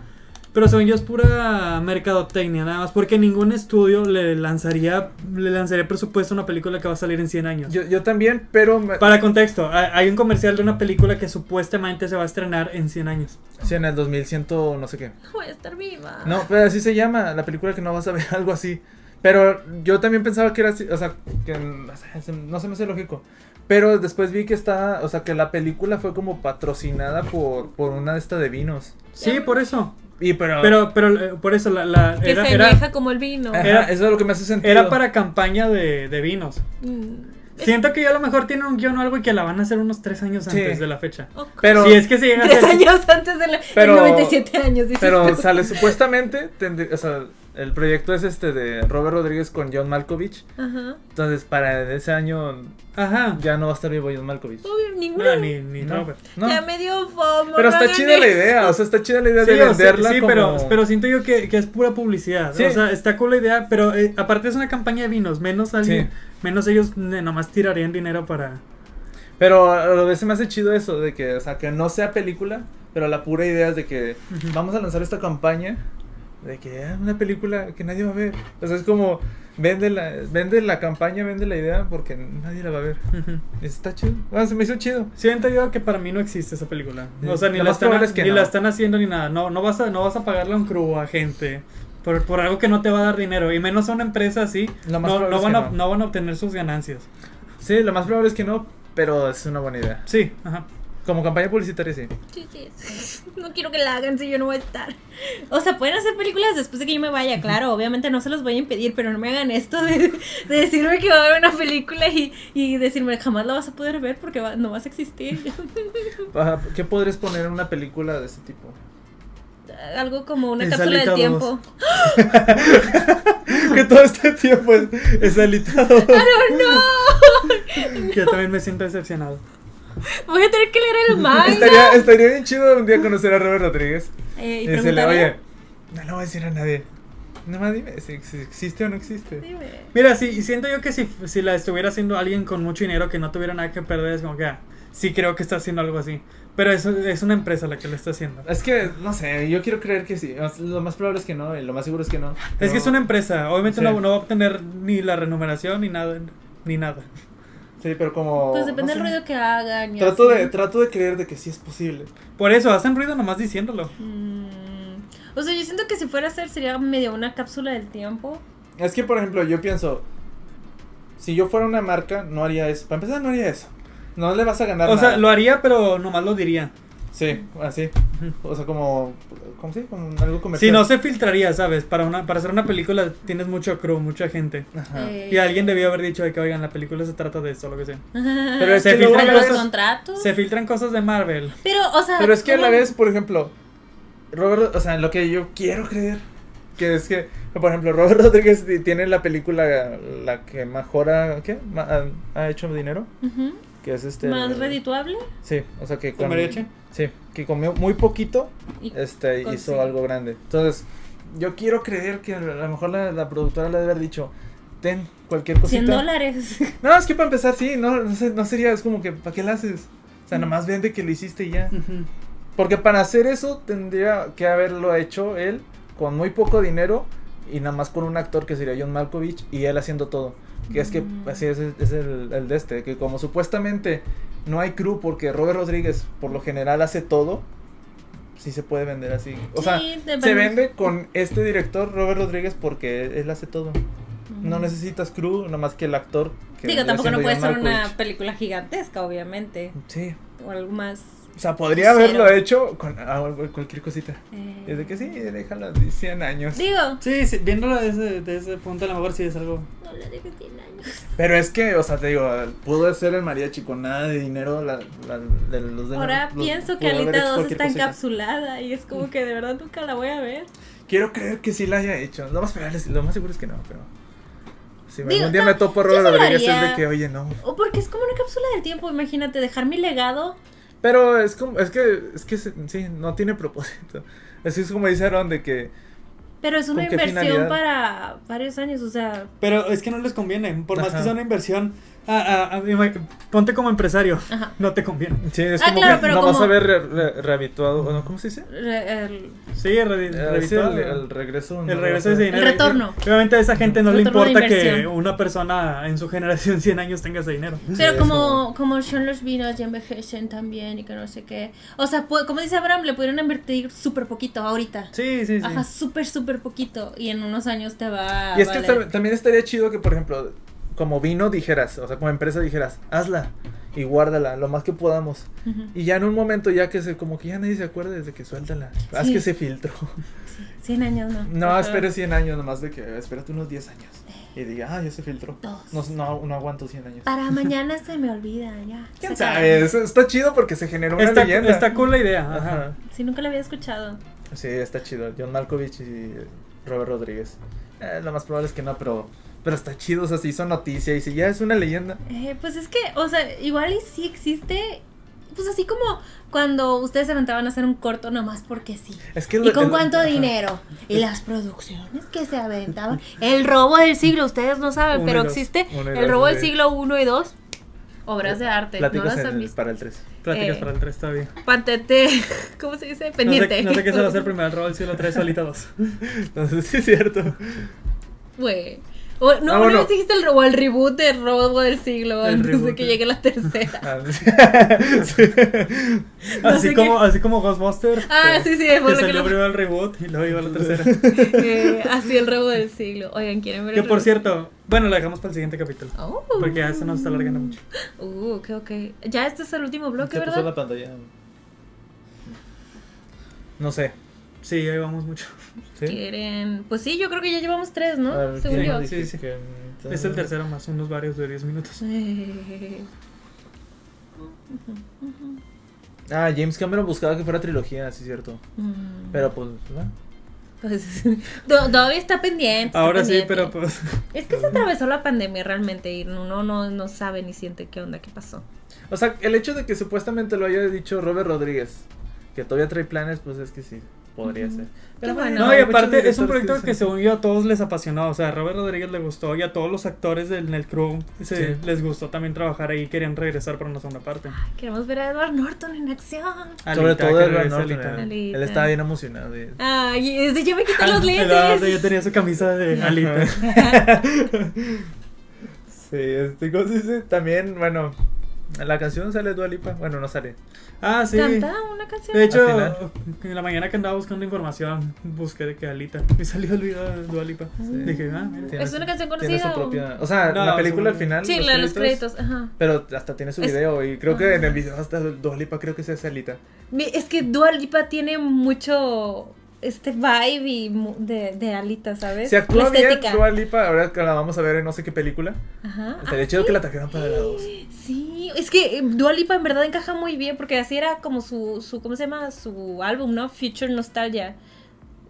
Pero según yo es pura mercadotecnia, nada más, porque ningún estudio le lanzaría, le lanzaría presupuesto a una película que va a salir en 100 años.
Yo, yo también, pero. me-
Para contexto, ha- hay un comercial de una película que supuestamente se va a estrenar en 100 años.
Sí, en el 2100, no sé qué.
Voy a estar viva.
No, pero así se llama, la película que no vas a ver, algo así. Pero yo también pensaba que era así, o sea, que mm, o sea, se- no se me hace lógico. Pero después vi que está, o sea, que la película fue como patrocinada por, por una de estas de vinos.
¿Eh?
Sí, por eso.
Y pero...
Pero, pero eh, por eso la, la-
Que
era, Eh,
se
era-
añeja como el vino.
Ajá,
era-
eso es lo que me hace sentido.
era para campaña de, de vinos.
Mm,
Siento que ya a lo mejor tienen un guión o algo y que la van a hacer unos tres años
Sí.
antes de la fecha.
ok.
Pero,
si es que se llega a
Tres
hacer.
años antes de la. en
Pero-
97 años, dices.
pero sale supuestamente, tendría- o sea, El proyecto es este de Robert Rodríguez con John Malkovich.
Ajá.
Entonces, para ese año
Ajá.
ya no va a estar vivo John Malkovich.
Obvio,
No,
ninguna.
ni, ni
No.
Robert.
No.
Ya me dio fomo.
Pero
no
está
hagan
chida la
eso.
idea, o sea, está chida la idea
Sí,
de
o sea,
venderla
sí,
como...
pero, pero siento yo que, que es pura publicidad.
Sí.
O sea, está cool la idea, pero eh, aparte es una campaña de vinos. Menos alguien,
Sí.
menos ellos ne- nomás tirarían dinero para.
Pero lo que se me hace chido eso, de que, o sea, que no sea película, pero la pura idea es de que vamos a lanzar esta campaña de que ah, una película que nadie va a ver. O sea, es como, vende la, vende la campaña, vende la idea porque nadie la va a ver.
Ujú.
Está chido. Bueno, se me hizo chido.
Siento yo que para mí no existe esa película.
Sí.
O sea, ni,
Lo
la
más
están,
probable es que
ni
no.
la están haciendo ni nada. No, no vas a, no vas a pagarle a un crew a gente. Por, por algo que no te va a dar dinero. Y menos a una empresa así.
Lo
No,
más probable
no
es
van
que
a,
no.
no van a obtener sus ganancias.
Sí, lo más probable es que no, pero es una buena idea.
Sí, ajá.
Como campaña publicitaria, sí.
Sí, sí. No quiero que la hagan si yo no voy a estar. O sea, pueden hacer películas después de que yo me vaya, claro. Obviamente no se los voy a impedir, pero no me hagan esto de, de decirme que va a haber una película y, y decirme jamás la vas a poder ver porque va- no vas a existir.
Ajá, ¿Qué podrías poner en una película de ese tipo?
Algo como una
El
cápsula del
Salita
tiempo.
que todo este tiempo es, es alitado.
Yo también me siento decepcionado.
Voy a tener que leer el manga.
Estaría, estaría bien chido un día conocer a Robert Rodríguez. Y
Eh, y
decirle,
preguntarle,
oye, no le voy a decir a nadie. Nomás dime si, si existe o no existe.
dime.
Mira, sí, y siento yo que si, si la estuviera haciendo alguien con mucho dinero que no tuviera nada que perder, es como que ah, sí creo que está haciendo algo así. Pero eso es una empresa la que lo está haciendo.
Es que, no sé, yo quiero creer que sí. O sea, Lo más probable es que no, y lo más seguro es em-, que no.
Es que es una empresa, obviamente
Sí.
no, no va a obtener ni la remuneración ni nada, ni nada.
Sí, pero como.
Pues depende
no
del
sé.
ruido que hagan. y
Trato
así.
de, trato de creer de que sí es posible.
Por eso hacen ruido nomás diciéndolo.
Mm, o sea, yo siento que si fuera a ser sería medio una cápsula del tiempo.
Es que, por ejemplo, yo pienso. Si yo fuera una marca, no haría eso. Para empezar, no haría eso. No le vas a ganar.
O sea,
nada.
lo haría, pero nomás lo diría.
Sí, así. O sea, como. ¿Cómo se dice? Como algo
Si
comercial.
no se filtraría, ¿sabes? Para una para hacer una película tienes mucho crew, mucha gente.
Ajá.
Eh,
Y alguien debió haber dicho de que, oigan, la película se trata de esto, lo que sea.
Pero es
se
que luego
Para
filtran
a
los
veces-
cosas-
contratos.
Se filtran cosas de Marvel.
Pero, o sea.
Pero es que a la
¿cómo?
vez, por ejemplo, Robert, o sea, lo que yo quiero creer, que es que, por ejemplo, Robert Rodríguez ti- tiene la película, la que mejora, ¿qué? Ma- ha, ha hecho dinero,
Ujú.
que es este...
Más
el-
redituable.
Sí, o sea, que
¿Con mariachi?
Sí, que comió muy poquito,
Y-
este,
con-
hizo
sí.
algo grande. Entonces, yo quiero creer que a lo mejor la, la productora le debe haber dicho, ten cualquier
100
cosita.
dólares.
No, es que para empezar, sí, no, no, sé- no sería, es como que, ¿para qué la haces? O
Mm.
sea, nomás vende que lo hiciste y ya.
Ujú.
Porque para hacer eso tendría que haberlo hecho él con muy poco dinero y nada más con un actor que sería John Malkovich y él haciendo todo. Que es que
Mm.
así es, es el, el de este, que como supuestamente no hay crew porque Robert Rodríguez por lo general hace todo, sí se puede vender así. O sea,
Sí, de
se
verdad.
vende con este director Robert Rodríguez porque él, él hace todo. No necesitas crew, nada más que el actor. Que
Digo,
vendría
tampoco no
siendo
puede
John
ser una
Malkovich.
película gigantesca, obviamente.
Sí.
O algo más.
O sea, podría
Cero.
haberlo hecho con ah, cualquier cosita.
eh,
Es de que sí, déjalo de 100 años.
Digo,
Sí, sí, viéndolo desde, desde ese punto, a lo mejor sí es algo.
no le dije 100 años.
Pero es que, o sea, te digo, pudo ser el mariachi con nada de dinero. La, la- de los de
Ahora
los-
pienso que
pudo haber hecho
Alita 2
cualquier
está
cosita.
encapsulada y es como que de verdad nunca la voy a ver.
Quiero creer que sí la haya hecho. Lo más, probable es- lo más seguro es que no, pero. Si
Digo,
algún día
no,
me topo a
yo
Robert
sí lo
Rodríguez, es de
haría.
que, oye, no.
O porque es como una cápsula del tiempo, imagínate, dejar mi legado.
Pero es como, es que, es que se- sí, no tiene propósito. Así es como dice Aaron, de que.
Pero es una
¿Con qué
inversión
finalidad?
para varios años, o sea.
Pero es que no les conviene, por más
Ajá.
que sea una inversión. ah, ah, ah, ima- ponte como empresario,
Ajá.
no te conviene.
Sí, es
Ah,
como
claro,
que
pero
no vas
como-
a ver re, re- rehabituado, o no, ¿Cómo se dice?
re- el-
Sí, re-
Eh, sí,
revitual,
el, el regreso.
el
no lo
regreso
vas a
de ese
ver.
dinero.
El retorno.
Obviamente a esa gente no le
Retorno de
importa que
inversión.
una persona en su generación 100 años tenga ese dinero.
Pero
Sí, es
como, como Sean los vinos ya envejecen también y que no sé qué. O sea, pu- como dice Abraham, le pudieron invertir súper poquito ahorita.
Sí, sí, sí.
Ajá, súper, súper poquito. Y en unos años te va a
Y es que
valer.
tam- también estaría chido que, por ejemplo, como vino dijeras, o sea, como empresa dijeras, hazla y guárdala lo más que podamos.
Ujú.
Y ya en un momento, ya que se, como que ya nadie se acuerde desde que suéltala, haz
Sí.
que se filtró.
100 años no.
No,
Ajá.
espere 100 años, nomás de que espérate unos 10 años. Y diga, ah, ya se filtró.
Dos.
No, no, no aguanto 100 años.
Para mañana se me olvida, ya.
¿Quién
Se acabó.
sabe? Eso está chido porque se generó una
Está,
leyenda.
está cool la idea. ajá.
Ajá.
Sí, nunca lo había escuchado.
Sí, está chido. John Malkovich y Robert Rodríguez. Eh, lo más probable es que no, pero, pero está chido, o sea, se hizo noticia y si ya es una leyenda.
Eh, pues es que, o sea, igual y sí existe. Pues así como cuando ustedes se aventaban a hacer un corto nomás porque sí.
Es que
¿Y con cuánto
cuánto
dinero? Y las producciones que se aventaban. El robo del siglo, ustedes no saben,
Uno y
pero
dos,
existe
uno y
el
dos,
robo del
sí.
siglo 1 y 2. Obras
Eh,
de arte. No
Platicas
las
en
han
el-
visto.
para el 3.
Pláticas
Eh,
para el 3 está bien.
Pantete. ¿Cómo se dice?
No
Pendiente.
sé, no sé qué se va a hacer primero, el rol si lo traes solita 2.
Entonces, sí es cierto.
Güey. O- no,
Ah,
una
bueno.
vez dijiste el, robo, el reboot del robo del siglo
El
antes de
reboot.
que llegue la tercera.
Ah, sí.
No sé
Así,
qué-
como, así como Ghostbusters.
Ah, sí, sí, es
Que
por lo que
salió
lo-
primero el reboot y luego iba la tercera.
eh, Así el robo del siglo. Oigan, ¿quieren ver
Que
el
por
robo?
cierto, bueno, lo dejamos para el siguiente capítulo.
Oh.
Porque ya se nos está alargando mucho.
Uh, ok, ok. Ya este es el último bloque,
Se puso
¿verdad?
la pantalla. No sé.
Sí, ahí vamos mucho.
¿Sí?
Quieren. Pues sí, yo creo que ya llevamos tres, ¿no?
A ver,
Según
¿quién
yo.
dice
Sí, sí.
que-
Es el tercero más, unos varios de 10 minutos.
Eh,
Ah, James Cameron buscaba que fuera trilogía, sí es cierto.
mm,
Pero pues, ¿no?
pues, to- todavía está pendiente. está
Ahora sí,
pendiente.
pero pues.
Es que se atravesó la pandemia realmente y uno no, no sabe ni siente qué onda, qué pasó.
O sea, el hecho de que supuestamente lo haya dicho Robert Rodríguez, que todavía trae planes, pues es que sí, podría
Ujú.
ser.
bueno.
No,
hay
y
muchos
aparte es
directores
un proyecto
dicen-
que según yo a todos les apasionó. O sea, a Robert Rodríguez le gustó y a todos los actores del, en el crew se-
Sí.
les gustó también trabajar ahí. Querían regresar para una segunda parte.
Queremos ver a Edward Norton en acción.
Sobre todo
Alita, que
Edward
regresa
Norton.
Alita.
Él
Alita.
él estaba bien emocionado. y-
Ay, desde ya me quitan los
Edward, yo
lentes.
ah, tenía su camisa de Alita.
Sí, este, ¿cómo se dice? También, bueno, la canción sale de Dualipa. Bueno, no sale.
Ah, sí.
Canta una canción.
De hecho,
final.
en la mañana que andaba buscando información, busqué de que Alita. Me salió el video de Dua Lipa. Dije, ah, mira.
Tiene
¿Es
su-
una canción
Tiene
conocida?
su
o-
propia. O sea,
No,
la película al
su-
final.
Sí, la de los créditos. Ajá.
Pero hasta tiene su
Es-
video y creo que en
Ajá.
el video hasta Dualipa creo que se hace Alita.
Mi- Es que Dua Lipa tiene mucho este vibe y mu- de, de Alita, ¿sabes?
Se actúa
La
bien
estética.
Dualipa, ahora que la vamos a ver en no sé qué película.
Ajá. Ah,
Estaría chido que la trajeran para la 2.
Sí, es que eh, Dua Lipa en verdad encaja muy bien porque así era como su, su ¿cómo se llama? Su álbum, ¿no? Future Nostalgia.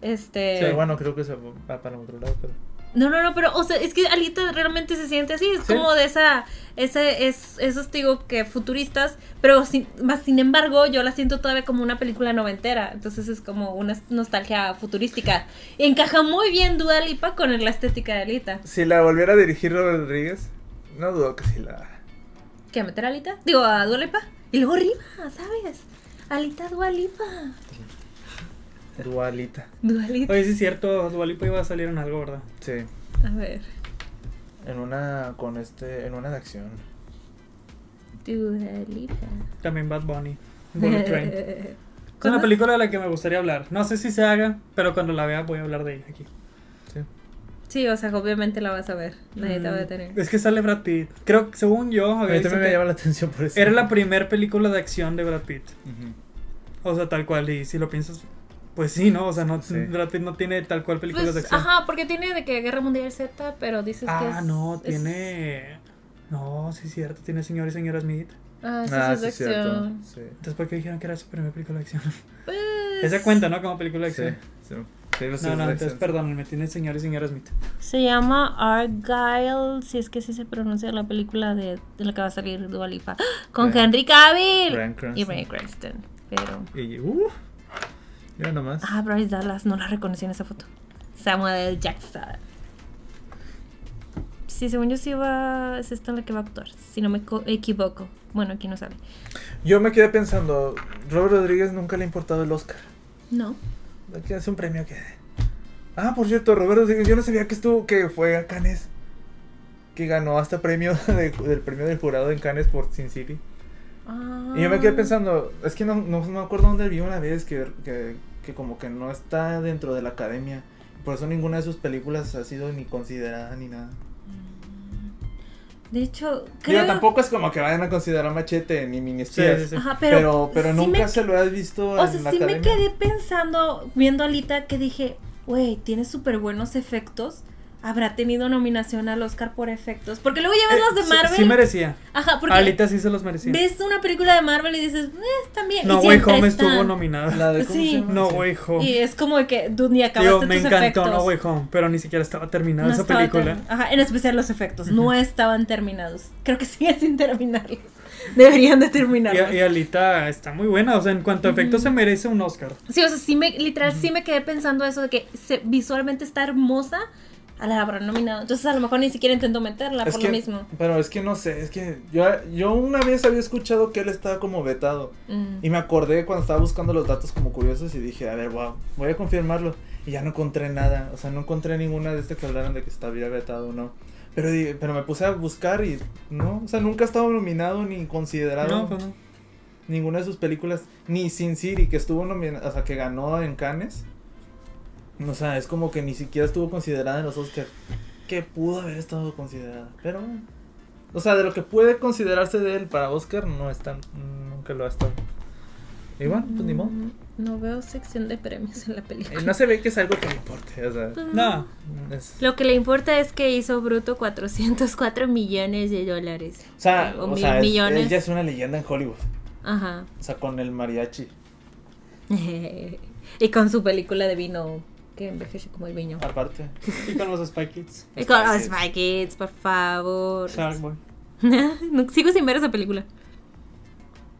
Este...
Pero bueno, creo que se va para otro lado. Pero...
No, no, no, pero, o sea, es que Alita realmente se siente así, es
Sí.
como de esa, ese, es, esos, te digo, que futuristas, pero sin, más sin embargo, yo la siento todavía como una película noventera, entonces es como una nostalgia futurística. Encaja muy bien Dua Lipa con la estética de Alita.
Si la volviera a dirigir Robert Rodríguez, no dudo que sí la haga.
¿Qué, meter a Alita? Digo, a Dua Lipa, y luego Rima, ¿sabes? Alita Dua Lipa.
Dualita.
Dua Lipa.
Oye, sí es cierto, Dua Lipa iba a salir en algo, ¿verdad?
Sí.
A ver.
En una con este. En una de acción.
Dua Lipa.
También Bad Bunny. Bullet Train. Es una
¿Conoces?
película de la que me gustaría hablar. No sé si se haga, pero cuando la vea voy a hablar de ella aquí.
Sí.
Sí, o sea, obviamente la vas a ver, nadie te va a detener.
Mm, Es que sale Brad Pitt. Creo que según yo,
A
había
mí
visto
también me
que
llama la atención por eso.
era la primera película de acción de Brad Pitt.
Ujú.
O sea, tal cual. Y si lo piensas, pues sí, ¿no? O sea, no,
Sí.
Brad Pitt no tiene tal cual películas de
Pues,
acción.
ajá, porque tiene de que Guerra Mundial Z, pero dices que
ah,
es-
no,
es-
tiene. No, sí es cierto, tiene señor y señora Smith.
Ah, sí,
Ah,
sí,
sí,
es
es
de
cierto.
acción.
Sí.
Entonces, ¿por qué dijeron que era su primera película de acción?
Pues,
Esa cuenta, ¿no? Como película de
Sí,
acción.
sí. Sí, los
No, no,
Simpsons.
entonces perdónenme, tiene señor y señora Smith.
Se llama Argyle, si es que sí se pronuncia la película de, de la que va a salir Dua Lipa, ¡Ah! con
Bryan-
Henry Cavill
Bryan
y
Cranston.
Bryan Cranston, pero...
Y uh, ya nomás.
Ah, Bryce Dallas, no la reconocí en esa foto. Samuel Jackson. Sí, según yo sí va, es esta en la que va a actuar, si no me co- equivoco. Bueno, aquí no sale.
Yo me quedé pensando, Robert Rodríguez nunca le ha importado el Oscar.
No.
Aquí hace un premio que. Ah, por cierto, Robert Rodríguez, yo no sabía que estuvo, que fue a Cannes. Que ganó hasta premio de- del premio del jurado en Cannes por Sin City. Y yo me
Mm.
quedé pensando, es que no, no, no me acuerdo dónde vi una vez que, que, que como que no está dentro de la academia. Por eso ninguna de sus películas ha sido ni considerada ni nada.
De hecho,
Digo,
creo...
tampoco es como que vayan a considerar Machete ni Mini
Sí,
Espías.
sí, sí.
Ajá, Ah, pero,
Pero, pero
sí
nunca
me-
se lo has visto
O
en
sea,
la
sí me
academia.
quedé pensando, viendo a Alita, que dije, güey, tiene súper buenos efectos, habrá tenido nominación al Oscar por efectos. Porque luego ya ves las de
Eh, sí-
Marvel.
Sí, merecía.
Ajá, porque
Alita sí se los merecía.
ves una película de Marvel y dices, eh, también.
No
y
Way
siempre
Home
está.
estuvo nominada.
La de ¿cómo
Sí.
se llama?
No
Sí.
Way Home.
Y es como de que, dude, ni acabaste
Digo, me
tus
encantó
efectos.
No Way Home, pero ni siquiera estaba terminada
No
esa
estaba
película.
ter- Ajá, en especial los efectos. No estaban terminados. Creo que siguen sin terminarlos. Deberían de
Y,
terminarlos.
y Alita está muy buena, o sea, en cuanto a efectos se merece un Oscar.
Sí, o sea, sí me, literal, sí me quedé pensando eso de que se- visualmente está hermosa. A la habrán nominado. Entonces, a lo mejor ni siquiera intento meterla
Es
por
que-
lo mismo.
Pero es que no sé, es que yo, yo una vez había escuchado que él estaba como vetado.
Mm.
Y me acordé cuando estaba buscando los datos como curiosos y dije, a ver, wow, voy a confirmarlo. Y ya no encontré nada, o sea, no encontré ninguna de estas que hablaran de que estaba vetado o no. Pero, di- pero me puse a buscar y no, o sea, nunca ha estado nominado ni considerado
No, pues no.
Ah.
ninguna de sus películas, ni Sin City, que estuvo nominada, o sea, que ganó en Cannes. O sea, es como que ni siquiera estuvo considerada en los Oscars. Que pudo haber estado considerada, pero bueno. O sea, de lo que puede considerarse de él para Oscar, no es tan. Nunca lo ha estado. Y bueno, pues ni modo.
Mm, No veo sección de premios en la película. Mm.
Eh, No se ve que es algo que le importe, o sea.
No,
es-
Lo que le importa es que hizo bruto 404 millones de dólares. Eh,
o sea,
O
o
mil
sea, es-
millones.
él ya es una leyenda en Hollywood.
Ajá.
O sea, con el mariachi.
y con su película de vino que envejeció como el vino.
Aparte.
y con los Spy Kids.
Y con los Spy Kids, por favor.
Sharkboy.
No, sigo sin ver esa película.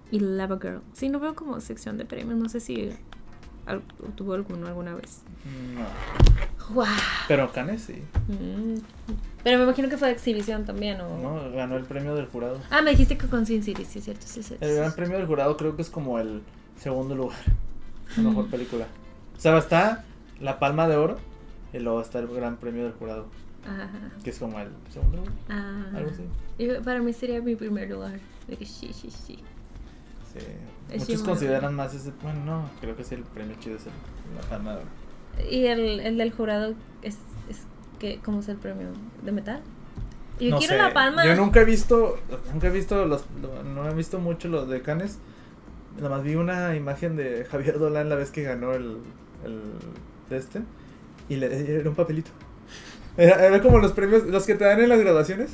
Y Lava Girl. Sí, no veo como sección de premios. No sé si al- tuvo alguno alguna vez.
No.
¡Wow!
Pero Cannes sí.
Mm. Pero me imagino que fue de exhibición también, ¿o?
¿no? Ganó el premio del jurado.
Ah, me dijiste que con Sin City, sí, es cierto. Sí, es cierto.
El gran premio del jurado creo que es como el segundo lugar. La
Mm.
mejor película. O sea, está la palma de oro y luego está el gran premio del jurado.
Ajá.
Que es como el segundo lugar.
Ah.
Algo así.
Yo- para mí sería mi primer lugar. De que sí, sí, sí.
Sí.
Es
Muchos
muy
consideran más ese. Bueno, no, creo que sí, el premio chido es el, la palma de oro.
¿Y el, el del jurado es, es que, cómo es el premio? ¿De metal? Yo
No
quiero
sé,
la palma.
Yo nunca he visto, nunca he visto los, lo- no he visto mucho los de Cannes. Nada más vi una imagen de Javier Dolan la vez que ganó el, el de este y le era un papelito. Era, era como los premios, los que te dan en las graduaciones.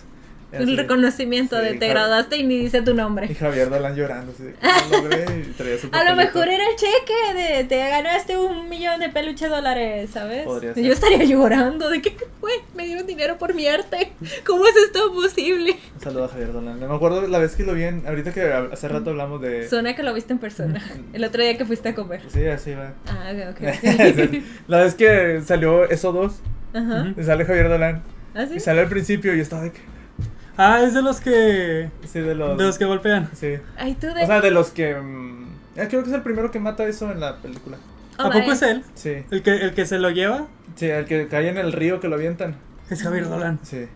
Era
El
así.
reconocimiento
Sí,
de te
claro.
graduaste y ni dice tu
Y
nombre.
Javier Dolan llorando, así de, "No lo logré", y traía su
A lo
papelito.
mejor era el cheque de te ganaste un millón de peluches dólares, ¿sabes?
Podría ser.
Yo estaría llorando de que, güey, me dieron dinero por mi arte. ¿Cómo es esto posible?
Un saludo a Javier Dolan. Me acuerdo la vez que lo vi, en- ahorita que hace rato hablamos
Eh.
de...
Suena que lo viste en persona. El otro día que fuiste a comer.
Sí, así va.
Ah, ok, ok.
la vez que salió eso dos,
Ajá.
sale Javier Dolan.
¿Ah, sí?
Y sale al principio y yo estaba de que.
Ah, es de los que.
Sí, de los.
De los que golpean.
Sí.
Ay, tú de...
O sea, de los que. mm, eh, creo que es el primero que mata eso en la película.
Oh,
¿A poco
vale.
es él?
Sí.
¿El que, el que se lo lleva?
Sí, el que cae en el río que lo avientan.
Es Javier Dolan.
Sí.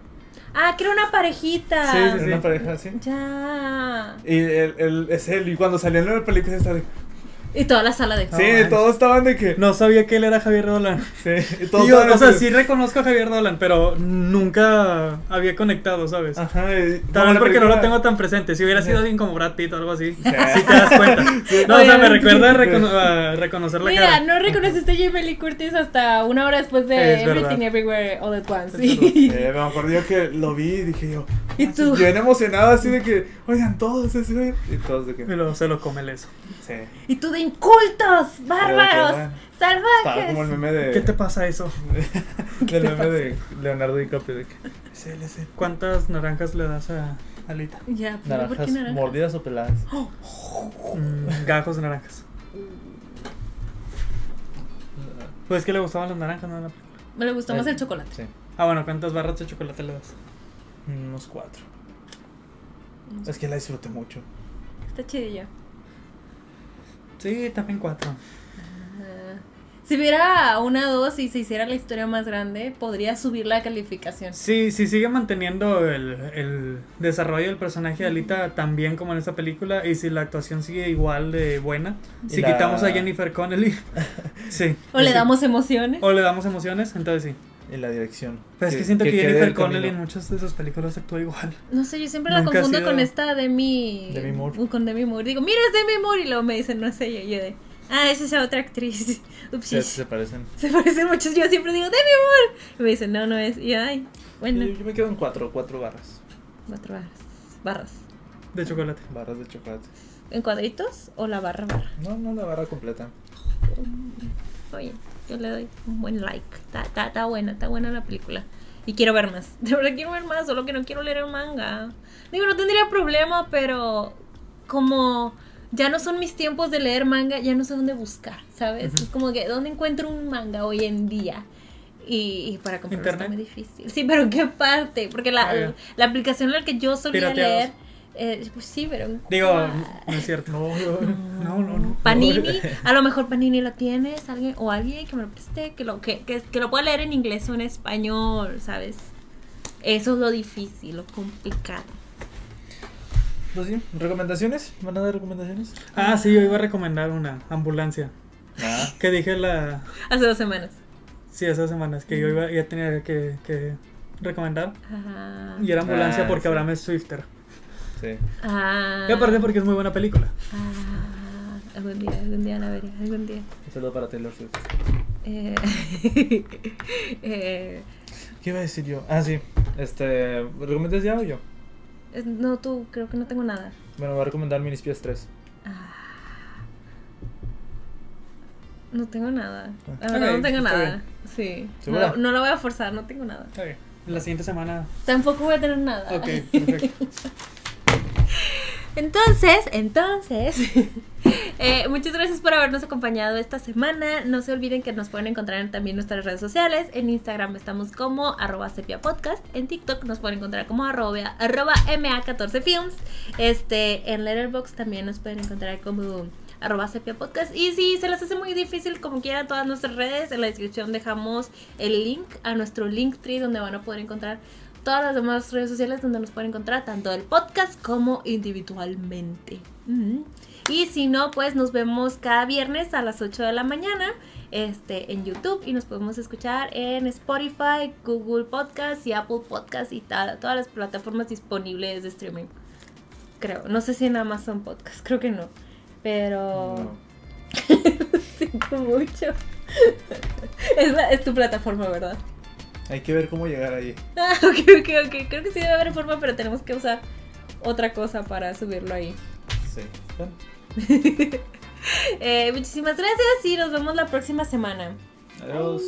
Ah, que era una parejita.
Sí, sí,
Era Una pareja así.
Ya.
Y él, él- es él. Y cuando salió en la película, está de.
Y toda la sala de... Oh.
Sí,
man.
todos estaban de que.
No sabía que él era Javier Dolan.
Sí, y todos
Y yo,
estaban
o sea,
así.
sí reconozco a Javier Dolan, pero nunca había conectado, ¿sabes?
Ajá. y-
Tal vez
la
porque no
película-
lo tengo tan presente. Si hubiera sido alguien como Brad Pitt o algo así,
Sí.
si te das cuenta. No, o sea, me recuerda recono- a reconocer la
Mira,
cara.
no reconociste a Jamie Lee Curtis hasta una hora después de
Es verdad.
Everything Everywhere All at Once.
Es Eh,
Sí.
Eh, me acuerdo yo que lo vi y dije yo.
Y tú.
Yo bien emocionado, así de que. Oigan, todos. así, oigan", Y todos de que.
Pero se lo come el eso.
Sí.
Y tú de incultos, bárbaros,
bueno. Estaba como el
salvajes.
meme de.
¿Qué te pasa eso?
Del meme de Leonardo DiCaprio. de que,
Es él, es él. ¿Cuántas naranjas le das a Alita?
Ya, pero ¿por
Naranjas
qué naranja?
mordidas o peladas.
Mm, gajos de naranjas. Pues es que le gustaban las naranjas, ¿no?
Me le gustó más
Eh.
el chocolate.
Sí.
Ah, bueno, ¿cuántas barras de chocolate le das?
Unos cuatro. Es que la disfruté mucho.
Está chidillo.
Sí, también cuatro.
Ah. Si hubiera una dos y se hiciera la historia más grande, podría subir la calificación.
Sí, sí sigue manteniendo el, el desarrollo del personaje de Alita tan bien como en esa película y si la actuación sigue igual de buena,
Y
si
la-
quitamos a Jennifer Connelly, sí.
O le
Sí.
damos emociones.
o le damos emociones, entonces sí.
Y la dirección.
Pero es que siento que,
quede
Jennifer
el camino.
Connelly en muchas de sus películas actúa igual.
No sé, yo siempre la
Nunca ha
confundo
sido-
con esta Demi.
Demi Moore.
Con Demi Moore. Digo, mira, es Demi Moore. Y luego me dicen, no sé, yo, yo de. Ah, esa es otra actriz.
Se,
Upsis.
se parecen.
Se parecen muchos. Yo siempre digo, de mi amor. Y me dicen, no, no es. Y yo, ay,
Yo,
bueno.
yo me quedo en cuatro, cuatro barras.
Cuatro barras. Barras.
de chocolate.
Barras de chocolate.
¿En cuadritos o la barra barra?
No, no la barra completa.
Oye, yo le doy un buen like. Está, está, está buena, está buena la película. Y quiero ver más. De verdad quiero ver más, solo que no quiero leer el manga. Digo, no tendría problema, pero como ya no son mis tiempos de leer manga, ya no sé dónde buscar, ¿sabes? Es como que, ¿dónde encuentro un manga hoy en día? Y, y para comprarlo está muy
¿Internet?
difícil. Sí, pero ¿qué parte? Porque la,
Ah, ya.
la aplicación en la que yo solía
Pirateados.
leer... eh, pues sí, pero... en
Digo,
cuál.
no es cierto.
No,
No, no, no.
Panini, a lo mejor Panini la tienes, alguien o alguien que me lo preste, que lo que, que, que lo pueda leer en inglés o en español, ¿sabes? Eso es lo difícil, lo complicado.
Pues sí, ¿recomendaciones? ¿Van a dar recomendaciones?
Ah, sí, yo iba a recomendar una ambulancia.
Ah,
Que dije la.
Hace dos semanas.
Sí, esas semanas que yo iba, ya tenía que, que recomendar.
Ajá.
Y era ambulancia
Ah,
porque
sí.
Abraham es Swifter.
sí.
Ah.
Y aparte porque es muy buena película.
Ah, algún día, algún día la veré, algún día.
Un saludo para Taylor Swift.
Eh, eh,
¿Qué iba a decir yo? Ah, sí. Este, ¿recomiendas ya o yo?
es- no, tú, creo que no tengo nada.
Bueno, voy a recomendar Minispias 3.
Ah. No tengo nada. La
Ok,
verdad no tengo
está
nada.
bien.
Sí. No,
¿Segura?
lo- no lo voy a forzar, no tengo nada.
Está bien. La siguiente semana.
Tampoco voy a tener nada.
Ok, perfecto.
Entonces, entonces, eh, muchas gracias por habernos acompañado esta semana. No se olviden que nos pueden encontrar en también nuestras redes sociales. En Instagram estamos como arroba sepia podcast. En TikTok nos pueden encontrar como arroba, arroba MA14films. Este, en Letterboxd también nos pueden encontrar como arroba sepia podcast. Y si se les hace muy difícil, como quieran, todas nuestras redes, en la descripción dejamos el link a nuestro Linktree donde van a poder encontrar todas las demás redes sociales donde nos pueden encontrar, tanto el podcast como individualmente. Ujú. Y si no, pues nos vemos cada viernes a las 8 de la mañana este, en YouTube y nos podemos escuchar en Spotify, Google Podcast y Apple Podcast y tal, todas las plataformas disponibles de streaming. Creo, no sé si en Amazon Podcast, creo que no. Pero siento mucho. es, la- es tu plataforma, ¿verdad?
Hay que ver cómo llegar ahí.
Ah, ok, ok, ok. Creo que sí debe haber forma, pero tenemos que usar otra cosa para subirlo ahí.
Sí. Bueno,
Eh, muchísimas gracias y nos vemos la próxima semana.
adiós.